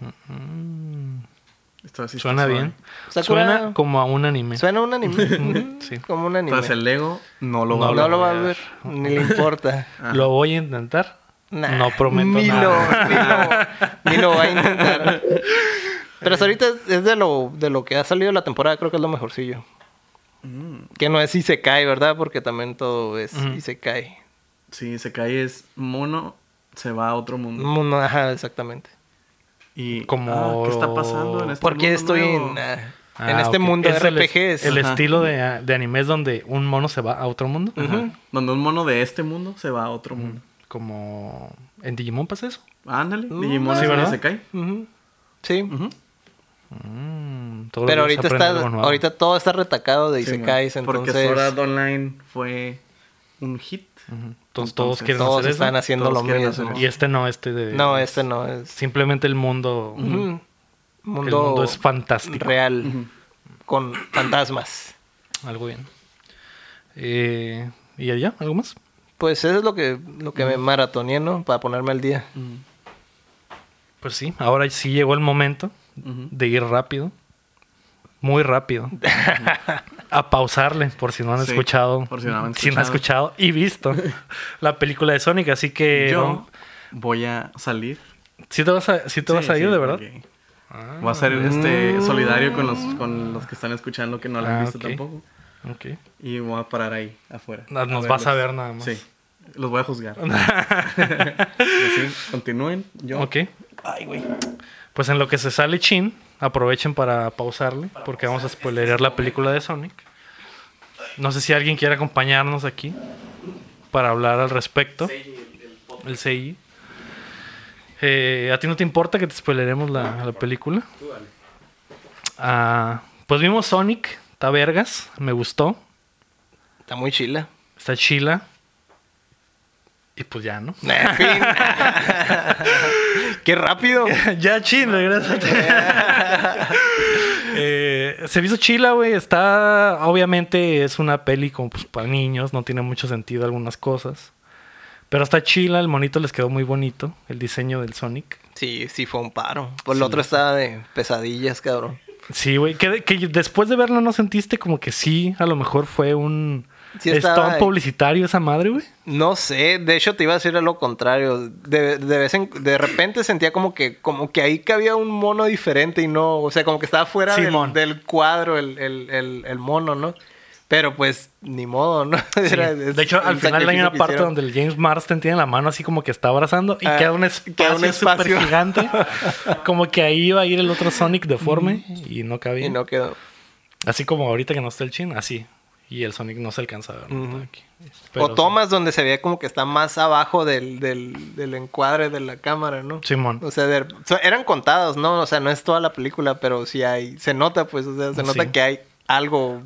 C: Esto así está
A: Suena
C: suave.
A: bien.
B: Está
A: Suena
B: curado.
A: como a un anime.
B: Suena un anime. Ujú.
A: Sí.
B: Como un anime.
C: Entonces el Lego no lo va
B: no,
C: a
B: lo va a ver, ni le importa.
C: Ah.
A: Lo voy a intentar.
B: Nah,
A: no prometo
B: ni
A: nada.
B: Lo, ni, lo, ni lo va a intentar. Pero hasta ahorita es- es de lo, de lo que ha salido la temporada, creo que es lo mejorcillo.
C: Mm.
B: Que no es y se cae, ¿verdad? Porque también todo es
A: Ujú.
B: y se cae.
C: Sí, se cae es mono, se va a otro mundo.
B: No, no, ajá, exactamente.
C: Y
A: Como-
C: ah, ¿qué está pasando en este
B: ¿Por qué
C: mundo
B: estoy
C: nuevo?
B: en, ah,
A: Ah,
B: en este
A: ok.
B: mundo de
A: Es el es-
B: RPGs?
A: El,
C: Ajá.
A: estilo de, de anime es donde un mono se va a otro mundo.
C: Ajá. Donde un mono de este mundo se va a otro mundo.
A: Como en Digimon pasa eso.
C: Ándale,
B: Mm,
C: Digimon
A: Uh, sí,
C: es donde
A: ¿verdad?
C: se cae.
B: Ujú. Sí.
C: Ujú.
A: Mm, todos los
B: Pero
A: días
B: ahorita
A: aprende
B: está,
A: algo nuevo.
B: ahorita todo está retacado de
C: Sí,
B: Isekais,
C: man.
B: entonces...
C: Porque Sword Art Online fue un hit.
A: Entonces, todos quieren
B: todos
A: hacer eso.
B: están haciendo
C: Todos
B: lo
C: quieren
B: mismo.
C: hacer
A: Y este no, este de.
B: No, este no es.
A: Simplemente el mundo.
B: Ujú. Mundo,
A: el mundo es fantástico.
B: real con fantasmas.
A: Algo bien. Eh, ¿Y allá? ¿Algo más?
B: Pues eso es lo que, lo que me maratoneé, ¿no? Para ponerme al día.
A: Pues sí, ahora sí llegó el momento de ir rápido. Muy rápido. A pausarle, por si no han
C: Sí,
A: escuchado.
C: por si no han
A: si no han escuchado y visto la película de Sonic. Así que.
C: Yo
A: vamos-
C: voy a salir.
A: ¿Sí te vas a, sí te vas
C: Sí,
A: a ir,
C: sí,
A: de verdad? Ah.
C: porque Voy a ser
B: Mm.
C: este, solidario con los, con los que están escuchando que no la han
A: Ah,
C: visto
A: ok.
C: tampoco.
A: Ok.
C: Y voy a parar ahí afuera.
A: Nos vas a
C: verlos.
A: ver nada más.
C: Sí. Los voy a juzgar. Así, continúen. Yo.
A: Ok. Pues en lo que se sale Chin, aprovechen para pausarle, porque vamos a spoilerear la película de Sonic. No sé si alguien quiere acompañarnos aquí para hablar al respecto. El CI. Eh, ¿A ti no te importa que te spoileremos la, la película? Ah, pues vimos Sonic, está vergas, me gustó,
B: Está muy chila.
A: está chila. Y pues ya, ¿no?
B: En fin. Qué rápido.
A: ya, chin, regrésate. Eh, se me hizo chila, güey. Está, obviamente, es una peli como pues, para niños. No tiene mucho sentido algunas cosas. Pero está chila. El monito les quedó muy bonito. El diseño del Sonic.
B: Sí, sí fue un paro. Pues el otro estaba de pesadillas, cabrón.
A: Sí, güey. Que, que después de verlo no sentiste como que sí, a lo mejor fue un...
B: Sí
A: stunt
B: estaba-
A: publicitario esa madre, güey.
B: No sé, de hecho te iba a decir a lo contrario. De, de vez en, de repente sentía como que, como que ahí cabía un mono diferente y no, o sea, como que estaba fuera del,
A: Simón.
B: del cuadro el, el- el- el mono, ¿no? Pero pues, ni modo, ¿no?
A: Sí.
B: Era- es
A: De hecho,
B: el
A: al final hay
B: sacrificio
A: una
B: que
A: parte
B: hicieron.
A: donde el James Marsden tiene la mano así como que está abrazando y
B: Ah,
A: queda un
B: queda un
A: espacio súper
B: espacio.
A: gigante. como que ahí iba a ir el otro Sonic deforme y no cabía.
B: Mm. Y no quedó.
A: Así como ahorita que no está el chin, así. Y el Sonic no se alcanza a ver. ¿no?
B: Ujú.
A: Aquí. Pero
B: o tomas donde se veía como que está más abajo del, del- del encuadre de la cámara, ¿no?
A: sí. Simón.
B: O sea, de- so- eran contados, ¿no? O sea, no es toda la película, pero sí hay. Se nota, pues, o sea, se nota
A: Sí.
B: que hay algo.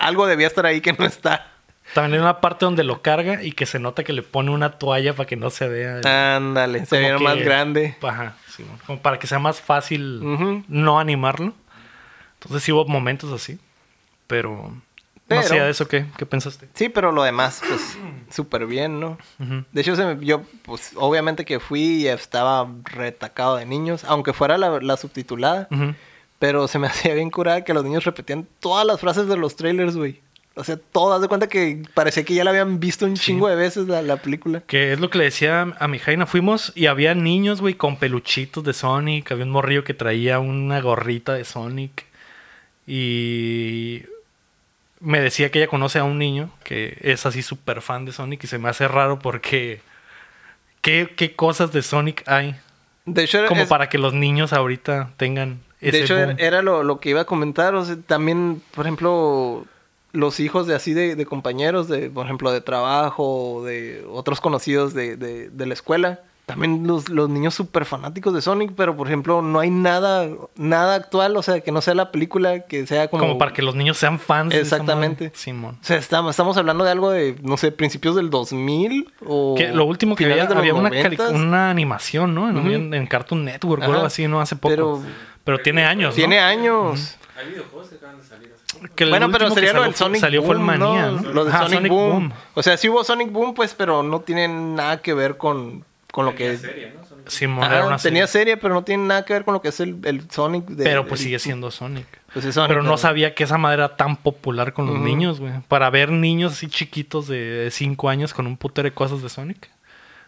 B: Algo debía estar ahí que no está.
A: También hay una parte donde lo carga y que se nota que le pone una toalla para que no se vea.
B: Ah,
A: el-
B: Ándale, se
A: como
B: vio
A: que-
B: más grande.
A: Ajá, Simón. Como para que sea más fácil
B: Ujú.
A: no animarlo. Entonces sí hubo momentos así. Pero,
B: Pero-
A: más allá de eso, ¿qué, qué pensaste?
B: Sí, pero lo demás, pues, súper bien, ¿no?
A: Ujú.
B: De hecho, se me- yo, pues, obviamente que fui y estaba retacado de niños, aunque fuera la, la subtitulada,
A: Ujú.
B: pero se me hacía bien curada que los niños repetían todas las frases de los trailers, güey. O sea, todas de cuenta que parecía que ya la habían visto un chingo de veces la, la película.
A: Que es lo que le decía a mi Jaina. Fuimos y había niños, güey, con peluchitos de Sonic. Había un morrillo que traía una gorrita de Sonic. Y me decía que ella conoce a un niño que es así súper fan de Sonic. Y se me hace raro porque... ¿Qué, qué cosas de Sonic hay?
B: De hecho, era-
A: Como
B: es-
A: para que los niños ahorita tengan ese
B: de hecho,
A: boom.
B: era, era lo, lo que iba a comentar. O sea, también, por ejemplo, los hijos de así de, de compañeros, de, por ejemplo, de trabajo, o de otros conocidos de, de- de la escuela. También los, los niños súper fanáticos de Sonic, pero por ejemplo, no hay nada, nada actual, o sea, que no sea la película, que sea como.
A: como... para que los niños sean fans. de esa madre.
B: Exactamente.
A: Simón.
B: O sea, estamos, estamos hablando de algo de, no sé, principios del 2000 o.
A: Que lo último que había,
B: finales de los
A: había una,
B: 90s.
A: cari- una animación, ¿no? En,
B: Ujú.
A: en- en Cartoon Network o
B: Ajá.
A: algo así, ¿no? Hace poco. Pero,
B: Pero-
A: tiene años, ¿no?
B: Tiene años.
E: Hay videojuegos que acaban de salir hace poco.
A: Que el
B: bueno, pero
A: último que
B: sería lo
A: salió
B: del
A: fue-
B: Sonic
A: Salió
B: Boom,
A: fue el Manía,
B: ¿no?
A: ¿no?
B: Lo del
A: Ajá,
B: Sonic, Boom. O sea, sí hubo Sonic Boom, pues, pero no tiene nada que ver con, con lo que...
E: Tenía serie, ¿no? Son-
A: Simón,
B: Ajá,
A: era una
B: tenía
A: serie.
B: serie, pero no tiene nada que ver con lo que es el, el Sonic. de-
A: Pero pues
B: el-
A: sigue siendo Sonic.
B: pues, es Sonic,
A: pero no sabía que esa madre era tan popular con los
B: Ujú.
A: niños, güey. Para ver niños así chiquitos de 5 años con un putero de cosas de Sonic.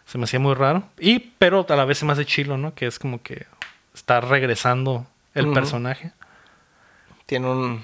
A: Se me hacía muy raro. Y, pero a la vez se me hace chilo, ¿no? Que es como que está regresando el
B: Ujú.
A: personaje.
B: Tiene un...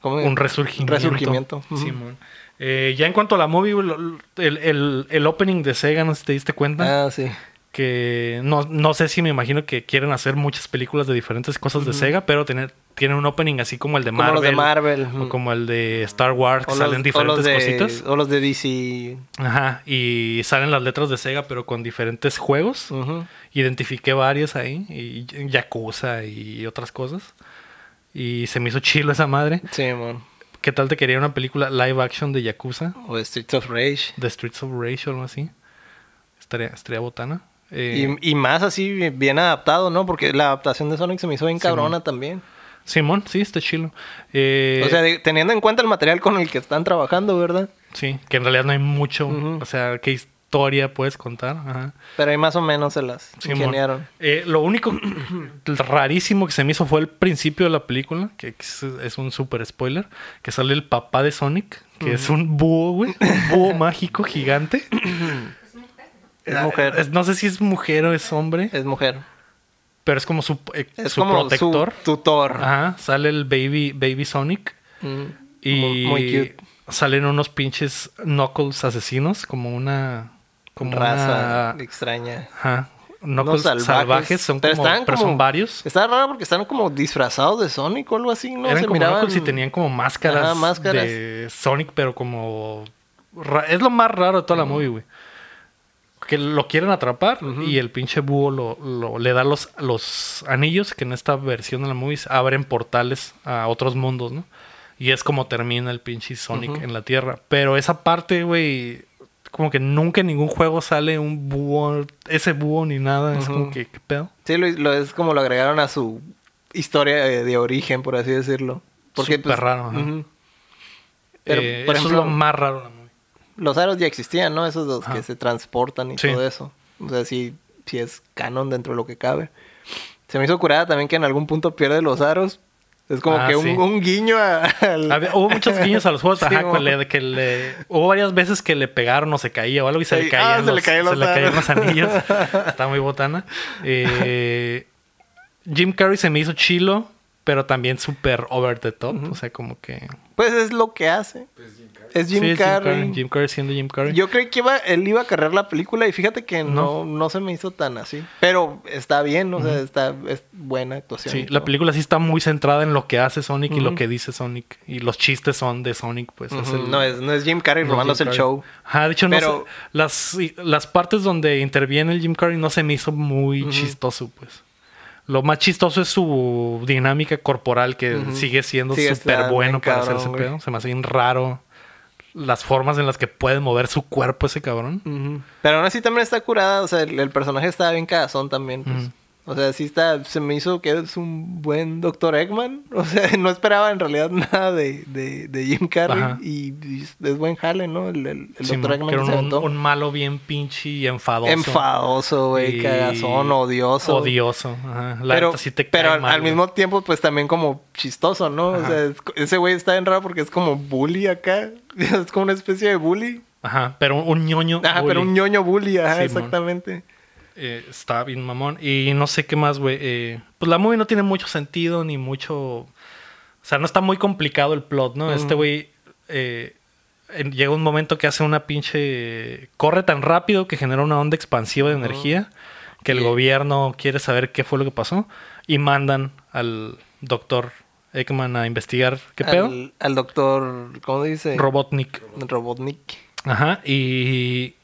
B: ¿cómo?
A: un resurgimiento.
B: Resurgimiento. Ujú.
A: Simón. Eh, ya en cuanto a la movie, güey, lo- lo- el, el- el opening de Sega, no sé si te diste cuenta,
B: Ah, sí.
A: que no, no sé si me imagino que quieren hacer muchas películas de diferentes cosas de Sega, pero tener, tienen un opening así como el de
B: Como
A: Marvel.
B: los de Marvel.
A: O como el de Star Wars, que
B: O
A: salen
B: los- o
A: diferentes
B: los de-
A: cositas.
B: O los de DC.
A: Ajá, y salen las letras de Sega, pero con diferentes juegos.
B: Ujú.
A: Identifiqué varios ahí, y y Yakuza y otras cosas. Y se me hizo chilo esa madre.
B: Sí, man.
A: ¿Qué tal te quería una película live action de Yakuza?
B: O Streets of Rage.
A: The Streets of Rage o algo así. Estaría, estaría botana. Eh,
B: Y, y más así, bien- bien adaptado, ¿no? Porque la adaptación de Sonic se me hizo bien cabrona también.
A: Simón, sí, está chilo. Eh,
B: o sea, de- teniendo en cuenta el material con el que están trabajando, ¿verdad?
A: sí, que en realidad no hay mucho.
B: Ujú.
A: O sea, ¿qué historia puedes contar? Ajá.
B: Pero ahí más o menos se las
A: Simón.
B: ingeniaron.
A: Eh, lo único rarísimo que se me hizo fue el principio de la película, que es, es un super spoiler, que sale el papá de Sonic, que es un búho, güey, un búho mágico gigante.
D: Es mujer, ¿no?
B: Es mujer.
A: Es- no sé si es mujer o es hombre,
B: Es mujer.
A: pero es como su, eh,
B: Es
A: su
B: como
A: protector. Ah,
B: su tutor.
A: Ajá, sale el baby, baby Sonic
B: Mm.
A: y
B: Muy, muy cute.
A: salen unos pinches Knuckles asesinos, como una... Como
B: Raza
A: una...
B: extraña.
A: Ajá.
B: Unos
A: Knuckles salvajes, son como,
B: estaban
A: pero son
B: como-
A: varios.
B: Estaba raro porque estaban como disfrazados de Sonic o algo así, ¿no?
A: Eran
B: se
A: como
B: miraban...
A: Knuckles y tenían como máscaras,
B: Ajá, máscaras.
A: de Sonic, pero como... ra- Es lo más raro de toda la movie, güey. Que lo quieren atrapar y el pinche búho lo, lo- le da los, los anillos que en esta versión de la movie se abren portales a otros mundos, ¿no? Y es como termina el pinche Sonic en la Tierra. Pero esa parte, güey, como que nunca en ningún juego sale un búho, ese búho ni nada. Es como que, ¿qué pedo?
B: Sí, lo, lo- es como lo agregaron a su historia de, de origen, por así decirlo. Porque, pues,
A: Súper raro, ajá.
B: ujú. Pero,
A: Eh,
B: por
A: eso
B: ejemplo,
A: es lo más raro de la movie.
B: los aros ya existían, ¿no? Esos dos
A: Ajá.
B: que se transportan y
A: Sí.
B: todo eso. O sea, sí, sí es canon dentro de lo que cabe. Se me hizo curada también que en algún punto pierde los aros. Es como
A: Ah,
B: que un,
A: sí.
B: un guiño a- al...
A: Había- hubo muchos guiños a los juegos,
B: Sí,
A: ajá,
B: mo.
A: que le, que le- hubo varias veces que le pegaron o se caía o algo y se le
B: Sí,
A: caían,
B: ah, se le
A: los,
B: caían los
A: se le caían
B: aros.
A: los anillos. Está muy botana. Eh, Jim Carrey se me hizo chilo, pero también súper over the top. O sea, como que...
B: Pues es lo que hace. Es Jim
A: Sí, es
B: Carrey.
A: Jim Carrey siendo Jim Carrey.
B: Yo creí que iba, él iba a cargar la película y fíjate que
A: No.
B: no, no, se me hizo tan así. Pero está bien, o sea, está, es buena actuación.
A: Sí,
B: y
A: la
B: todo.
A: película sí está muy centrada en lo que hace Sonic y lo que dice Sonic. Y los chistes son de Sonic, pues. es
B: Ujú,
A: el-
B: no, es, no es Jim Carrey
A: No,
B: robándose
A: Jim
B: el
A: Carrey.
B: show.
A: Ajá, de hecho, no sé-
B: Pero-
A: las, las partes donde interviene el Jim Carrey no se me hizo muy chistoso, pues. Lo más chistoso es su dinámica corporal, que sigue siendo
B: Sigue
A: súper
B: estando
A: bueno
B: bien
A: para
B: cabrón,
A: hacerse
B: güey.
A: pedo. Se me hace bien raro las formas en las que puede mover su cuerpo ese cabrón.
B: Ujú. Pero aún así también está curada, o sea, el, el personaje está bien cagazón también. pues. O sea, sí está, se me hizo que es un buen Dr. Eggman. O sea, no esperaba en realidad nada de, de, de Jim Carrey.
A: Ajá.
B: y, y es buen jale, ¿no? El, el, el
A: Sí,
B: Dr.
A: man,
B: Eggman
A: que
B: que
A: era
B: se
A: un,
B: aventó.
A: un malo bien pinche y enfadoso.
B: Enfadoso, güey,
A: Y-
B: cagazón, odioso.
A: Odioso. Ajá. La
B: pero
A: neta sí te
B: pero
A: cae
B: al,
A: mal,
B: al
A: güey.
B: mismo tiempo, pues también como chistoso, ¿no?
A: Ajá.
B: O sea, es- ese güey está bien raro porque es como bully acá. Es como una especie de bully.
A: Ajá, pero un, un ñoño.
B: Ajá, pero
A: bully.
B: un ñoño bully, ajá,
A: Simón.
B: exactamente.
A: Eh, está bien mamón. Y no sé qué más, güey. Eh, pues la movie no tiene mucho sentido ni mucho. O sea, no está muy complicado el plot, ¿no? Este güey eh, en- llega un momento que hace una pinche. Corre tan rápido que genera una onda expansiva de energía que el
B: Sí.
A: gobierno quiere saber qué fue lo que pasó y mandan al doctor Ekman a investigar qué pedo.
B: Al, al doctor, ¿cómo dice?
A: Robotnik.
B: Robotnik.
A: Ajá. Y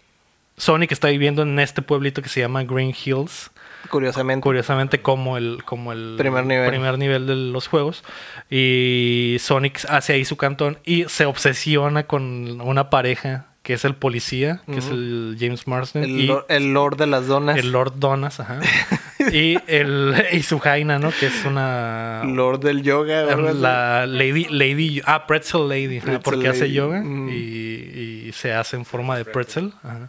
A: Sonic está viviendo en este pueblito que se llama Green Hills.
B: Curiosamente.
A: curiosamente como el como el
B: Primer nivel.
A: primer nivel de los juegos y Sonic hace ahí su cantón y se obsesiona con una pareja que es el policía que es el James Marsden
B: el,
A: y
B: lor- el Lord de las Donas.
A: el Lord Donas ajá y el y su Jaina no que es una
B: Lord del Yoga. algo así.
A: ah, Em, la Lady Lady ah Pretzel Lady ajá,
B: Pretzel
A: porque hace
B: Lady.
A: yoga
B: Mm.
A: y, y se hace en forma de pretzel ajá.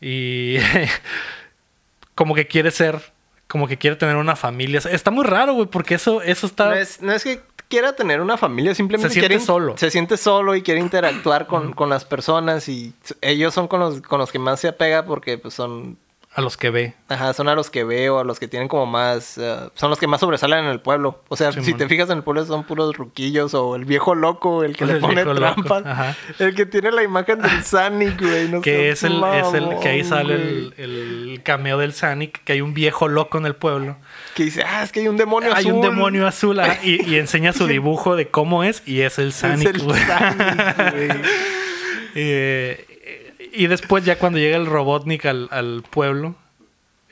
A: y como que quiere ser como que quiere tener una familia está muy raro güey porque eso eso
B: No
A: está
B: es, no es que quiera tener una familia, simplemente
A: Se siente
B: quiere in-
A: solo.
B: Se siente solo y quiere interactuar con, con las personas y s- ellos son con los, con los que más se apega porque pues, son,
A: a los que ve
B: ajá, son a los que veo, a los que tienen como más, eh, son los que más sobresalen en el pueblo. O sea,
A: Simón.
B: si te fijas en el pueblo son puros ruquillos o el viejo loco, el que
A: El
B: le pone
A: viejo loco,
B: trampas,
A: ajá.
B: el que tiene la imagen del Sonic, güey. no
A: que es
B: seas
A: el, es el que ahí
B: mamón,
A: sale
B: güey.
A: el, el cameo del Sonic que hay un viejo loco en el pueblo
B: Que dice, ah, es que hay un demonio
A: hay
B: azul.
A: un demonio azul ajá, y, y enseña su dibujo de cómo es y es el
B: Es
A: Sonic
B: el
A: güey.
B: Sonic, güey.
A: Eh, y después ya cuando llega el Robotnik al, al pueblo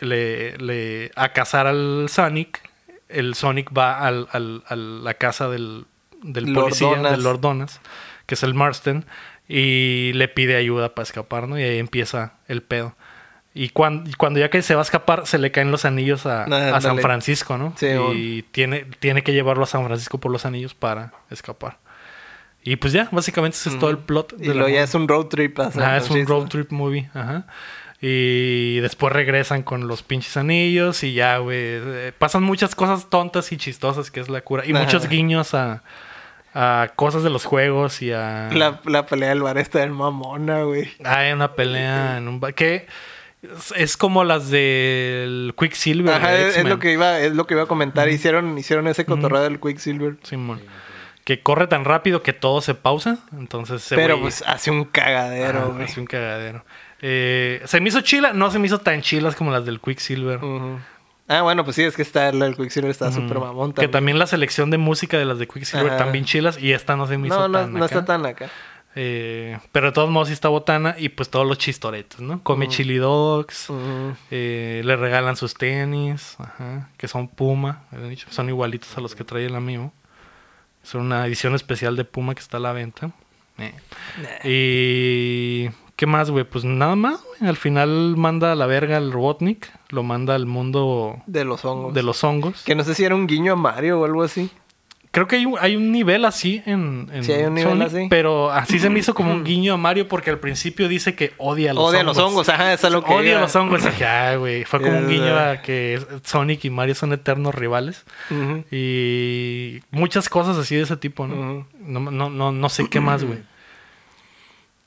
A: le, le- a cazar al Sonic, el Sonic va al, al- a la casa del, del
B: Lord
A: policía,
B: Donas.
A: del Lord Donas, que es el Marston, y le pide ayuda para escapar, ¿no? Y ahí empieza el pedo. Y cuan- y cuando, ya que se va a escapar, se le caen los anillos a,
B: Ah,
A: a San
B: ándale.
A: Francisco, ¿no?
B: Sí,
A: y tiene, tiene que llevarlo a San Francisco por los anillos para escapar. Y pues ya, básicamente ese es todo el plot.
B: Y
A: de la
B: luego ya
A: movie.
B: es un road trip. a San
A: Ah, es un
B: Francisco.
A: road trip movie, ajá. Y después regresan con los pinches anillos y ya, güey. eh, Pasan muchas cosas tontas y chistosas, que es la cura. Y
B: Ajá.
A: muchos guiños a, a cosas de los juegos y a... ah,
B: La, la pelea del bar está en mamona, güey.
A: Hay una pelea en un... ba- Que es, es como las del Quicksilver.
B: Ajá,
A: de
B: es, es lo
A: X-Men.
B: que iba, es lo que iba a comentar. Hicieron, hicieron ese cotorreo del Quicksilver.
A: Simón. Que corre tan rápido que todo se pausa. Entonces se
B: Pero pues hace un cagadero, güey.
A: Es un cagadero. Eh, se me hizo chila, no se me hizo tan chilas como las del Quicksilver.
B: Ujú. Ah, bueno, pues sí, es que está el el Quicksilver está súper mamón
A: Que
B: también.
A: también la selección de música de las de Quicksilver
B: Ajá.
A: también chilas y esta no se me hizo
B: No, no,
A: tan
B: no
A: acá.
B: está tan acá.
A: Eh, pero de todos modos sí está botana y pues todos los chistoretos, ¿no?
B: Mm.
A: Come chili dogs,
B: Ujú.
A: eh, le regalan sus tenis, ajá, que son Puma, habían dicho, son igualitos a los que trae el amigo. Son una edición especial de Puma que está a la venta. Eh. Y... ¿Qué más, güey? Pues nada más, güey. Al final manda a la verga al Robotnik, lo manda al mundo
B: De los hongos.
A: de los hongos.
B: Que no sé si era un guiño a Mario o algo así.
A: Creo que hay un, hay un nivel así en, en
B: Sí, hay un nivel
A: Sonic,
B: así.
A: pero así se me hizo como un guiño a Mario porque al principio dice que odia a los
B: Odia
A: hongos.
B: los hongos, ajá, eso es lo que.
A: Odia
B: iba.
A: a los hongos. Dije, ah, güey. Fue como un
B: Es
A: guiño
B: verdad.
A: a que Sonic y Mario son eternos rivales.
B: Ujú.
A: Y muchas cosas así de ese tipo, ¿no?
B: Ujú.
A: no, no, no, no sé qué más, güey.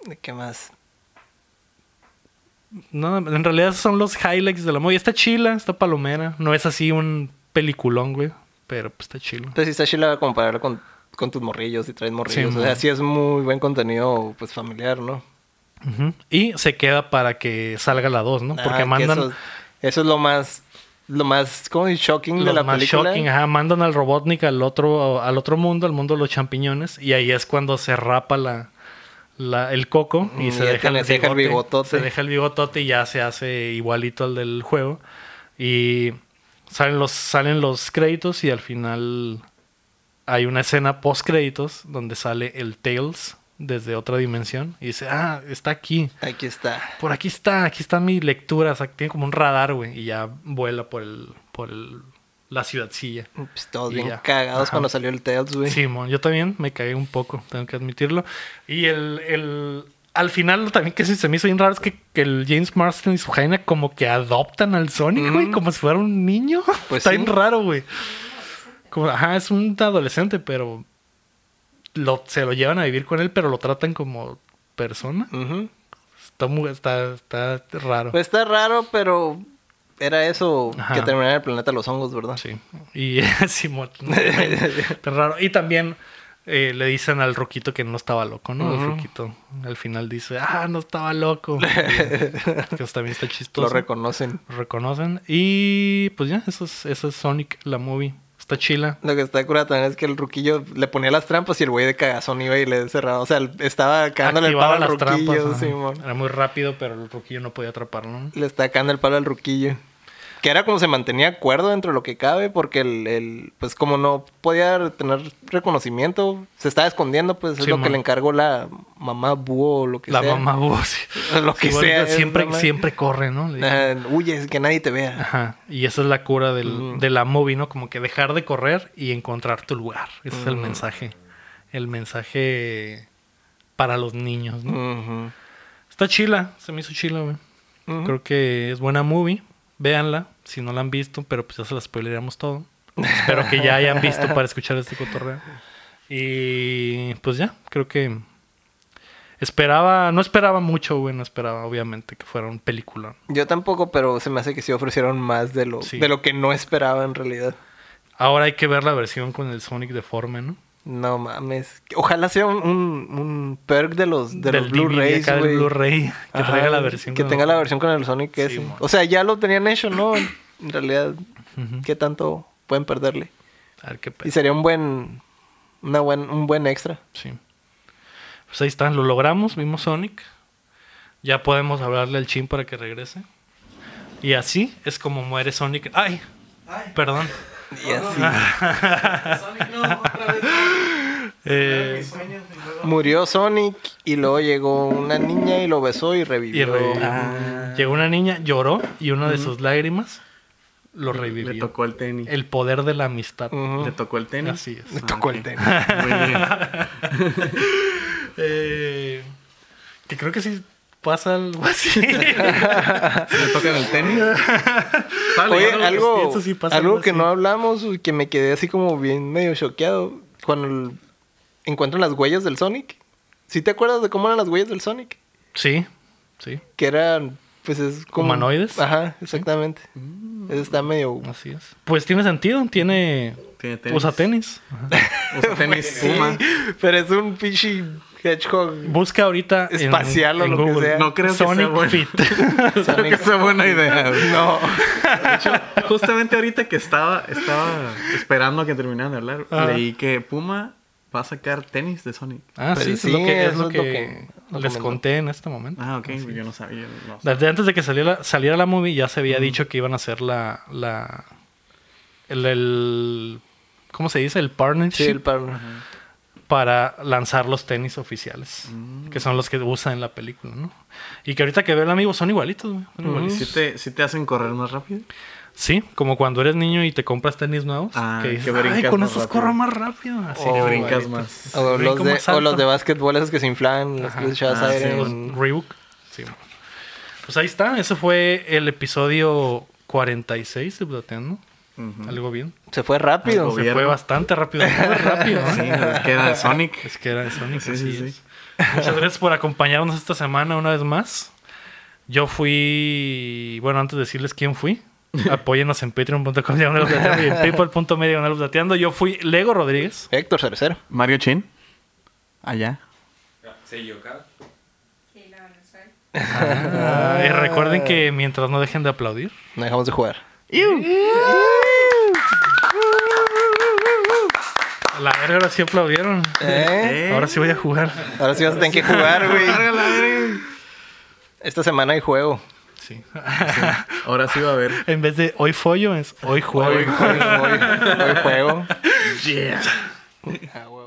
B: ¿De ¿Qué más?
A: No, en realidad esos son los highlights de la movie. Está chila, está palomera. No es así un peliculón, güey. Pero pues está chilo.
B: Entonces, si está chila compararlo con, con tus morrillos y traes morrillos.
A: Sí,
B: o sea,
A: man.
B: sí es muy buen contenido pues familiar, ¿no?
A: Ujú. Y se queda para que salga la 2, ¿no?
B: Ah,
A: Porque
B: que
A: mandan...
B: Eso, eso es lo más. Lo más. ¿Cómo es? Shocking de
A: Los
B: la
A: más
B: película.
A: shocking, ajá, mandan al Robotnik al otro, al otro mundo, al mundo de los champiñones, y ahí es cuando se rapa la, la- el coco y
B: Mm,
A: se
B: ya
A: deja,
B: tiene- se deja el bigotote.
A: Se deja el bigotote y ya se hace igualito al del juego. Y salen los, salen los créditos y al final hay una escena post créditos donde sale el Tails desde otra dimensión y dice, ah, está aquí.
B: Aquí está.
A: Por aquí está, aquí está mi lectura. O sea, tiene como un radar, güey. Y ya vuela por el, por el, la ciudadcilla.
B: Pues, todos
A: Y
B: bien
A: ya.
B: cagados
A: Ajá.
B: cuando salió el Tails, güey.
A: Simón, yo también me caí un poco, tengo que admitirlo. Y el, el al final lo también que se se me hizo bien raro es que, que el James Marston y su Jaina como que adoptan al Sonic, güey, como si fuera un niño.
B: Pues
A: Está
B: sí.
A: bien raro, güey. Como, ajá, es un adolescente, pero lo, se lo llevan a vivir con él, pero lo tratan como persona.
B: Ujú.
A: Está muy, está, está raro.
B: Pues está raro, pero era eso
A: Ajá.
B: que terminara el planeta los hongos, ¿verdad?
A: Sí. Y Simón. Está raro. Y también eh, le dicen al Roquito que no estaba loco, ¿no? El Roquito al final dice, ah, no estaba loco. que eso también está chistoso.
B: Lo reconocen.
A: Lo reconocen. Y pues ya, eso es, eso es Sonic, la movie. Está chila.
B: Lo que está curado también es que el ruquillo le ponía las trampas y el güey de cagazón iba y le cerraba. O sea, el- estaba cagándole el
A: Activaba
B: palo al
A: las
B: ruquillo,
A: trampas. ajá.
B: Simón.
A: Era muy rápido, pero el Roquillo no podía atraparlo. ¿no?
B: Le está cagando el palo al ruquillo. Que era como se mantenía acuerdo dentro de lo que cabe, porque el, el- pues como no podía tener reconocimiento, se estaba escondiendo, pues es
A: Sí,
B: lo que
A: man.
B: le encargó la mamá búho o lo que
A: La
B: sea.
A: mamá voz.
B: Lo que sea, es
A: Siempre,
B: mamá.
A: siempre corre, ¿no? Le dice.
B: Ajá, huye, que nadie te vea.
A: Ajá, y esa es la cura del, de la movie, ¿no? Como que dejar de correr y encontrar tu lugar. Ese es el mensaje. El mensaje para los niños, ¿no?
B: Ujú.
A: Está chila, se me hizo chila, güey.
B: Ujú.
A: Creo que es buena movie. Véanla, si no la han visto, pero pues ya se la spoileramos todo. Espero que ya hayan visto para escuchar este cotorreo. Y pues ya, creo que esperaba, no esperaba mucho, güey, no esperaba obviamente que fuera un película.
B: Yo tampoco, pero se me hace que sí ofrecieron más de lo,
A: Sí.
B: de lo que no esperaba en realidad.
A: Ahora hay que ver la versión con el Sonic deforme, ¿no?
B: No mames. Ojalá sea un, un, un perk de los, de los
A: DVD
B: Blu-rays,
A: acá del
B: güey.
A: Blu-ray. Que
B: Ajá,
A: traiga la versión.
B: Que
A: con-
B: tenga la versión con el Sonic
A: Sí,
B: ese.
A: mon.
B: o sea, ya lo tenían hecho, ¿no? En realidad, ¿qué tanto pueden perderle?
A: A ver qué
B: Y
A: pedo.
B: sería un buen, una buen, un buen extra.
A: Sí. Pues ahí está, lo logramos, vimos Sonic. Ya podemos hablarle al chin para que regrese. Y así es como muere Sonic. ¡Ay! Perdón.
B: Y así.
C: Sonic no, otra vez.
A: Eh,
B: Murió Sonic y luego llegó una niña y lo besó y revivió.
A: y revivió.
C: Ah.
A: Llegó una niña, lloró y una de sus lágrimas lo revivió.
C: Le tocó el tenis.
A: El poder de la amistad.
B: Ujú.
C: Le tocó el tenis. Ah,
A: Así es.
B: Me tocó el tenis.
C: Muy bien.
A: Eh, que creo que sí pasa algo
C: Ah,
A: así.
C: Le tocan el tenis. Estaba
B: Oye,
C: leyendo lo que
B: algo,
A: pienso, sí pasa
B: algo
A: algo
B: que
A: así.
B: no hablamos y que me quedé así como bien medio choqueado. Cuando el- encuentran las huellas del Sonic. ¿Sí te acuerdas de cómo eran las huellas del Sonic?
A: sí, sí,
B: Que eran, pues es como...
A: Humanoides.
B: Ajá, exactamente. Eso está medio...
A: así es. Pues tiene sentido, tiene...
C: Tiene tenis.
A: Usa tenis.
C: Usa tenis. Puma.
B: Sí, pero es un pinche hedgehog.
A: Busca ahorita en-
B: Espacial o
A: en
B: lo que
A: Google.
B: sea.
C: No creo que
A: Sonic
C: sea bueno.
A: Fit.
C: Creo que sea buena idea. güey.
B: No.
C: Justamente ahorita que estaba, estaba esperando a que terminaran de hablar,
A: Ah.
C: leí que Puma va a sacar tenis de Sonic.
A: Ah,
B: Pues
A: sí,
B: sí,
A: es lo que, es
B: eso
A: lo
B: es lo
A: que
B: que lo
A: les
B: comentó.
A: conté en este momento.
C: Ah, ok. Yo no sabía. no sé.
A: Desde antes de que saliera, saliera la movie ya se había dicho que iban a hacer la... la el, el- ¿Cómo se dice? El partnership
B: Sí, el par-
A: para lanzar los tenis oficiales.
C: Mm.
A: Que son los que usa en la película, ¿no? Y que ahorita que veo el amigo son igualitos, güey, son
C: ¿Y
A: igualitos.
C: si te, si te hacen correr más rápido?
A: Sí, como cuando eres niño y te compras tenis nuevos.
C: Ah,
A: que dices,
C: que brincas
A: "Ay, con
C: más
A: estos
C: rápido".
A: corro más rápido. Así
C: Que
B: Oh,
C: brincas
A: igualitos.
C: más.
B: O
A: Brinco
B: los, de,
A: más
B: o los
A: alto.
B: de básquetbol esos que se inflan, los
A: Ajá.
B: que les echabas
C: Ah,
B: aire
C: sí,
B: en-
A: Los Reebok. Sí. Pues ahí está. Ese fue el episodio 46 de Plateando.
C: Ujú.
A: Algo bien.
B: Se fue rápido.
C: Algo
A: Se fue
C: Gobierno.
A: bastante rápido. Muy rápido. ¿no?
C: Sí, es que era de Sonic.
A: Es que era de Sonic.
C: Sí,
A: así
C: sí, sí.
A: es. Muchas gracias por acompañarnos esta semana una vez más. Yo fui. Bueno, antes de decirles quién fui, apóyennos en patreon.com diagonal Plateando y en paypal.me diagonal Plateando. Yo fui Lego Rodríguez.
B: Héctor Cercero.
C: Mario Chin. Allá.
E: Se yo acá.
D: Sí, la Venezuela.
C: Ah.
A: y Eh, recuerden que mientras no dejen de aplaudir.
B: No dejamos de jugar.
A: A la verga, ahora sí aplaudieron.
B: ¿Eh?
A: Ahora sí voy a jugar.
B: Ahora sí vas a tener que jugar, güey. Esta semana hay juego.
A: Sí.
C: Ahora sí va a haber.
A: en vez de hoy follo, es hoy juego.
B: Hoy, hoy, hoy, hoy juego.
C: Yeah.
B: Ah, güey.